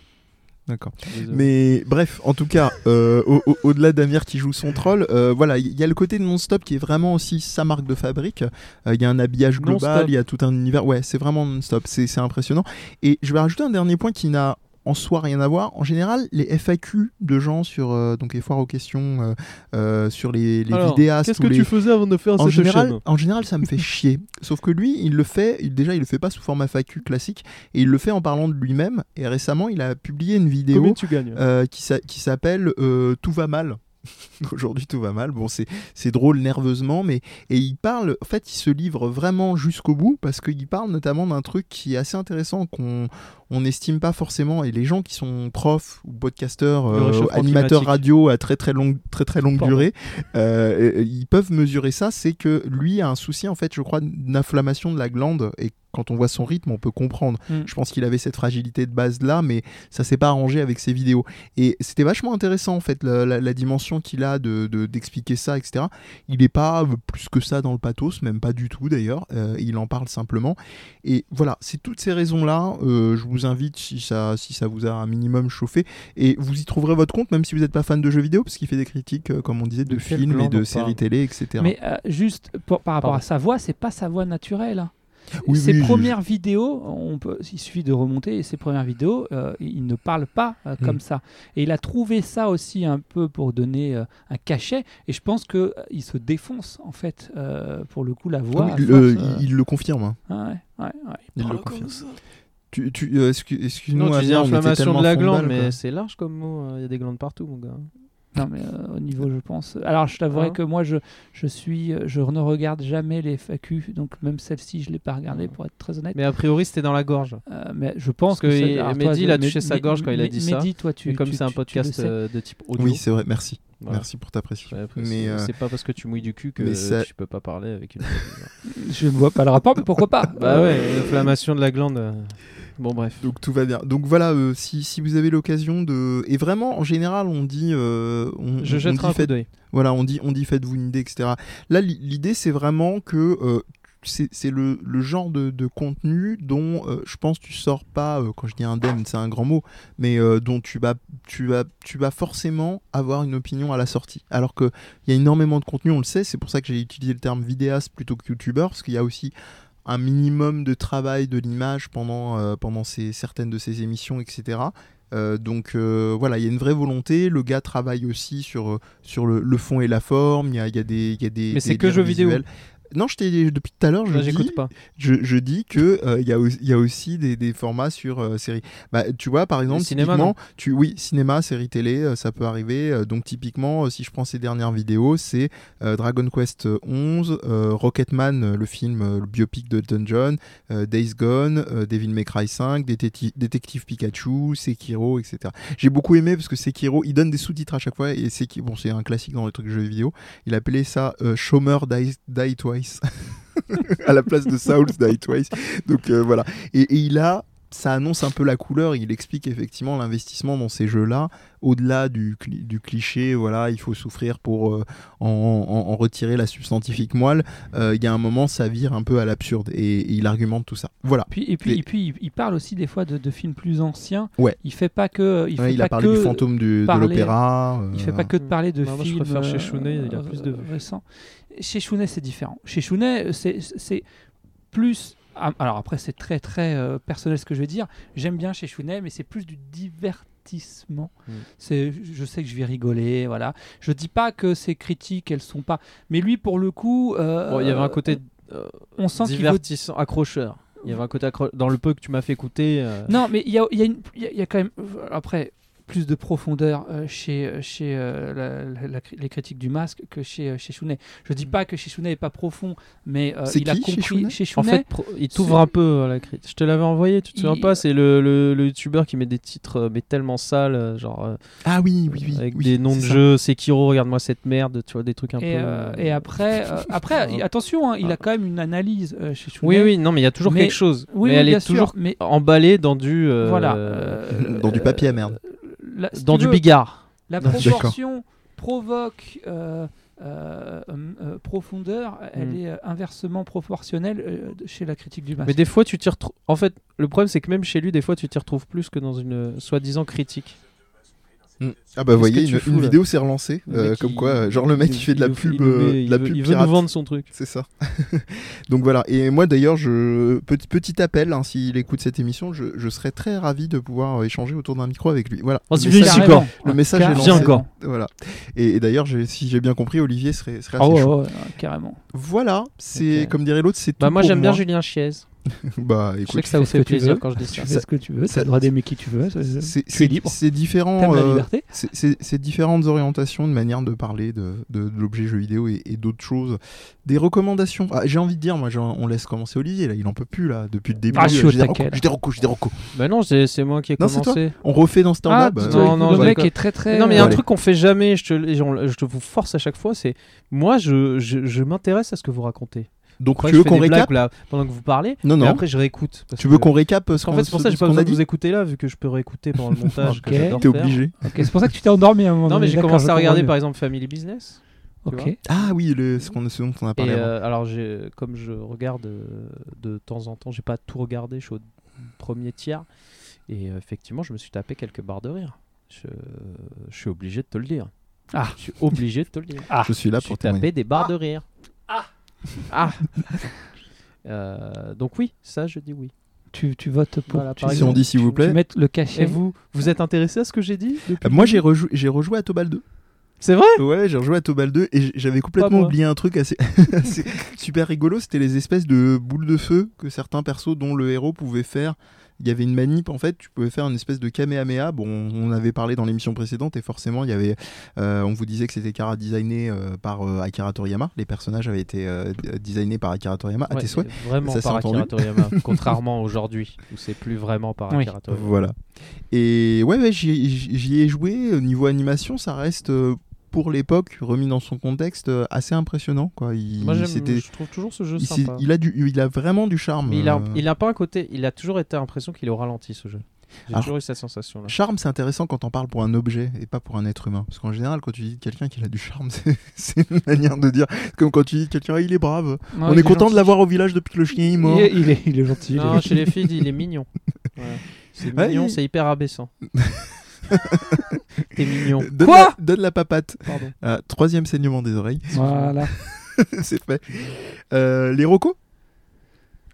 S2: D'accord.
S3: Je suis désolé.
S2: Mais bref, en tout cas, euh, au- au- au-delà d'Amir qui joue son troll, euh, voilà, il y a le côté de non-stop qui est vraiment aussi sa marque de fabrique. Euh, Il y a un habillage global,
S3: Non-stop.
S2: il y a tout un univers. Ouais, c'est vraiment non-stop, c'est c'est impressionnant. Et je vais rajouter un dernier point qui n'a en soi rien à voir. En général, les FAQ de gens sur euh, donc les foires aux questions, euh, euh, sur les, les
S3: Alors,
S2: vidéastes,
S7: Qu'est-ce
S2: ou
S7: que
S2: les-
S7: tu faisais avant de faire
S2: en
S7: cette
S2: général,
S7: chaîne
S2: en général, ça me fait chier. Sauf que lui, il le fait, il, déjà, il le fait pas sous format FAQ classique, et il le fait en parlant de lui-même. Et récemment, il a publié une vidéo
S7: Combien tu gagnes
S2: euh, qui s'a- qui s'appelle euh, Tout va mal. Aujourd'hui, tout va mal. Bon, c'est c'est drôle nerveusement, mais et il parle. En fait, il se livre vraiment jusqu'au bout parce qu'il parle notamment d'un truc qui est assez intéressant qu'on on n'estime pas forcément. Et les gens qui sont profs ou podcasteurs,
S3: Le
S2: euh,
S3: réchauffement
S2: animateurs
S3: climatique.
S2: radio à très très longue très très longue
S3: Pardon.
S2: durée, euh, euh, ils peuvent mesurer ça. C'est que lui a un souci en fait, je crois, d'une inflammation de la glande. Et quand on voit son rythme, on peut comprendre.
S3: Mm.
S2: Je pense qu'il avait cette fragilité de base là, mais ça s'est pas arrangé avec ses vidéos. Et c'était vachement intéressant en fait la, la- la dimension qu'il a de de- d'expliquer ça, etc. Il n'est pas euh, plus que ça dans le pathos, même pas du tout d'ailleurs. Euh, il en parle simplement. Et voilà, c'est toutes ces raisons là. je vous invite si ça si ça vous a un minimum chauffé et vous y trouverez votre compte, même si vous n'êtes pas fan de jeux vidéo, parce qu'il fait des critiques, euh, comme on disait, de,
S3: De quel
S2: films
S3: clan
S2: et de
S3: on
S2: séries
S3: parle
S2: télé, etc.
S1: Mais euh, juste pour- par rapport
S3: Pardon.
S1: à sa voix, c'est pas sa voix naturelle. hein.
S2: Oui,
S1: ses
S2: oui, je-
S1: premières vidéos, on peut, il suffit de remonter, et ses premières vidéos, euh, il ne parle pas euh,
S2: Hmm.
S1: comme ça. Et il a trouvé ça aussi un peu pour donner euh, un cachet, et je pense qu'il il se défonce, en fait, euh, pour le coup, la
S2: Ah
S1: voix.
S2: oui,
S1: à
S2: le-
S1: force,
S2: il-
S1: euh,
S2: il le confirme. hein.
S1: ouais, ouais, ouais.
S2: Il le
S9: Parle
S2: confirme.
S9: comme ça.
S2: Tu, tu, euh, excu- excuse-nous,
S3: Oh, Non, tu dis
S2: Amir, on était
S3: inflammation
S2: tellement
S3: de la
S2: fond de balle,
S3: glande, mais c'est large comme mot. Il y a des glandes partout, mon gars.
S1: Non, mais euh, au niveau, je pense. Alors, je t'avouerai
S3: Hein
S1: que moi, je, je, suis, euh, je ne regarde jamais les FAQ, donc même celle-ci, je ne l'ai pas regardée,
S3: Ah.
S1: pour être très honnête.
S3: Mais a priori, c'était dans la gorge.
S1: Euh, mais je pense
S3: Parce
S1: que,
S3: que
S1: ça- alors,
S3: Mehdi,
S1: toi,
S3: il a
S1: Mehdi-
S3: touché sa gorge quand il a dit ça.
S1: Mehdi, toi, tu.
S3: Et comme
S1: tu-
S3: c'est un
S1: tu- tu le
S3: podcast
S1: sais.
S3: euh, de type
S2: quoi.
S3: audio.
S2: Oui, c'est vrai, merci.
S3: voilà.
S2: Merci pour ta précision.
S3: Ouais, après,
S2: Mais,
S3: c'est-
S2: euh,
S3: C'est pas parce que tu mouilles du cul que
S2: mais ça-
S3: tu peux pas parler avec une.
S1: Je ne vois pas le rapport, mais pourquoi pas
S3: bah ouais, inflammation de la glande. euh. Bon, bref.
S2: Donc tout va bien. Donc voilà, euh, si, si vous avez l'occasion de... Et vraiment, en général, on dit... euh, on,
S3: Je
S2: on
S3: jette
S2: dit
S3: un coup
S2: faites-
S3: d'œil.
S2: Voilà, on dit, on dit faites-vous une idée, etc. Là, l'i- l'idée, c'est vraiment que... euh, c'est c'est le, le genre de, de contenu dont euh, je pense tu sors pas euh, quand je dis indemne c'est un grand mot mais euh, dont tu vas tu vas tu vas forcément avoir une opinion à la sortie alors que il y a énormément de contenu on le sait c'est pour ça que j'ai utilisé le terme vidéaste plutôt que youtubeur parce qu'il y a aussi un minimum de travail de l'image pendant, euh, pendant ces, certaines de ces émissions, etc. Euh, donc euh, voilà, il y a une vraie volonté. Le gars travaille aussi sur, euh, sur le, le fond et la forme. Il y a, il y a des. il Y a des
S3: Mais
S2: des
S3: c'est que
S2: liens
S3: jeux vidéo.
S2: visuels. Non, je t'ai- depuis tout à l'heure, je
S3: Là,
S2: dis,
S3: J'écoute pas.
S2: je, je dis que euh, il y, a au- il y a aussi des, des formats sur euh, séries. Bah, tu vois, par exemple,
S3: cinéma,
S2: typiquement,
S3: non
S2: tu, oui, cinéma, série télé, euh, ça peut arriver. Euh, donc typiquement, euh, si je prends ces dernières vidéos, c'est euh, Dragon Quest 11, euh, Rocketman, euh, le film, euh, le biopic de Elton John, euh, Days Gone, euh, Devil May Cry 5, Détective, Détective Pikachu, Sekiro, etc. J'ai beaucoup aimé parce que Sekiro, il donne des sous-titres à chaque fois et c'est bon, c'est un classique dans les trucs jeux vidéo. Il appelait ça euh, Shomer Die, Die Twice à la place de Souls Die Twice. Donc euh, voilà. Et, et il a ça annonce un peu la couleur, il explique effectivement l'investissement dans ces jeux-là, au-delà du, cli- du cliché, voilà, il faut souffrir pour euh, en, en- en retirer la substantifique moelle, Euh, il y a un moment, ça vire un peu à l'absurde, et, et il argumente tout ça. Voilà.
S1: Puis, et, puis,
S2: Mais-
S1: et puis, il- il parle aussi des fois de, de films plus anciens.
S2: Ouais.
S1: Il fait pas que. Il,
S2: Ouais,
S1: fait
S2: il
S1: pas
S2: a parlé
S1: que,
S2: du fantôme du- de
S1: parler-
S2: l'opéra.
S1: Il
S2: euh,
S1: fait pas que de parler de
S3: Non, Mm. Bah, moi, je
S1: films. euh,
S3: préfère chez Shunai, il a plus de vues.
S1: récents. Chez Shunai, c'est différent. Chez Shunai, euh, c'est- c'est plus. ah, Alors après, c'est très très euh, personnel ce que je vais dire. J'aime bien chez Shunai, mais c'est plus du divertissement.
S3: Mm.
S1: C'est, je sais que je vais rigoler, voilà. Je dis pas que ces critiques, elles sont pas. Mais lui, pour le coup, euh,
S3: Bon, il y avait un côté euh,
S1: on sent qu'il veut
S3: divertissant, accrocheur. Il y avait un côté accro- dans le peu que tu m'as fait écouter. euh,
S1: Non, mais il y a, il y a une- il y a- il y a quand même. euh, Après, plus de profondeur euh, chez, euh, chez euh, la- la- la cri- les critiques du masque que chez, euh, chez Shunai. Je dis pas que Shishune n'est pas profond, mais euh,
S2: C'est
S1: il a
S2: qui,
S1: compris.
S2: Shishune
S1: Chez
S3: En fait, pro- il t'ouvre un peu euh, la critique. Je te l'avais envoyé, tu te souviens
S1: Il-
S3: pas C'est le, le, le youtubeur qui met des titres euh, mais tellement sales, euh, genre euh,
S2: Ah oui, oui, oui.
S3: avec
S2: oui,
S3: des noms de
S2: c'est ça.
S3: jeux, Sekiro, regarde-moi cette merde, tu vois, des trucs un peu.
S1: et, euh,
S3: euh,
S1: et après, euh, après il- attention, hein, il a quand même une analyse euh, chez Shunai.
S3: Oui, oui, non, mais il y a toujours
S1: Mais-
S3: quelque chose.
S1: Oui,
S3: mais
S1: oui,
S3: elle
S1: bien
S3: est toujours
S1: sûr, mais
S3: emballée dans du. euh,
S1: voilà.
S3: euh,
S1: euh,
S2: Dans du
S1: euh,
S2: papier à merde.
S1: là, si
S3: dans
S1: tu
S3: du
S1: veux,
S3: bigard.
S1: La
S2: Non, d'accord.
S1: proportion provoque euh, euh, hum, euh, profondeur, elle
S3: Mm.
S1: est euh, inversement proportionnelle euh, de- chez la critique du masque.
S3: Mais des fois, tu t'y retrouves. En fait, le problème, c'est que même chez lui, des fois, tu t'y retrouves plus que dans une euh, soi-disant critique.
S2: Mm. Ah bah, voyez,
S3: que tu
S2: une,
S3: fous,
S2: une
S3: là
S2: vidéo s'est relancée.
S3: Le
S2: euh,
S3: mec,
S2: comme
S3: il-
S2: quoi, euh, genre le mec,
S3: il-
S2: il fait de la
S3: il-
S2: pub,
S3: il nous
S2: euh,
S3: met-
S2: de la
S3: il veut-
S2: pub
S3: Il veut
S2: pirate.
S3: nous vendre son truc.
S2: C'est ça. Donc voilà. Et moi d'ailleurs, je petit, petit appel, hein, s'il écoute cette émission, je, je serais très ravi de pouvoir euh, échanger autour d'un micro avec lui. Voilà.
S3: Oh,
S2: Le
S3: c'est
S2: message-
S3: bien,
S1: Carrément.
S3: encore.
S2: le message est
S1: Carrément.
S2: lancé.
S3: encore.
S2: Voilà. Et, et d'ailleurs, j'ai- si j'ai bien compris, Olivier serait, serait
S1: Ah
S2: assez
S1: ouais,
S2: chaud.
S1: ouais, ouais, carrément.
S2: Voilà. C'est
S3: Ok.
S2: comme dirait l'autre, c'est tout
S3: Bah, moi,
S2: pour
S3: j'aime bien Julien Chiez.
S2: bah
S3: Je sais
S2: écoute,
S3: que ça vous
S1: fais ce
S3: fait
S1: que tu veux.
S3: plaisir quand je dis ça.
S1: Tu fais ce que tu veux, tu as le droit d'aimer qui tu veux. ça- ça-
S2: c'est
S1: tu
S2: c'est-
S1: es libre.
S2: c'est différent.
S1: T'aimes la
S2: euh,
S1: liberté.
S2: c'est- c'est c'est différentes orientations de manière de parler de, de, de l'objet jeu vidéo et, et d'autres choses. Des recommandations. Ah, j'ai envie de dire, moi, j'en- on laisse commencer Olivier, là, il en peut plus, là, depuis le début.
S1: Ah, je suis
S2: euh,
S1: au
S2: j'ai des
S1: taquet, là.
S2: recos, j'ai des recos, j'ai des recos.
S3: Bah non, c'est c'est moi qui ai
S2: Non, c'est toi.
S3: commencé.
S2: On refait dans ce temps-là.
S1: Ah,
S2: bah,
S1: dis
S3: non,
S1: donc,
S3: non,
S1: le
S3: je
S1: mec
S3: rigole.
S1: est très très.
S3: Non, mais il y a un
S2: Ouais.
S3: truc qu'on fait jamais, je te, et on- je te vous force à chaque fois, c'est moi, je, je, je m'intéresse à ce que vous racontez.
S2: Donc,
S3: Après,
S2: tu
S3: je
S2: veux
S3: fais
S2: qu'on
S3: des
S2: récap
S3: blagues, là, pendant que vous parlez,
S2: Non,
S3: mais
S2: non.
S3: après je réécoute. parce
S2: Tu
S3: que-
S2: veux qu'on récap euh, ce
S3: En
S2: qu'on
S3: fait, c'est pour ça que j'ai
S2: ce
S3: pas
S2: qu'on
S3: besoin
S2: a
S3: de vous
S2: dit
S3: écouter là, vu que je peux réécouter pendant le montage. que
S1: Ok.
S3: j'adore
S2: T'es
S3: faire.
S2: obligé.
S1: Ok, c'est pour ça que tu t'es endormi à un moment.
S3: Non, mais
S1: donné,
S3: j'ai
S1: d'accord,
S3: commencé
S1: je
S3: à regarder
S1: comprends
S3: par exemple Family Business.
S1: mieux.
S3: tu
S1: Ok.
S2: Ah oui, le, ce, qu'on, ce dont on a
S3: Et
S2: parlé. avant.
S3: euh, alors, j'ai- comme je regarde euh, de temps en temps, j'ai pas tout regardé, je suis au premier tiers. Et euh, effectivement, je me suis tapé quelques barres de rire. Je, je suis obligé de te le dire.
S1: Ah.
S3: Je suis obligé de te le dire.
S2: je suis là
S3: je
S2: pour
S3: suis
S2: témoigner.
S3: tapé des barres de rire. Ah Ah Euh, Donc, oui, ça, je dis oui.
S1: Tu, tu votes pour.
S3: Voilà,
S1: tu,
S3: par
S2: Si on
S3: exemple,
S2: dit s'il vous
S1: tu
S2: plaît.
S1: mets le cachet.
S3: Et vous, vous êtes intéressé à ce que j'ai dit
S2: Euh, Moi, j'ai rejou- j'ai rejoué à Tobal 2.
S3: C'est vrai
S2: Ouais, j'ai rejoué à Tobal 2 et j- j'avais
S3: Pas
S2: complètement
S3: moi.
S2: oublié un truc assez, assez super rigolo. C'était les espèces de boules de feu que certains persos, dont le héros, pouvaient faire. Il y avait une manip en fait, tu pouvais faire une espèce de Kamehameha. Bon, on avait parlé dans l'émission précédente et forcément, il y avait. euh, on vous disait que c'était Kara designé euh, par euh, Akira Toriyama. Les personnages avaient été euh, d- euh, designés par Akira Toriyama à
S3: Ouais, euh,
S2: tes souhaits.
S3: Vraiment
S2: Ça s'est
S3: par Akira
S2: entendu.
S3: Toriyama, contrairement aujourd'hui où c'est plus vraiment par
S1: Oui.
S3: Akira Toriyama.
S2: Voilà. Et ouais, ouais, j'y j'y ai joué. Au niveau animation, ça reste. euh, pour l'époque, remis dans son contexte, euh, assez impressionnant. Quoi. Il,
S3: Moi, j'aime-
S2: c'était-
S3: je trouve toujours ce jeu
S2: il, s'est-
S3: sympa.
S2: il a du, il a vraiment du charme.
S3: Mais il a,
S2: euh.
S3: il a pas un côté. Il a toujours été l'impression qu'il est au ralenti ce jeu. J'ai
S2: Alors-
S3: toujours eu cette sensation là.
S2: Charme, c'est intéressant quand on parle pour un objet et pas pour un être humain. Parce qu'en général, quand tu dis de quelqu'un qu'il a du charme, c'est- c'est une manière de dire. Comme quand tu dis de quelqu'un, Ah, il est brave.
S1: Non,
S2: on
S1: il
S2: est content de
S1: gentil.
S2: l'avoir au village depuis que le chien est mort.
S1: Il est, il est, il est gentil. il est
S3: Non,
S1: gentil.
S3: chez les filles, il est mignon. Voilà. C'est
S2: Ouais,
S3: mignon,
S2: il-
S3: c'est hyper abaissant. T'es mignon.
S2: Euh, Donne
S1: Quoi
S2: la, donne la papate.
S3: Pardon.
S2: Euh, troisième saignement des oreilles.
S1: Voilà.
S2: c'est fait. Euh, les rocos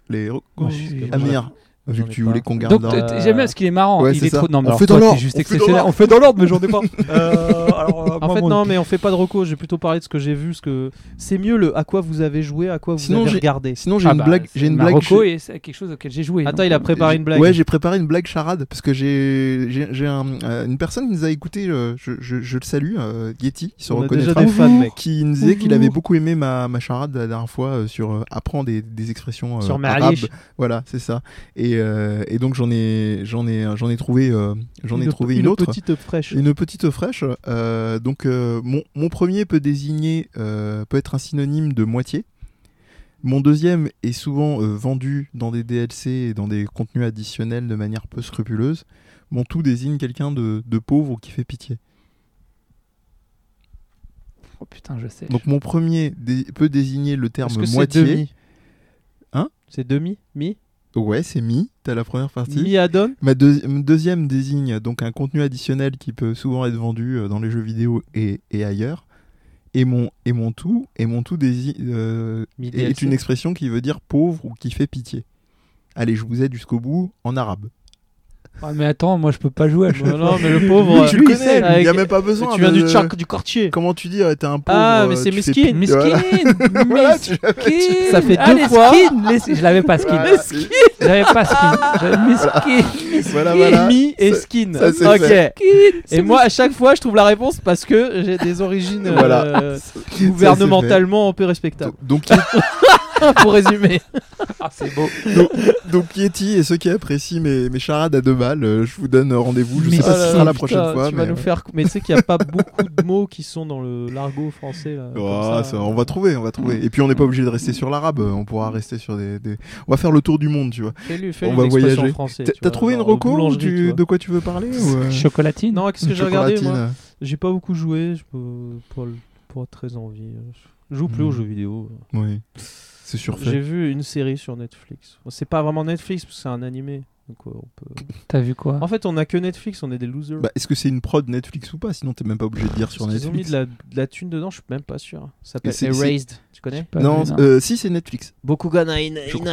S2: Les rocos.
S1: Moi, je suis-
S2: Amir,
S3: J'en
S2: vu
S3: ai
S2: que tu
S3: pas.
S2: voulais qu'on garde
S1: Donc,
S2: dans-
S1: t- t- j'aime bien ce qu'il est marrant.
S2: Ouais,
S1: il
S2: c'est
S1: est,
S2: ça.
S1: trop. Non, mais
S2: On
S1: alors,
S2: fait dans
S1: toi, t'es
S2: l'ordre,
S1: juste
S2: on fait dans
S1: exceptionnel.
S2: l'ordre.
S1: On fait dans l'ordre, mais j'en ai pas. Euh,
S2: Oh,
S1: alors, euh,
S3: En
S2: bah,
S1: moi,
S3: fait,
S1: mon-
S3: non, mais on fait pas de reco. J'ai plutôt parlé de ce que j'ai vu, ce que c'est mieux le à quoi vous avez joué, à quoi vous
S2: Sinon,
S3: avez
S2: j'ai-
S3: regardé.
S2: Sinon, j'ai
S1: Ah
S2: une
S1: bah,
S2: blague.
S1: c'est-
S2: J'ai une blague.
S1: Marocco
S2: chez-
S1: et c'est quelque chose auquel j'ai joué.
S3: Attends,
S1: donc,
S3: il a
S1: euh,
S3: préparé une blague.
S2: Ouais, j'ai préparé une blague charade parce que j'ai j'ai j'ai un- euh, une personne qui nous a écouté. euh, je, je- je le salue, euh, Yeti, il se
S3: On a déjà
S2: reconnaîtra.
S3: des fans, mec.
S2: Qui nous disait qu'il
S1: Bonjour.
S2: avait beaucoup aimé ma, ma charade la dernière fois euh, sur euh, apprendre des, des expressions euh,
S3: Sur
S2: arabes.
S3: Maarish.
S2: Voilà, c'est ça. Et, euh, et donc j'en ai j'en ai j'en ai trouvé euh, j'en ai trouvé une, autre.
S3: petite fraîche.
S2: Une petite fraîche. euh, donc euh, mon, mon premier peut désigner euh, peut être un synonyme de moitié. Mon deuxième est souvent euh, vendu dans des DLC et dans des contenus additionnels de manière peu scrupuleuse. Mon tout désigne quelqu'un de, de pauvre ou qui fait pitié.
S1: Oh putain, je sais.
S2: Donc mon premier dé- peut désigner le terme
S3: Est-ce que c'est
S2: moitié.
S3: demi
S2: Hein
S3: C'est demi Mi
S2: ouais, c'est mi. T'as la première partie.
S3: Mi add-on
S2: Ma deuxi- mon deuxième désigne donc un contenu additionnel qui peut souvent être vendu euh, dans les jeux vidéo et, et ailleurs. Et mon, et mon tout, et mon tout dési- euh,
S3: Mi
S2: est- est
S3: DLC.
S2: une expression qui veut dire pauvre ou qui fait pitié. Allez, je vous aide jusqu'au bout en arabe.
S1: Ah, mais attends, moi je peux pas jouer. à chaque
S3: Bah
S1: fois.
S3: Non, mais le pauvre.
S2: Lui, tu le
S3: euh, lui,
S2: connais, lui,
S3: avec-
S2: il n'y a même pas besoin.
S3: Tu viens
S2: de-
S3: du charc du quartier.
S2: Comment tu dis, euh, t'es un pauvre.
S3: Ah, mais
S2: euh,
S3: c'est
S2: tu fais
S3: mesquine.
S2: pitié. Voilà.
S1: Miskin,
S2: Voilà, tu-
S1: miskin.
S3: Ça fait
S1: Ah,
S3: deux
S1: les
S3: fois.
S1: skins, les- Je l'avais pas skin.
S2: Voilà.
S1: J'avais pas skin. J'avais mis skin.
S2: Voilà, voilà.
S3: Mi et
S2: Ça-
S3: skin.
S2: ça, c'est
S3: ok.
S2: fait.
S3: Et moi, à chaque fois, je trouve la réponse parce que j'ai des origines euh,
S2: Voilà.
S3: gouvernementalement peu respectables.
S2: Donc,
S3: Pour résumer.
S1: c'est beau.
S2: donc Yeti et ceux qui apprécient mes, mes charades à deux balles, euh, je vous donne rendez-vous. Je
S3: Mais
S2: sais pas si ce
S3: ça,
S2: sera la
S3: putain,
S2: prochaine fois,
S3: Tu vas
S2: mais
S3: nous faire. Mais tu sais qu'il n'y a pas beaucoup de mots qui sont dans le l'argot français. Là,
S2: Oh,
S3: Euh, comme ça. Mm.
S2: ça, on va trouver, on va trouver. Et puis on n'est pas obligé de rester sur l'arabe, euh, on pourra rester sur des, des- On va faire le tour du monde, tu vois.
S3: Fais-lui, fais
S2: on va voyager.
S3: Français,
S2: T'as
S3: tu
S2: t'as
S3: vois,
S2: trouvé une
S3: genre de
S2: reco ou
S3: boulangerie,
S2: tu-
S3: tu vois.
S2: de quoi tu veux parler ou, euh,
S1: Chocolatine.
S3: Non, qu'est-ce que j'ai regardé moi
S2: chocolatine euh,
S3: J'ai pas beaucoup joué. Je peux pas, pas très envie. Je joue plus
S2: Hmm.
S3: aux jeux vidéo.
S2: Oui, c'est surfait.
S3: J'ai vu une série sur Netflix. Bon, C'est pas vraiment Netflix parce que c'est un animé. Donc, euh, on peut-
S1: T'as vu quoi
S3: En fait, on a que Netflix, on est des losers.
S2: Bah, Est-ce que c'est une prod Netflix ou pas Sinon, t'es même pas obligé de dire sur
S3: Parce qu'ils ont mis
S2: Netflix.
S3: de la, de la thune dedans, je suis même pas sûr. Ça
S2: Et c'est-
S3: s'appelle Erased, tu connais
S1: Pas
S2: Non,
S1: vu,
S2: euh, si c'est Netflix.
S3: Bokuga na
S2: Je crois.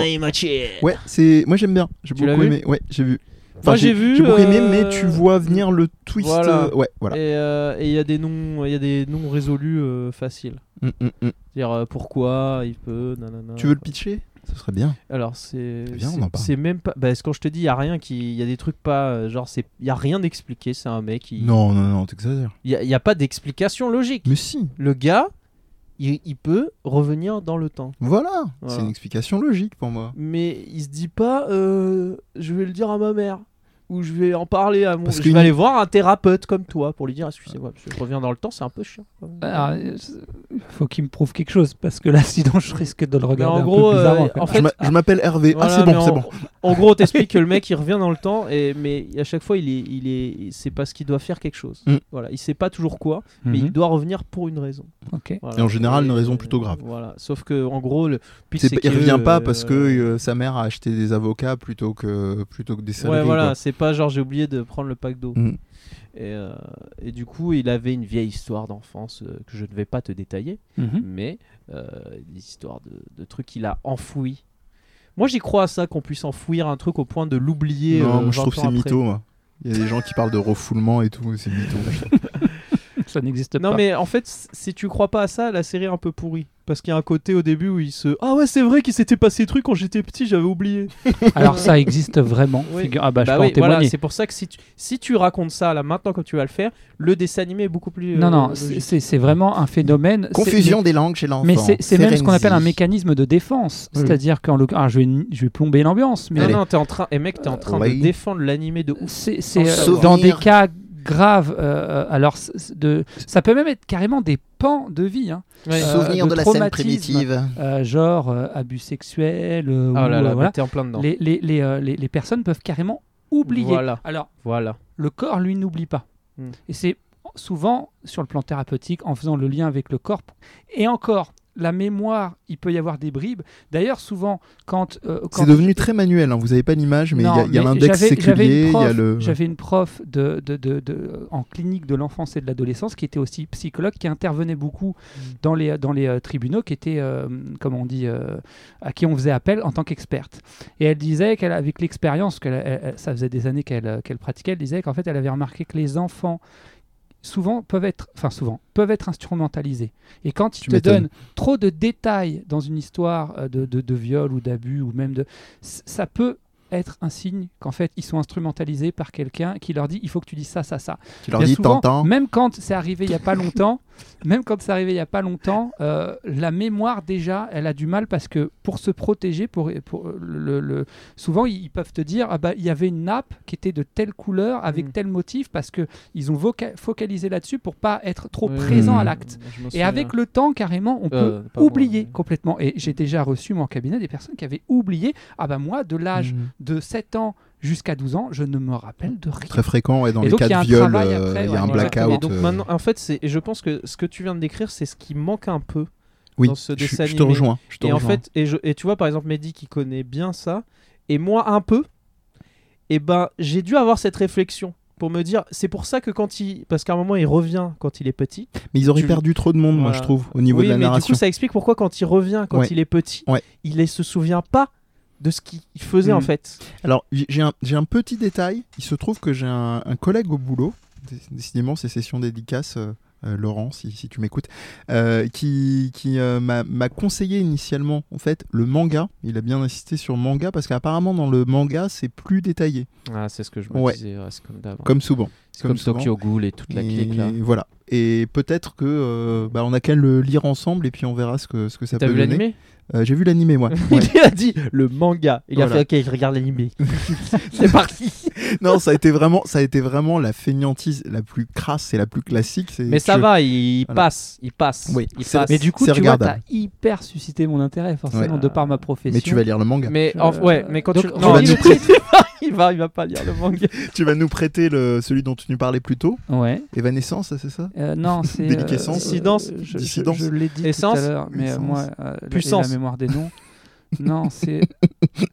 S2: Ouais, c'est. Moi j'aime bien. J'ai
S3: Tu l'as
S2: beaucoup
S3: vu
S2: aimé. Ouais, j'ai vu.
S3: Moi, j'ai vu,
S2: J'ai beaucoup aimé,
S3: euh,
S2: mais tu vois venir le twist.
S3: voilà.
S2: euh, Ouais, voilà.
S3: Et euh, et il y a des noms, il y a des noms résolus euh, faciles.
S2: Mm, mm, mm.
S3: Dire euh, pourquoi, il peut, nanana.
S2: Tu veux le pitcher Ce serait bien.
S3: Alors c'est
S2: Viens, on
S3: c'est-
S2: en parle.
S3: c'est même pas bah, c'est quand je te dis il y a rien qui il y a des trucs pas euh, genre c'est il y a rien d'expliqué, c'est un mec qui
S2: Non, non, non, t'exagères.
S3: il y, a- il y a pas d'explication logique.
S2: Mais si,
S3: Le gars il, il peut revenir dans le temps.
S2: voilà. C'est
S3: Voilà.
S2: une explication logique pour moi.
S3: Mais il se dit pas euh, je vais le dire à ma mère ou je vais en parler à mon
S2: Parce
S3: je
S2: qu'il-
S3: vais aller voir un thérapeute comme toi pour lui dire excusez-moi parce que je reviens dans le temps, c'est un peu chiant. quand même.
S1: Alors, euh, faut qu'il me prouve quelque chose parce que là, sinon, je risque de le regarder
S3: en
S1: un
S3: gros,
S1: peu
S3: euh,
S1: bizarrement.
S3: en
S2: Je
S3: fait-
S2: Ah, m'a- je m'appelle Hervé.
S3: Voilà,
S2: ah, c'est
S3: mais
S2: bon, c'est bon.
S3: En en gros, on t'explique que le mec il revient dans le temps, et, mais à chaque fois il est, il est, il- c'est parce qu'il doit faire quelque chose.
S2: Mm. Mm-hmm.
S3: Voilà, il sait pas toujours quoi, mais il
S1: Mhm.
S3: doit revenir pour une raison.
S1: Ok.
S3: Voilà.
S2: Et en général, une raison
S3: euh,
S2: plutôt grave.
S3: Voilà, sauf que en gros, le pitch,
S2: C'est
S3: c'est
S2: pas- Il
S3: que,
S2: revient pas
S3: euh,
S2: parce que euh, sa mère a acheté des avocats plutôt que, plutôt que des salariés.
S3: Ouais, voilà, c'est pas genre j'ai oublié de prendre le pack d'eau.
S2: Mm.
S3: Et, euh, et du coup, il avait une vieille histoire d'enfance euh, que je ne vais pas te détailler,
S2: Mm.
S1: Mhm.
S3: mais euh, une histoire de, de trucs qu'il a enfoui. Moi, j'y crois à ça qu'on puisse enfouir un truc au point de l'oublier.
S2: Non,
S3: euh,
S2: moi je
S3: 20
S2: trouve que
S3: ans
S2: c'est
S3: après.
S2: mytho. moi. Il y a des gens qui parlent de refoulement et tout, c'est mytho.
S1: Ça n'existe pas.
S3: Non mais en fait, s- si tu crois pas à ça, la série est un peu pourrie. Parce qu'il y a un côté au début où il se ah ouais c'est vrai qu'il s'était passé des trucs quand j'étais petit j'avais oublié.
S1: Alors, ça existe vraiment.
S3: Oui.
S1: figure- Ah bah, je
S3: Bah
S1: peux
S3: oui,
S1: en témoigner.
S3: voilà c'est pour ça que si tu, si tu racontes ça là maintenant comme tu vas le faire, le dessin animé est beaucoup plus.
S1: non,
S3: euh,
S1: non, c'est-
S3: logique.
S1: c'est c'est vraiment un phénomène. c'est-
S2: Confusion des langues chez l'enfant.
S1: Mais c'est- c'est même ce qu'on
S2: Ferenczi.
S1: appelle un mécanisme de défense.
S2: Oui.
S1: C'est-à-dire qu'en le... ah, je, vais, je vais plomber l'ambiance, mais
S3: Non non t'es en train et mec t'es en train
S2: oui.
S3: de défendre l'animé de ouf.
S1: c'est c'est,
S3: Sans
S1: euh,
S2: souvenir.
S1: dans des cas graves. euh, alors, c- c- de, ça peut même être carrément des pans de vie, hein.
S3: Ouais.
S1: Euh, Souvenir de de la scène traumatisme. primitive. Euh, genre euh, abus sexuels. euh,
S3: Ah
S1: ou,
S3: là
S1: euh,
S3: là
S1: voilà.
S3: mais t'es en plein dedans.
S1: les, les, les, euh, les- les personnes peuvent carrément oublier.
S3: Voilà.
S1: Alors,
S3: Voilà.
S1: le corps, lui, n'oublie pas.
S3: Hmm.
S1: Et c'est souvent sur le plan thérapeutique, en faisant le lien avec le corps. Et encore, la mémoire, il peut y avoir des bribes. D'ailleurs, souvent, quand... euh, quand
S2: C'est devenu très manuel, hein. vous avez pas l'image, mais il y
S1: Non,
S2: a- il y a
S1: mais
S2: l'index
S1: j'avais- j'avais une
S2: séculier, il y a
S1: prof-
S2: le.
S1: J'avais une prof de, de- de- de- en clinique de l'enfance et de l'adolescence qui était aussi psychologue, qui intervenait beaucoup dans les, dans les euh, tribunaux, qui était, euh, comment on dit, euh, à qui on faisait appel en tant qu'experte. Et elle disait qu'elle, avec l'expérience, qu'elle, elle- elle- ça faisait des années qu'elle, euh, qu'elle pratiquait, elle disait qu'en fait, elle avait remarqué que les enfants souvent peuvent être, enfin souvent, peuvent être instrumentalisés. Et quand ils
S2: Tu
S1: te
S2: m'étonnes.
S1: donnent trop de détails dans une histoire euh, de, de- de viol ou d'abus ou même de... c- Ça peut être un signe qu'en fait ils sont instrumentalisés par quelqu'un qui leur dit il faut que tu dises ça, ça, ça.
S2: Tu leur
S1: Bien
S2: dis
S1: souvent,
S2: t'entends.
S1: Même quand c'est arrivé il n'y a pas longtemps, même quand c'est arrivé il y a pas longtemps, euh, la mémoire déjà, elle a du mal parce que pour se protéger, pour, pour le, le- souvent ils ils peuvent te dire ah bah il y avait une nappe qui était de telle couleur avec
S3: Mm.
S1: tel motif parce que ils ont voca- focalisé là-dessus pour pas être trop
S3: Ouais,
S1: présent
S2: Mm.
S1: à
S3: ouais,
S1: l'acte.
S3: je me
S1: Et
S3: souviens.
S1: avec le temps, carrément, on
S3: hein. Euh, pas
S1: peut
S3: moi,
S1: oublier
S3: mais-
S1: complètement. Et j'ai déjà reçu, moi, en cabinet, des personnes qui avaient oublié. Ah bah moi, de l'âge
S3: Mm.
S2: Mhm.
S1: de 7 ans jusqu'à 12 ans, je ne me rappelle de rien.
S2: Très fréquent, et dans
S1: Et
S2: les
S1: donc,
S2: cas
S1: il y a
S2: de
S1: un
S2: viol,
S1: travail
S2: euh,
S1: après,
S2: il y
S1: ouais,
S2: a un
S1: voilà.
S2: blackout.
S3: Et donc
S2: euh,
S3: maintenant, en fait, c'est, et je pense que ce que tu viens de décrire, c'est ce qui manque un peu
S2: oui,
S3: dans ce
S2: je,
S3: dessin
S2: je te
S3: animé.
S2: rejoins. je te
S3: Et en
S2: rejoins.
S3: fait, et, je- et tu vois, par exemple, Mehdi qui connaît bien ça, et moi un peu, et ben j'ai dû avoir cette réflexion pour me dire, c'est pour ça que quand il. Parce qu'à un moment, il revient quand il est petit.
S2: mais ils auraient
S3: tu-
S2: perdu trop de monde, moi,
S3: Voilà.
S2: je trouve, au niveau
S3: oui,
S2: de la
S3: mais du
S2: narration.
S3: coup, ça explique pourquoi quand il revient, quand
S2: Ouais.
S3: il est petit,
S2: Ouais.
S3: il ne se souvient pas de ce qu'il faisait
S1: Mm.
S3: en fait.
S2: Alors, j'ai j'ai un, j'ai un petit détail. Il se trouve que j'ai un, un collègue au boulot. Dé- Décidément, ces sessions dédicaces, euh, euh, Laurent, si, si tu m'écoutes, euh, qui, qui euh, m'a m'a conseillé initialement, en fait, le manga. Il a bien insisté sur manga parce qu'apparemment, dans le manga, c'est plus détaillé,
S3: Ah, c'est ce que je me
S2: Ouais.
S3: disais, ouais, c'est comme d'avant.
S2: comme souvent.
S3: C'est comme,
S2: comme souvent.
S3: Tokyo Ghoul et toute la
S2: et
S3: clique là.
S2: voilà. Et peut-être que euh, bah, on a qu'à le lire ensemble et puis on verra ce que, ce que ça
S3: T'as
S2: peut
S3: vu
S2: donner.
S3: l'animé
S2: Euh, J'ai vu l'animé, moi. Ouais.
S3: Il a dit le manga. Il
S2: Voilà.
S3: a fait ok, je regarde l'animé. c'est parti.
S2: non, ça a été vraiment, ça a été vraiment la feignantise la plus crasse et la plus classique. c'est
S3: Mais ça
S2: que-
S3: va, il
S2: Voilà.
S3: passe, il passe.
S2: Oui,
S3: il
S2: c'est-
S3: passe.
S1: Mais du coup,
S2: C'est
S1: tu vois, t'as
S2: regardable.
S1: hyper suscité mon intérêt, forcément,
S3: Ouais.
S1: de par ma profession.
S2: Mais tu vas lire le manga.
S3: Mais
S1: Je-
S3: Euh, en- ouais, mais quand
S1: Donc,
S3: tu
S1: on
S3: non,
S2: va
S3: il,
S2: nous
S3: il va, il va pas lire le manga.
S2: Tu vas nous prêter le, celui dont tu nous parlais plus tôt,
S1: Ouais.
S2: Evanescence, c'est ça
S1: Euh, non, c'est. euh,
S2: Déliquescence. Euh,
S3: Dissidence.
S1: je- je-
S2: Dissidence.
S1: Je, l'ai dit
S3: Essence.
S1: tout à l'heure, mais euh,
S2: Essence.
S1: moi, euh, la-
S3: Puissance.
S1: La, mémoire des noms. non, c'est.
S3: euh,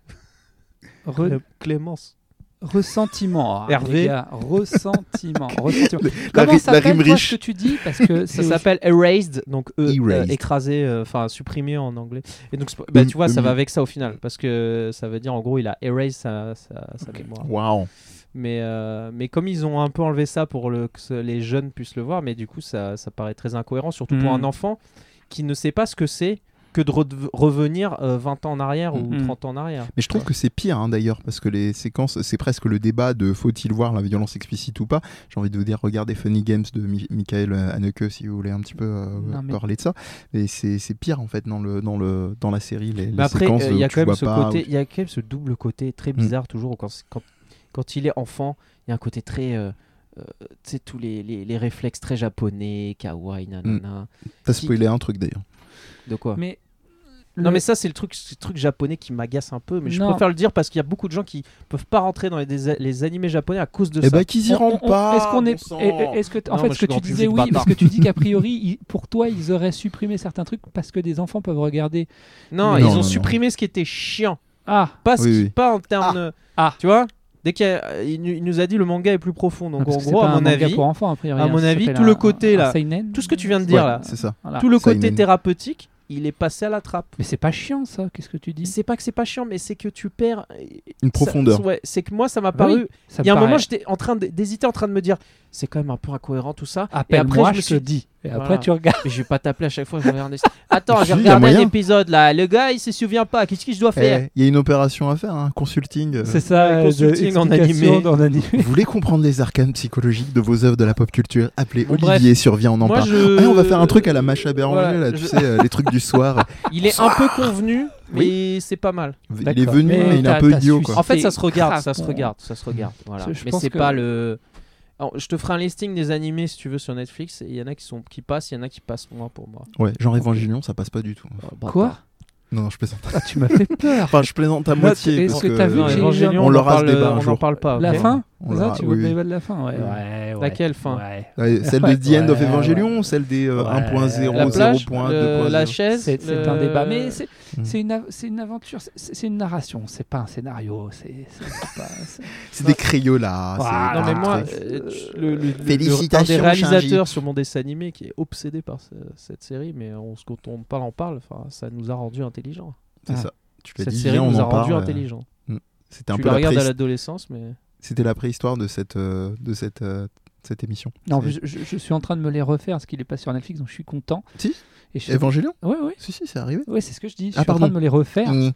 S1: Re-
S7: Clémence.
S1: ressentiment. Ah,
S3: Hervé.
S1: les gars, ressentiment. ressentiment.
S2: La,
S1: Comment
S2: ri- la
S1: s'appelle
S2: rime
S1: toi, ce
S2: riche.
S1: que tu dis Parce que
S3: Ça s'appelle erased, donc e, euh,
S2: Erased.
S3: écrasé, euh, enfin supprimé en anglais. Et donc c'est pas- bah,
S2: Hum,
S3: tu vois, ça
S2: hum.
S3: va avec ça au final, parce que ça veut dire en gros il a erased sa, sa, sa mémoire.
S2: Waouh.
S3: Mais euh, mais comme ils ont un peu enlevé ça pour le, que ce- les jeunes puissent le voir, mais du coup ça, ça paraît très incohérent, surtout pour
S1: Hum.
S3: un enfant qui ne sait pas ce que c'est que de re- revenir euh, 20 ans en arrière ou
S1: Hum.
S3: 30 ans en arrière.
S2: Mais je trouve que c'est pire hein, d'ailleurs, parce que les séquences, c'est presque le débat de faut-il voir la violence explicite ou pas. J'ai envie de vous dire, regardez Funny Games de Mi- Michael Haneke si vous voulez un petit peu euh,
S1: Non, mais-
S2: parler de ça. Et c'est c'est pire en fait dans, le, dans, le, dans la série, les, les
S3: Mais après,
S2: séquences
S3: euh,
S2: où
S3: il y a
S2: tu
S3: quand même
S2: vois
S3: ce
S2: pas, où
S3: côté,
S2: tu- Mm.
S3: il y a quand même ce double côté très bizarre toujours quand, quand, quand il est enfant, il y a un côté très euh, euh, tu sais tous les, les, les réflexes très japonais,
S2: Mm.
S3: kawaii, nanana.
S2: T'as spoilé un truc d'ailleurs.
S3: De quoi
S1: Mais.
S3: Non mais
S1: le-
S3: ça c'est le truc ce truc japonais qui m'agace un peu mais je
S1: Non.
S3: préfère le dire parce qu'il y a beaucoup de gens qui peuvent pas rentrer dans les, des- les animés japonais à cause de
S2: Eh
S3: ça.
S2: bah qu'ils y
S1: On- on-
S2: rentrent
S1: on-
S2: pas
S1: Est-ce qu'on
S2: bon
S1: est,
S2: sang.
S1: est- est-ce que
S3: Non,
S1: en fait
S3: moi,
S1: ce que tu
S3: je suis dans le
S1: disais
S3: public
S1: oui, parce
S3: bâtard.
S1: que tu dis qu'a priori, ils- pour toi, ils auraient supprimé certains trucs parce que des enfants peuvent regarder.
S3: Non,
S1: Non,
S3: ils
S2: non,
S3: ont
S2: non.
S3: supprimé ce qui était chiant
S1: Ah,
S3: pas ce
S2: Oui,
S3: qui-
S2: oui.
S3: pas en termes de-
S1: Ah.
S3: tu vois Dès qu'il y a- euh, il, nous- il nous a dit le manga est plus profond donc
S1: Ah, parce
S3: en
S1: que c'est
S3: gros
S1: pas
S3: à
S1: un
S3: mon
S1: manga
S3: avis
S1: pour enfants, a priori,
S3: à
S1: hein,
S3: mon
S1: ça
S3: avis,
S1: s'appelle
S3: tout le
S1: un-
S3: côté,
S1: un
S3: là,
S1: seinen.
S3: tout ce que tu viens de dire
S2: Ouais,
S3: là
S2: C'est Ah, ça.
S1: Voilà.
S3: tout le
S2: Seinen.
S3: côté thérapeutique, il est passé à la trappe.
S1: Mais c'est pas chiant ça, qu'est-ce que tu dis
S3: C'est pas que c'est pas chiant, mais c'est que tu perds. euh,
S2: Une profondeur.
S3: Ça- ouais, c'est que moi, ça m'a
S1: Bah oui,
S3: paru.
S1: Ça
S3: Il y a
S1: me
S3: un moment,
S1: paraît-
S3: j'étais en train d- d'hésiter, en train de me dire, c'est quand même un peu incohérent tout ça. Et après,
S1: appelle-moi, je,
S3: je me suis
S1: te dis. Et après,
S3: Voilà.
S1: tu regardes.
S3: Mais je vais pas t'appeler à chaque fois que je regarde. des- Attends,
S2: Si,
S3: j'ai
S2: y a
S3: regardé un
S2: moyen.
S3: épisode là. Le gars, il se souvient pas. Qu'est-ce que je dois
S2: Eh, Il
S3: faire
S2: y a une opération à faire, un consulting. euh,
S1: C'est ça,
S3: euh, consulting de- en explication animé.
S1: En animé.
S2: Vous voulez comprendre les arcanes psychologiques de vos œuvres de la pop culture Appelez
S3: Bon,
S2: Olivier, survient, on en
S3: Moi,
S2: parle.
S3: je-
S2: Eh, on va faire un truc à la Macha Béranger,
S3: Voilà,
S2: là, tu
S3: je-
S2: sais, euh, les trucs du soir.
S3: Il est un peu
S2: Ah.
S3: convenu, mais c'est pas mal.
S2: Il est
S1: D'accord.
S2: venu,
S1: Mais
S2: mais il est
S1: t'as-
S2: un peu
S1: t'as
S2: idiot,
S1: su-
S2: quoi.
S3: En fait,
S1: C'est
S3: ça se regarde,
S1: grave,
S3: ça se
S1: on-
S3: regarde, ça se regarde. Voilà.
S1: Je
S3: Mais
S1: pense
S3: c'est
S1: que-
S3: pas le. Alors, je te ferai un listing des animés si tu veux sur Netflix. et Il y en a qui sont qui passent, il y en a qui passent moins pour moi.
S2: Ouais, genre Évangélion, ça passe pas du tout.
S1: Quoi
S2: Non, non, je plaisante.
S1: Ah, Tu m'as fait peur.
S2: Enfin, je plaisante à
S1: Là,
S2: moitié.
S1: est-ce
S2: parce euh,
S1: que t'as vu
S3: Non,
S1: que j'ai-
S3: Evangelion,
S2: on
S3: on, en
S2: l'aura ce
S3: parle,
S2: débat un
S3: on en
S2: jour.
S3: parle pas.
S1: La
S3: ok
S1: fin
S2: On
S1: Ça,
S2: l'aura,
S1: tu veux
S2: oui,
S1: le
S2: oui.
S1: débat de la fin ouais. Ouais,
S3: Laquelle fin
S1: ouais.
S2: Ouais, Celle de The End of Evangelion, celle des euh,
S1: Ouais.
S2: 1.0,
S3: La plage,
S2: 0.2.
S3: le- la chaise,
S1: C'est c'est
S3: le-
S1: un débat, mais c'est
S3: hmm.
S2: Mm.
S1: c'est une, av- c'est une aventure, c'est- c'est une narration, c'est pas un scénario. c'est- c'est- c'est pas- c'est-
S2: C'est des crayolats.
S1: Ah,
S2: c'est-
S3: non mais
S1: ah,
S3: moi,
S2: c'est-
S3: euh, tu- le, le- le-
S2: Félicitations,
S3: un des réalisateurs sur mon dessin animé qui est obsédé par ce- cette série, mais on, se- quand on parle, on parle. Enfin, ça nous a rendu intelligents.
S2: C'est ça. Tu l'as
S3: ah. Cette
S2: dit,
S3: série
S2: viens, on
S3: nous a
S2: en
S3: rendu
S2: parle. euh,
S3: intelligents.
S2: C'était un
S3: tu
S2: peu
S3: la
S2: la
S3: regardes à
S2: préhistoire.
S3: l'adolescence, mais
S2: C'était la préhistoire de cette, euh, de cette, euh, de cette émission.
S1: Non,
S2: C'est-
S1: je, je- je suis en train de me les refaire parce qu'il est pas sur Netflix, donc je suis content.
S2: Si.
S1: Et je suis-
S2: Évangélion
S1: Ouais, ouais.
S2: Si, si, c'est arrivé.
S1: Ouais, c'est ce que je dis. Je
S2: Ah,
S1: suis en train
S2: pardon.
S1: de me les refaire.
S3: Euh,
S2: Mm.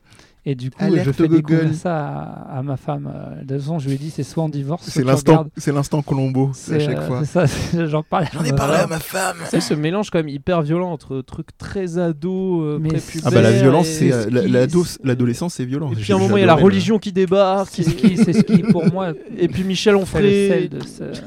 S1: Et du coup,
S2: Alerte
S1: je fais
S2: Google.
S1: découvrir ça à, à ma femme. Euh, De toute façon, je lui ai dit, c'est soit on divorce, soit
S2: C'est
S1: tu
S2: l'instant,
S1: regardes.
S2: c'est l'instant Colombo à
S1: C'est,
S2: chaque
S1: euh,
S2: fois.
S1: C'est ça, j'en parle.
S2: J'en ai parlé à ma femme.
S3: tu sais, ce mélange quand même hyper violent entre trucs très ado, euh,
S1: Mais
S3: prépubère
S2: Ah bah la
S3: et-
S2: violence,
S3: et
S2: c'est
S3: ce
S2: euh, la-
S3: qui-
S2: l'ado- l'adolescence, c'est violent.
S3: Et puis
S2: J'ai-
S3: à un moment, il y a la
S2: j'adorais,
S3: religion qui
S2: Ah,
S3: débarque.
S1: C'est ce qui, c'est ce qui, pour moi,
S3: Et puis Michel
S1: fait le
S3: Onfray.
S1: sel de ce-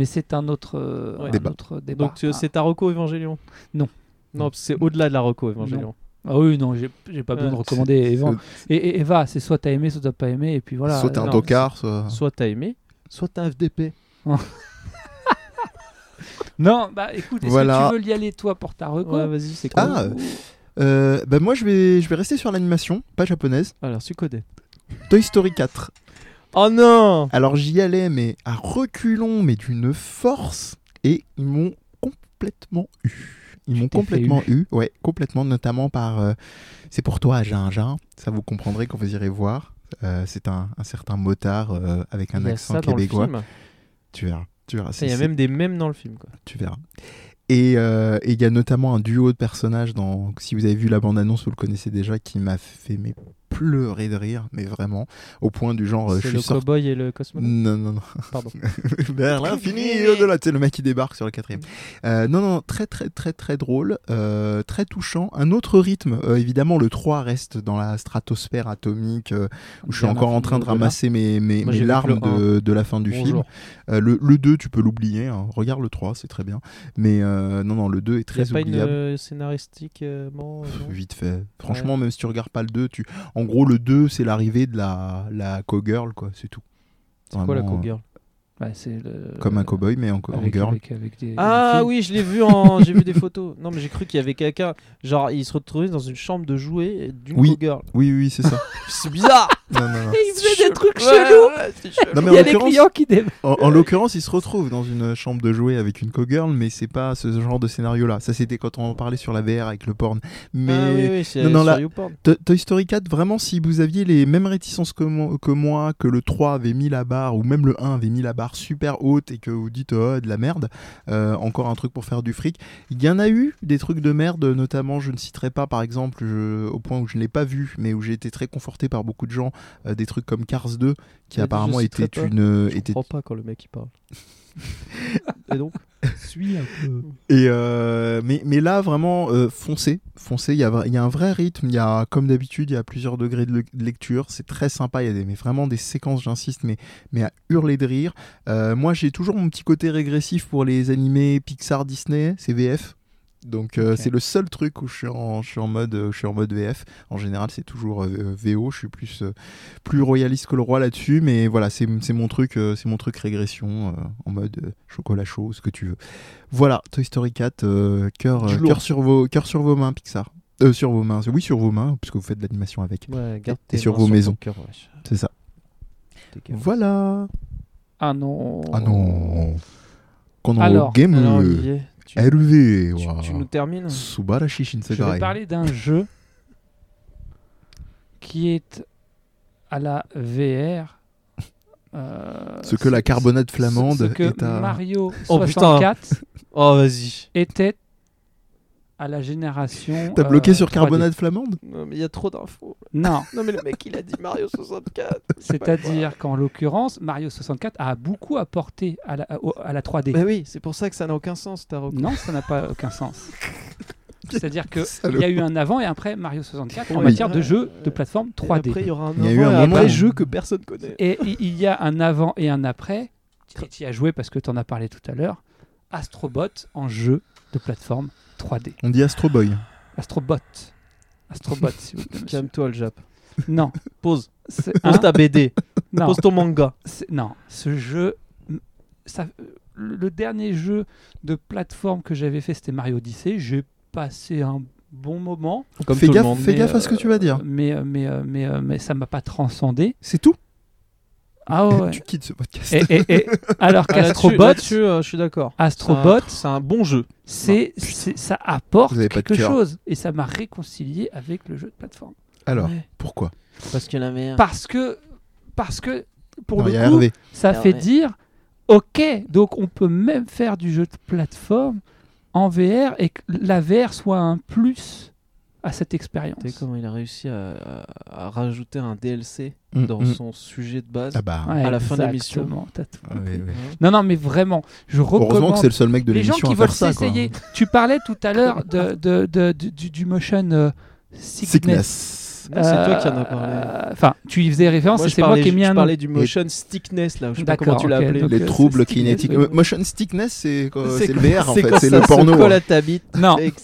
S1: Mais c'est un autre, euh,
S3: Ouais.
S1: un
S2: Débat.
S1: autre débat.
S3: Donc euh,
S1: Ah.
S3: c'est ta reco Évangélion
S1: Non.
S3: Non, c'est au-delà de la reco Évangélion.
S1: Ah oui, non, j'ai j'ai pas besoin de
S3: Ouais.
S1: recommander
S2: C'est-
S1: Eva.
S2: c'est-
S1: Et, et Eva, c'est soit t'as aimé, soit t'as pas aimé, et puis voilà.
S2: euh, soit t'es un
S1: Non,
S2: tocard, soit.
S3: Soit t'as aimé, soit t'as un FDP.
S1: Non, bah écoute, est-ce
S2: Voilà.
S1: que tu veux y aller toi pour ta reco
S3: Ouais, vas-y, c'est quoi
S2: Ah, euh, bah moi je vais, je vais rester sur l'animation, pas japonaise.
S3: Alors, Sucodé.
S2: Toy Story 4.
S3: Oh non
S2: Alors j'y allais, mais à reculons, mais d'une force, et ils m'ont complètement eu. Ils m'ont
S1: t'es fait
S2: complètement eu, ouais, complètement, notamment par. euh, c'est pour toi, Gingin. Ça vous comprendrez quand vous irez voir. Euh, c'est un, un certain motard euh, avec un
S3: Il y a
S2: accent
S3: ça dans le
S2: québécois.
S3: film.
S2: Tu verras. Tu verras.
S3: Il y a
S2: c'est-
S3: même des mêmes dans le film. Quoi.
S2: tu verras. Et euh, et il y a notamment un duo de personnages dans. Si vous avez vu la bande-annonce, vous le connaissez déjà, qui m'a fait mais, pleurer de rire, mais vraiment, au point du genre. euh, je
S3: c'est
S2: suis Mm,
S3: le
S2: sorti.
S3: cowboy et le cosmonaute.
S2: Non, non, non.
S3: Pardon.
S2: Berlin fini oh, au-delà. Tu sais, le mec qui débarque sur le quatrième.
S3: Mm.
S2: Euh, non, non, très, très, très, très drôle, euh, très touchant. Un autre rythme. Euh, évidemment, le 3 reste dans la stratosphère atomique euh, où je suis
S1: Bernard
S2: encore en train de
S1: Fini
S2: ramasser mes, mes,
S3: Moi,
S2: mes
S3: j'ai vu
S2: larmes
S3: que le
S2: de, de la fin du film.
S3: Bonjour.
S2: Euh, le, le 2, tu peux l'oublier. hein. Regarde le 3, c'est très bien. Mais euh, non, non, le 2 est
S3: Il n'y
S2: très
S3: a pas une
S2: oubliable.
S3: euh, scénaristique. euh, bon, euh,
S2: Pff,
S3: non
S2: Vite fait. Franchement, même si tu regardes pas le 2, tu... en gros, le 2, c'est l'arrivée de la, la co-girl, quoi. C'est tout.
S3: C'est quoi la
S2: Vraiment,
S3: cowgirl
S1: Ouais, c'est le-
S2: euh, Comme un cowboy, mais en, co- en
S1: avec,
S2: girl.
S1: avec- avec des-
S3: Ah
S1: des filles.
S3: oui, je l'ai vu en. J'ai vu des photos. Non, mais j'ai cru qu'il y avait quelqu'un. Genre, il se retrouvait dans une chambre de jouets d'une
S2: Oui.
S3: cowgirl.
S2: Oui, oui, c'est ça.
S3: C'est bizarre
S2: non, non, non.
S9: Il faisait des trucs
S3: Ouais,
S9: chelous.
S3: ouais, c'est chelou.
S2: Non, mais
S1: Il y
S2: en
S1: a des
S2: l'occurrence-
S1: clients qui débarquent.
S2: En, en l'occurrence, il se retrouve dans une chambre de jouer avec une co-girl, mais c'est pas ce genre de scénario-là. Ça, c'était quand on en parlait sur la VR avec le porn. Mais
S3: Ah oui, oui, c'est
S2: Non, non,
S3: sur
S2: là-
S3: YouPorn.
S2: To- Toy Story 4, vraiment, si vous aviez les mêmes réticences que, mo- que moi, que le 3 avait mis la barre, ou même le 1 avait mis la barre super haute et que vous dites oh, de la merde, euh, encore un truc pour faire du fric, il y en a eu des trucs de merde, notamment, je ne citerai pas par exemple, je- au point où je ne l'ai pas vu, mais où j'ai été très conforté par beaucoup de gens, euh, des trucs comme Cars 2, qui
S3: Mais
S2: apparemment
S3: je
S2: était
S3: citerai pas.
S2: une.
S3: Je
S2: était-
S3: comprends pas quand le mec il parle. Et donc
S1: Suis un peu.
S2: Et euh, mais, mais là, vraiment, euh, foncez. Foncez, il y a, vra- il y a un vrai rythme. Il y a, comme d'habitude, il y a plusieurs degrés de, le- de lecture. C'est très sympa. Il y a des, mais vraiment des séquences, j'insiste, mais, mais à hurler de rire. Euh, moi, j'ai toujours mon petit côté régressif pour les animés Pixar, Disney, c'est VF. Donc euh,
S1: Ok.
S2: c'est le seul truc où je suis en, je suis en mode euh, je suis en mode VF. En général c'est toujours euh, VO. Je suis plus euh, plus royaliste que le roi là-dessus, mais voilà c'est c'est mon truc euh, c'est mon truc régression euh, en mode euh, chocolat chaud ce que tu veux. Voilà, Toy Story 4, euh, cœur, euh,
S3: Du lourd.
S2: cœur sur vos, cœur sur vos mains, Pixar. Euh, sur vos mains, oui, sur vos mains, puisque vous faites de l'animation avec.
S3: ouais, garde
S2: Et
S3: tes
S2: sur
S3: mains
S2: vos
S3: ton
S2: maisons.
S3: cœur, wesh.
S2: C'est ça.
S3: T'es gamin.
S2: Voilà.
S1: Ah non.
S2: Ah non. Qu'on
S1: Alors,
S2: en game.
S3: Alors,
S2: euh,
S3: Olivier, tu,
S2: RV.
S3: tu- tu nous
S2: waouh.
S3: termines
S2: Subarashi
S1: Hmm. Je vais
S2: Shinsegarai.
S1: parler d'un jeu qui est à la VR. euh,
S2: Ce que la
S1: c'est-
S2: carbonate
S1: ce- ce
S2: flamande
S1: que
S2: est à.
S1: Mario
S3: Oh, putain.
S1: 64
S3: Oh vas-y.
S1: était à la génération.
S2: T'as
S1: euh,
S2: bloqué sur
S1: 3D.
S2: carbonate flamande
S3: Non mais il y a trop d'infos.
S1: Non,
S3: Non mais le mec il a dit Mario 64.
S1: c'est-à-dire qu'en l'occurrence, Mario 64 a beaucoup apporté à la, au- à la 3D.
S7: Bah oui, c'est pour ça que ça n'a aucun sens, ta reco.
S1: Non, ça n'a pas aucun sens. C'est-à-dire qu'il y a eu un avant et un après Mario 64 en
S7: Oui.
S1: matière de jeux de plateforme
S7: Et
S1: 3D.
S7: Après, il y aura un,
S2: Il y a eu
S7: avant
S2: un
S7: et
S2: moment-
S7: après jeu que personne connaît.
S1: Et i- il y a un avant et un après. Tu y as joué parce que tu en as parlé tout à l'heure. Astrobot en jeu de plateforme 3D.
S2: On dit Astro Boy.
S1: Astrobot. Astrobot, s'il vous plaît. monsieur.
S3: Calme-toi le Jap.
S1: Non.
S3: Pose.
S1: c'est un-
S3: Pose ta BD.
S1: non,
S3: Pose ton manga.
S1: c'est- non. Ce jeu. m- ça- le dernier jeu de plateforme que j'avais fait, c'était Mario Odyssey. J'ai passé un bon moment.
S3: Comme
S2: Fais
S3: tout le
S2: gaffe,
S3: monde.
S2: fais
S1: mais,
S2: gaffe à ce que tu vas dire.
S1: Mais, euh, mais, euh, mais, euh, mais ça m'a pas transcendé.
S2: C'est tout
S1: Ah ouais.
S2: Tu quittes ce podcast.
S1: et, et- et- alors
S3: Ah, là-dessus-
S1: qu'Astrobot,
S3: là-dessus, euh, je suis d'accord.
S1: Astrobot,
S3: C'est un- c'est un bon jeu.
S1: c'est, c'est- ça apporte
S2: Vous avez pas de
S1: quelque
S2: cœur.
S1: chose et ça m'a réconcilié avec le jeu de plateforme.
S2: Alors,
S3: Ouais.
S2: pourquoi
S3: Parce qu'il avait
S1: Parce que, parce que pour
S2: Non, il y a
S1: le coup,
S2: Hervé.
S1: ça
S3: Ah
S1: fait
S3: ouais.
S1: dire, ok, donc on peut même faire du jeu de plateforme en VR et que la VR soit un plus à cette expérience.
S3: Tu sais comment il a réussi à, à- à rajouter un DLC
S2: Mm,
S3: dans
S2: mm.
S3: son sujet de base
S2: Ah bah.
S1: Ouais,
S3: à la fin de l'émission.
S1: exactement, t'as tout
S2: ouais,
S1: compris.
S2: ouais.
S1: Non, non, mais vraiment, je
S2: Heureusement que
S1: recommande
S2: c'est le seul mec de
S1: les gens
S2: l'émission
S1: qui
S2: à
S1: veulent
S2: faire ça. quoi.
S1: s'essayer. tu parlais tout à l'heure de, de- de- du- du, du motion euh, sickness.
S2: Sickness.
S3: Euh, Non, c'est toi qui en as
S1: as
S3: parlé.
S1: Euh, Enfin, tu y faisais référence
S3: Moi,
S1: et
S3: je
S1: c'est moi
S3: parlais,
S1: qui ai mis
S3: je
S1: un nom.
S3: parlais du motion stickness là, je sais pas
S1: D'accord,
S3: comment tu l'as
S1: ok,
S3: appelé.
S1: donc,
S2: Les
S1: euh,
S2: troubles
S1: c'est stickness,
S2: kinétiques.
S1: oui.
S2: Euh, Motion sickness, c'est quoi
S3: C'est
S2: C'est le VR en
S3: c'est
S2: fait,
S3: quand
S2: c'est le
S3: ça se
S2: porno. hein.
S3: colle à ta bite.
S1: Non,
S3: Mec,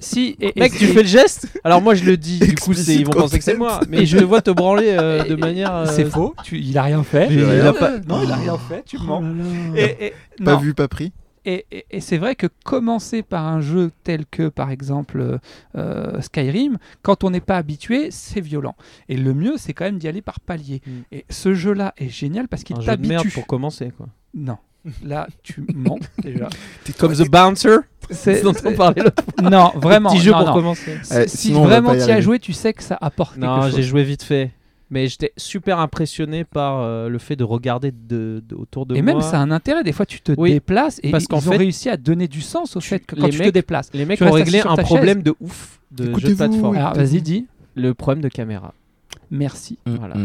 S1: si. et- et-
S3: mec, tu
S1: et-
S3: fais le geste Alors moi je le dis, du coup c'est- ils vont
S2: Explicit
S3: penser que c'est
S2: content.
S3: moi, mais je te vois te branler euh, de manière euh,
S1: C'est faux, tu- il a rien fait.
S3: Mais il a pas-
S1: Non, il a rien fait, tu
S3: Oh
S1: mens. Et, et-
S2: Pas
S1: non.
S2: vu, pas pris.
S1: Et, et- et c'est vrai que commencer par un jeu tel que, par exemple, euh, euh, Skyrim, quand on n'est pas habitué, c'est violent. Et le mieux, c'est quand même d'y aller par palier.
S3: Mm.
S1: Et ce jeu-là est génial parce qu'il
S3: un jeu de
S1: t'habitue.
S3: merde pour commencer quoi.
S1: Non. Là, tu mens déjà.
S3: Comme The Bouncer,
S1: C'est-
S3: dont on parlait l'autre
S1: Non, vraiment.
S3: petit jeu
S1: non,
S3: pour
S1: non.
S3: commencer.
S1: Si-
S2: Eh,
S1: si
S2: sinon, on va
S1: vraiment
S2: pas
S1: tu
S2: y
S1: y as
S2: arriver.
S1: joué, tu sais que ça apporte
S3: Non,
S1: quelque
S3: j'ai
S1: chose.
S3: joué vite fait. Mais j'étais super impressionné par euh, le fait de regarder de, de- autour de
S1: Et
S3: moi.
S1: même ça a un intérêt, des fois tu te
S3: Oui.
S1: déplaces et
S3: Parce
S1: ils
S3: qu'en
S1: ont
S3: fait,
S1: réussi à donner du sens au fait que quand
S3: les
S1: tu te
S3: mecs-
S1: déplaces.
S3: Les mecs
S1: Tu
S3: ont
S1: restes
S3: réglé
S1: assis sur
S3: un
S1: ta
S3: problème
S1: chaise.
S3: de ouf de jeu de
S2: Écoutez-vous,
S3: plateforme.
S1: Alors Ah, vas-y dis,
S3: Le problème de caméra.
S1: merci.
S2: Mm,
S3: Voilà.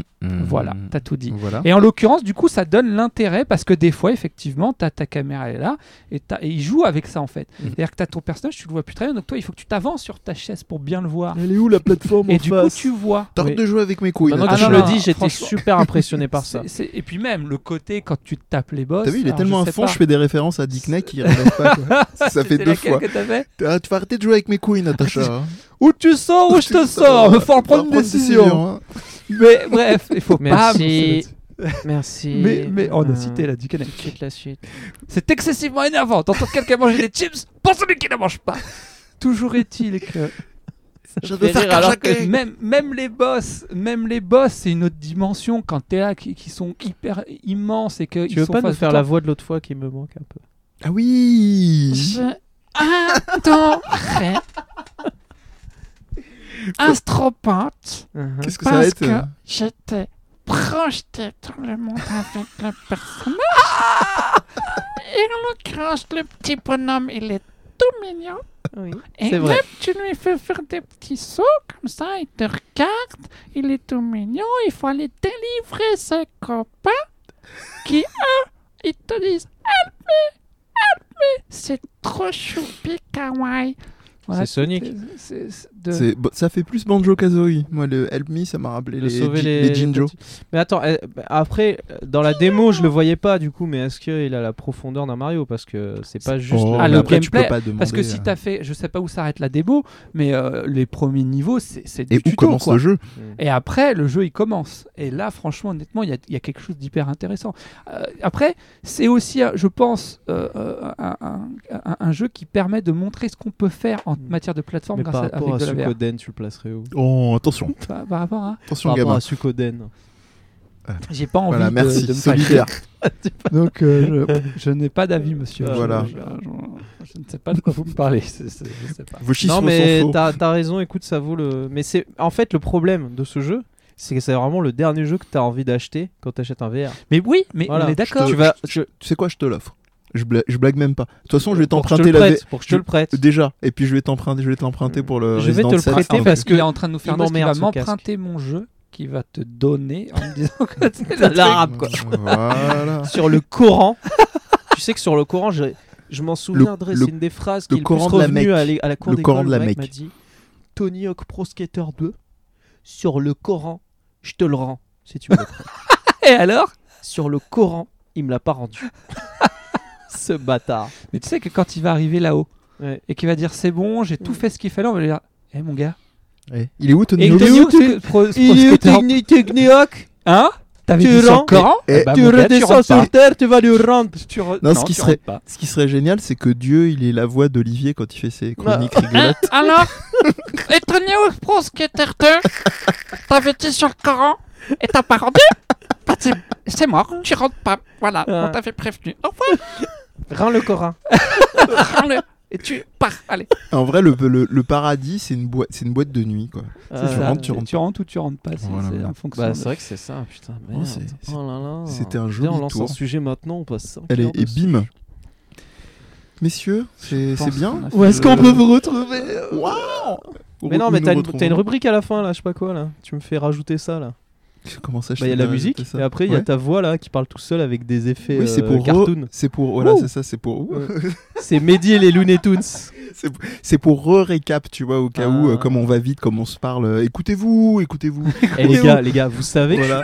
S1: Voilà, t'as tout
S3: Mmh.
S1: dit.
S2: Voilà.
S1: Et en l'occurrence, du coup, ça donne l'intérêt parce que des fois, effectivement, t'as ta caméra elle est là et, t'as- et il joue avec ça en fait.
S3: Mmh.
S1: C'est-à-dire que t'as ton personnage, tu le vois plus très bien, donc toi, il faut que tu t'avances sur ta chaise pour bien le voir.
S7: Elle est où la plateforme
S1: Et
S7: en
S1: du coup,
S7: face
S1: tu vois.
S2: T'arrêtes
S3: Oui.
S2: de jouer avec mes couilles.
S3: Maintenant
S1: Ah
S3: que
S2: Natacha.
S3: je
S1: non,
S3: le
S1: non,
S3: dis, j'étais
S1: franchement.
S3: super impressionné par ça.
S1: C'est- c'est- Et puis même le côté quand tu tapes les boss.
S2: T'as vu, il est
S1: alors,
S2: tellement
S1: Ah, je
S2: à
S1: sais
S2: fond,
S1: pas.
S2: je fais des références à Dick Nack qui relève pas. quoi. Ça fait
S1: C'était
S2: deux
S1: laquelle
S2: fois.
S1: que t'avais
S2: Ah, tu vas arrêter de jouer avec mes couilles, Natacha. hein.
S1: Ou tu sors ou je te sors, il faut en prendre une décision.
S2: hein.
S1: Mais bref, il faut pas.
S3: Merci. euh, Merci.
S1: Mais, mais oh, on a cité
S3: la
S1: la Ducanac.
S3: suite, la suite.
S1: C'est excessivement énervant d'entendre quelqu'un manger des chips pour celui qui ne mange pas. Toujours est-il que
S2: Je veux
S3: fait
S2: faire
S3: rire alors
S2: craquer.
S1: même, même les boss, même les boss, c'est une autre dimension quand t'es là, qui, qui sont hyper immenses et que
S3: Tu
S1: ils
S3: veux
S1: sont
S3: pas nous
S1: face
S3: faire
S1: à toi.
S3: la voix de l'autre fois qui me manque un peu
S2: Ah oui
S1: Je adorerais Astropente
S2: Qu'est-ce que ça va
S1: parce
S2: être
S1: que
S2: euh
S1: j'étais projeté dans le monde avec le personnage.
S2: Ah!
S1: Et en l'occurrence, le petit bonhomme, il est tout mignon.
S3: Oui.
S1: Et
S3: C'est vrai.
S1: même tu lui fais faire des petits sauts comme ça, il te regarde, il est tout mignon, il faut aller délivrer ses copains qui, eux, ils te disent Help me, help me, c'est trop choupi kawaii. Voilà,
S3: C'est Sonic.
S1: c'est- c'est- c'est de-
S2: C'est- bon, ça fait plus Banjo Kazooie. Moi, le Help Me, ça m'a rappelé
S3: de
S2: les,
S3: sauver
S2: Gi-
S3: les,
S2: les
S3: les
S2: Jinjo.
S3: petits. Mais attends, euh, bah, après, euh, dans la démo, je le voyais pas du coup, mais est-ce qu'il a la profondeur d'un Mario Parce que c'est pas juste.
S2: Oh,
S3: le-
S1: Ah,
S2: mais
S1: le
S2: après, tu peux
S1: gameplay,
S2: pas demander,
S1: Parce que si
S2: euh,
S1: t'as fait, je sais pas où s'arrête la démo, mais euh, les premiers niveaux, c'est c'est du
S2: Et où
S1: tuto,
S2: commence
S1: quoi.
S2: le jeu
S1: Et après, le jeu, il commence. Et là, franchement, honnêtement, il y a, il y a quelque chose d'hyper intéressant. Euh, après, c'est aussi, euh, je pense, euh, euh, un, un- un- un jeu qui permet de montrer ce qu'on peut faire en matière de plateforme
S3: Mais
S1: grâce
S3: par
S1: à, avec
S3: rapport à
S1: de la VR.
S3: Sukoden, tu le placerais où
S2: Oh, attention,
S1: Par, par rapport à...
S2: attention,
S3: Par rapport
S2: gamin.
S3: à Sukoden.
S1: J'ai pas envie
S2: Voilà,
S1: de,
S2: merci,
S1: de me fâcher.
S2: solidaire.
S1: Donc, euh, je, je n'ai pas d'avis, monsieur. Je-
S2: Voilà.
S1: Euh, Je, je- je ne sais pas de quoi vous me parlez. C'est- c'est- je sais pas.
S2: Vos chiffres
S3: Non, mais
S2: sont faux.
S3: t'as t'as raison, écoute, ça vaut le. Mais c'est en fait le problème de ce jeu. C'est que c'est vraiment le dernier jeu que t'as envie d'acheter quand t'achètes un VR.
S1: Mais oui, mais
S3: Voilà.
S1: on est d'accord.
S2: Je
S3: Tu
S2: te-
S3: vas,
S2: je- Tu sais quoi, je te l'offre. Je, bla- je blague même pas. De toute façon, je vais
S3: pour que je te
S2: t'emprunter
S3: le
S2: la V-
S3: prête, pour que je te le prête.
S2: Déjà, et puis je vais t'emprunter, je vais te l'emprunter pour le.
S3: Je vais te
S2: Resident
S3: le
S2: 7.
S3: prêter
S2: Ah,
S3: parce
S1: Il est
S3: que
S1: en train de nous faire
S3: il
S1: dire qu'il va
S3: m'emmerde, son casque.
S1: m'emprunter mon jeu qui va te donner en me disant que c'est le truc.
S3: l'arabe quoi.
S2: Voilà.
S3: sur le Coran. tu sais que sur le Coran, je, je m'en souviendrai.
S2: le-
S3: C'est une des phrases
S2: le
S3: qui est le plus
S2: Coran de la
S3: revenue
S2: Mecque.
S3: à, l'é- à la cour
S2: Le Coran
S3: d'école.
S2: de la
S3: Le mec
S2: Mecque.
S3: m'a dit Tony Hawk Pro Skater 2, sur le Coran, je te le rends. Si tu me le prends.
S1: Et alors
S3: sur le Coran, il me l'a pas rendu. Ce bâtard.
S1: Mais tu sais que quand il va arriver là-haut
S3: Ouais.
S1: et qu'il va dire c'est bon, j'ai tout fait ce qu'il fallait, on va lui dire Eh mon gars.
S2: Eh, Il est où Tony
S1: Et
S2: Hawk
S1: Tony Hawk, ce que- pro- pro skater-
S3: Tony Hawk,
S1: Hein T'avais
S3: Tu
S1: dit sur
S3: rends-
S1: le Coran
S2: Eh,
S1: Eh bah, mon gars, rentres pas.
S3: terre, tu vas lui rendre.
S1: Tu re-
S2: Non, ce qui
S1: tu
S2: serait-
S1: rentres pas.
S2: Ce qui serait génial, c'est que Dieu, il est la voix d'Olivier quand il fait ses chroniques rigolotes.
S9: Hein, Alors Et Tony Hawk Pro Skater 2 T'avais dit sur le Coran Et t'as pas rendu Bah, c'est- C'est mort, tu rentres pas. Voilà,
S3: Ah.
S9: on t'avait prévenu. Au
S3: Rends le Coran.
S9: revoir, rends-le. Et tu pars, allez.
S2: En vrai, le, le- le paradis, c'est une, boîte- c'est une boîte de nuit, quoi.
S1: C'est
S3: Euh,
S2: Ah, Tu
S1: ça.
S2: rentres, tu rentres
S1: Euh, Tu rentres ou tu rentres pas. c'est-
S2: Voilà.
S1: C'est en fonction.
S3: Bah,
S1: de-
S3: c'est vrai que c'est ça, putain.
S2: Ouais,
S3: Merde.
S2: c'est- c'est-
S3: Oh là là.
S2: c'était un
S3: Putain,
S2: joli
S3: On lance
S2: tour.
S3: un sujet maintenant, on passe cinq
S2: Allez,
S3: heures
S2: et
S3: dessus.
S2: bim Messieurs, c'est
S1: Je
S2: c'est
S1: pense
S2: bien
S1: qu'on a fait
S2: Où est-ce
S1: le-
S2: qu'on peut vous retrouver Waouh
S3: Mais non,
S2: Où
S3: mais
S2: nous
S3: t'as une,
S2: retrouvons
S3: t'as une rubrique à la fin là, je sais pas quoi là. Tu me fais rajouter ça là.
S2: Comment ça je
S3: Bah, il y a
S2: sais
S3: la
S2: pas,
S3: musique,
S2: c'était ça.
S3: et après il y a
S2: Ouais.
S3: ta voix là qui parle tout seul avec des effets
S2: Oui, c'est
S3: euh,
S2: pour re-
S3: cartoon.
S2: C'est pour. Voilà,
S3: Ouh.
S2: c'est ça, c'est pour.
S3: Ouais. c'est Mehdi et les Looney Tunes.
S2: C'est pour re-récap, tu vois, au cas où,
S3: Ah.
S2: euh, comme on va vite, comme on se parle. euh, Écoutez-vous, écoutez-vous.
S3: Eh les gars, les gars, vous savez.
S2: voilà.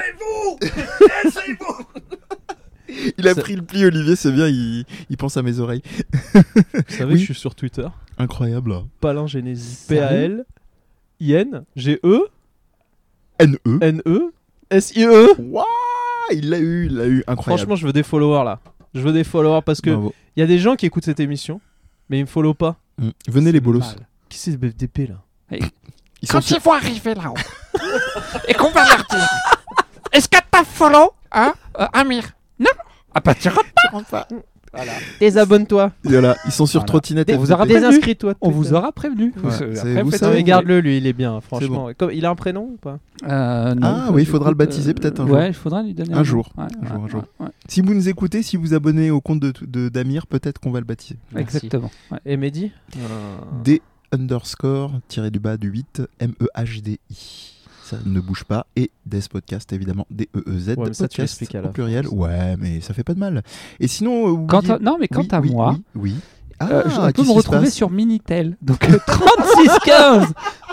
S2: Il a
S3: Ça-
S2: pris le pli, Olivier, c'est bien, il, il pense à mes oreilles.
S3: Vous
S2: Oui.
S3: savez que je suis sur Twitter.
S2: Incroyable.
S3: Palingénésie.
S1: Sérieux
S3: P-A-L. I-N. G-E.
S2: NE.
S3: N-E. S-I-E.
S2: Waouh, E. il l'a eu, il l'a eu. Incroyable.
S3: E. Franchement, je veux des followers là. Je veux des followers parce que
S2: Bravo.
S3: il y a des gens qui écoutent cette émission, mais ils me follow pas.
S2: Mm. Venez les bolos.
S1: Mal.
S3: Qui c'est ce BFDP là
S2: Ils sont
S9: Quand ils vont arriver là-haut, et qu'on va leur dire Est-ce que t'as follow, hein, euh, Amir
S1: Ah, bah, tu rentres.
S2: Enfin,
S3: Désabonne-toi.
S2: Voilà, ils sont sur
S1: Voilà.
S2: trottinette.
S1: On
S2: à
S1: vous aura
S2: côté.
S1: prévenu.
S3: Désinscris-toi.
S1: On vous aura prévenu.
S2: Ouais,
S1: Vous-
S2: c'est-
S1: après, euh,
S2: vous
S1: faites-
S2: savez.
S3: Regarde-le, lui, il est bien,
S2: bon.
S3: franchement. Comme- il a un prénom ou pas
S1: Euh, non,
S2: Ah
S1: faut-
S2: oui, il faudra le
S1: écoute,
S2: baptiser
S1: euh,
S2: peut-être un
S1: Ouais, il faudra lui donner
S2: Un
S1: un,
S2: jour.
S1: Ouais,
S2: Un jour,
S1: ouais,
S2: un jour.
S1: ouais, ouais.
S2: Si vous nous écoutez, si vous abonnez au compte de, de- d'Amir, peut-être qu'on va le baptiser.
S3: Merci.
S1: Exactement. ouais.
S3: Et Mehdi Euh,
S2: D underscore tiré du bas du 8 M E H D I. Ça ne bouge pas. Et Des Podcast évidemment D E E Z
S3: Ouais, mais ça, tu
S2: podcast
S3: l'expliques à la
S2: au
S3: fin.
S2: pluriel. Ouais, mais ça fait pas de mal. Et sinon, euh,
S1: Quant
S2: oubliez-
S1: à- Non, mais quant
S2: oui,
S1: à
S2: oui,
S1: moi,
S2: oui. oui.
S1: euh,
S2: Ah,
S1: je- on peut
S2: qu'est-ce
S1: me
S2: qui se
S1: retrouver
S2: passe
S1: sur Minitel. Donc euh, 3615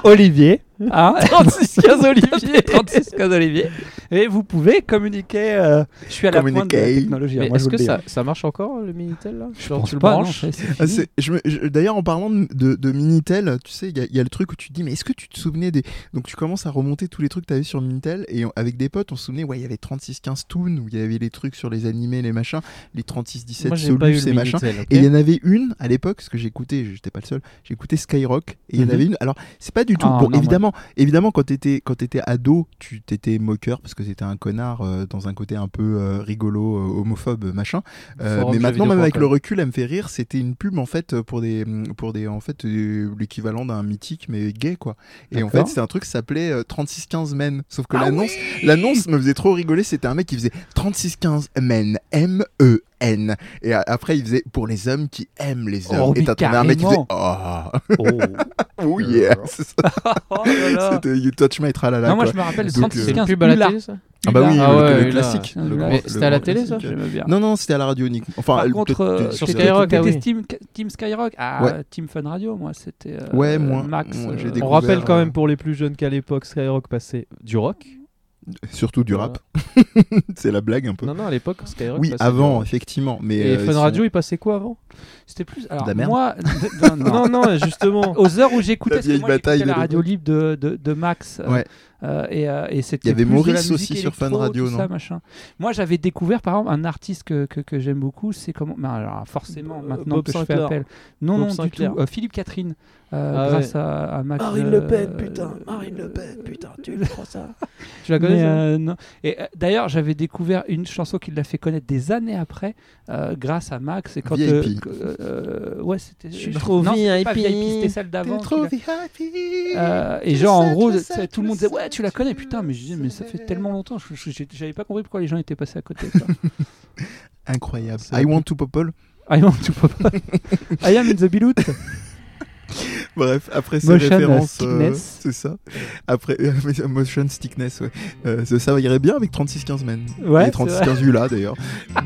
S1: Olivier. Hein
S3: 3615 Olivier.
S1: 3615 Olivier. Et vous pouvez communiquer. euh, je suis à la pointe de la
S2: Communiquer.
S1: technologie. hein,
S3: Mais
S1: moi, je
S3: est-ce
S1: vous le
S3: que
S1: dis,
S3: ça,
S1: hein.
S3: ça marche encore le Minitel là
S1: Je
S3: Genre,
S1: pense
S3: tu le
S1: pas. non,
S3: branches
S1: ça, c'est
S2: Ah,
S1: fini.
S2: c'est- je me- je- D'ailleurs, en parlant de, de- de Minitel, tu sais, il y, a- il y a le truc où tu te dis, mais est-ce que tu te souvenais des. Donc, tu commences à remonter tous les trucs que tu avais sur Minitel, et on- avec des potes, on se souvenait, ouais, il y avait 36-15 Toon, où il y avait les trucs sur les animés, les machins, les 36-17
S3: Moi j'ai pas eu
S2: Solus,
S3: le
S2: et machins.
S3: Minitel. ok
S2: Et il y en avait une à l'époque, parce que j'écoutais, j'étais pas le seul, j'écoutais Skyrock, et il y en
S3: Mhm.
S2: avait une. Alors, c'est pas du tout.
S1: Ah,
S2: bon,
S1: non, moi-
S2: évidemment, évidemment quand t'étais quand t'étais ado, tu t'étais moqueur, parce que t'étais un connard euh, dans un côté un peu euh, rigolo, euh, homophobe, machin. Euh,
S3: Forum
S2: mais
S3: jeux
S2: maintenant,
S3: vidéo
S2: même avec
S3: point
S2: le
S3: com.
S2: recul, elle me fait rire. C'était une pub en fait euh, pour des pour des en fait euh, l'équivalent d'un mythique mais gay quoi. Et en fait,
S1: D'accord.
S2: c'était un truc qui s'appelait euh, 3615 men. Sauf
S3: Ah
S2: que l'annonce l'annonce me faisait trop rigoler. C'était un mec qui faisait 3615 men M E N. Et a- après, il faisait pour les hommes qui aiment les hommes.
S1: Oh,
S2: Et
S1: mais
S2: t'as trouvé un mec qui faisait
S1: carrément.
S2: oh,
S1: Oh.
S2: oh yeah. C'est ça.
S1: Oh là là.
S2: C'était You Touch My Tralala.
S1: Non, moi
S2: quoi.
S1: je me rappelle
S2: Donc, euh,
S1: 36
S3: C'est une
S1: 15
S3: pub à la
S1: Hula.
S3: télé ça
S2: Ah bah oui,
S1: Hula.
S3: Ah
S2: le-
S3: ouais,
S2: le,
S3: Hula.
S2: classique.
S1: Ah,
S2: le
S1: Hula.
S2: grand-
S1: Mais
S2: le
S3: c'était à la
S2: grand-
S3: télé, ça
S2: classique.
S1: J'aimais bien.
S2: Non, non, c'était à la radio unique. Enfin,
S1: Par
S2: le-
S1: contre,
S2: peut-être-
S1: euh,
S2: peut-être
S3: sur
S1: t'étais-
S3: Skyrock, ah
S1: t'étais
S3: oui.
S1: Team, team Skyrock, ah,
S2: Ouais.
S1: Team Fun Radio, moi c'était euh,
S2: Ouais, moins.
S1: Max.
S2: Moi, j'ai
S1: euh,
S2: découvert-
S3: On rappelle quand
S2: euh,
S3: même pour les plus jeunes qu'à l'époque Skyrock passait du rock.
S2: Surtout du rap. C'est la blague un peu.
S3: Non non à l'époque Skyrock.
S2: Oui,
S3: passait du
S2: avant,
S3: rock.
S2: effectivement. Mais
S3: Et
S2: euh,
S3: Fun
S2: sinon-
S3: Radio il passait quoi avant
S1: C'était plus. Alors,
S2: la merde.
S1: moi, non, non,
S3: Non non justement.
S1: aux heures où
S2: La
S1: j'écoutais parce que
S2: vieille
S1: moi, j'écoutais
S2: bataille de
S1: la
S2: l'époque.
S1: radio libre de, de, de Max euh,
S2: Ouais.
S1: euh, et, euh, et c'était
S2: Il y avait
S1: plus de la
S2: Maurice
S1: musique
S2: aussi sur Fun
S1: électro,
S2: Radio,
S1: tout ça,
S2: non
S1: machin. moi j'avais découvert par exemple un artiste que, que, que j'aime beaucoup c'est comment ben, alors, forcément
S3: Bob
S1: maintenant que je fais
S3: Sinclair.
S1: appel non
S3: Bob
S1: non
S3: Sinclair.
S1: du tout euh, Philippe Catherine euh,
S3: Ah ouais.
S1: grâce à, à Max
S7: Marine
S1: euh,
S7: Le Pen, putain.
S1: euh,
S7: Marine Le Pen, putain. Tu le prends ça.
S3: Tu la
S1: Mais,
S3: connais ça
S1: euh, non. Et euh, d'ailleurs, j'avais découvert une chanson qui l'a fait connaître des années après, euh, grâce à Max. Et quand, euh,
S2: VIP.
S1: que- euh, ouais, c'était. Je
S3: suis trop
S1: C'était pas
S3: VIP.
S1: VIP, c'était celle d'avant. qui l'a-
S2: VIP.
S3: Ah.
S1: Euh, et
S2: Tu
S1: genre,
S2: le
S1: en
S2: sais,
S1: gros,
S2: tu le
S1: tu sais,
S2: sais,
S1: tout
S2: tu
S1: le monde
S2: le
S1: disait ouais,
S2: sais,
S1: tu la connais,
S2: tu
S1: putain.
S2: le
S1: Mais je disais mais ça
S2: sais.
S1: fait tellement longtemps, je- je- j'ai- j'avais pas compris pourquoi les gens étaient passés à côté. quoi.
S2: Incroyable.
S1: C'est
S2: I
S1: un
S2: want to popol.
S1: I am to pop- I am in the bilout.
S2: Bref, après ces
S1: Motion
S2: références. euh,
S1: sickness.
S2: C'est ça. Après, euh, motion stickness, ouais. Euh, ça, ça irait bien avec 36-15 men.
S1: Ouais,
S2: Et
S1: c'est
S2: 36-15 là d'ailleurs.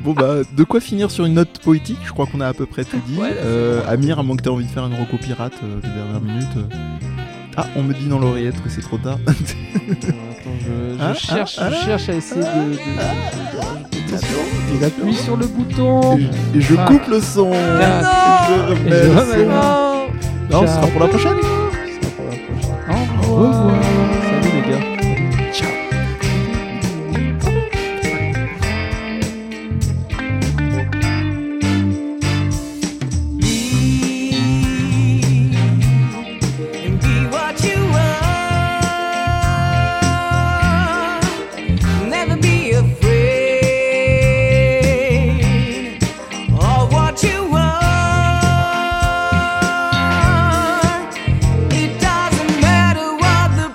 S2: bon, bah, de quoi finir sur une note poétique Je crois qu'on a à peu près tout dit.
S1: Ouais, là, c'est
S2: Euh, Amir, à moins que t'aies envie de faire une reco pirate euh, les dernières minutes. euh. Ah, on me dit dans l'oreillette que c'est trop tard.
S3: Attends, je, je
S1: Hein
S2: Ah,
S3: cherche,
S2: ah,
S3: je
S2: ah,
S3: cherche à essayer de.
S2: J'appuie
S3: Appuie sur le bouton.
S2: Et je
S1: Ah.
S2: coupe le son. Et je remets
S1: Et je
S2: le
S1: remets.
S2: son. Non, ce sera pour la prochaine.
S1: Au revoir.
S3: Salut les gars.
S11: and be what you are. Never be afraid of what you are. It doesn't matter what the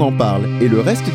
S2: en parle et le reste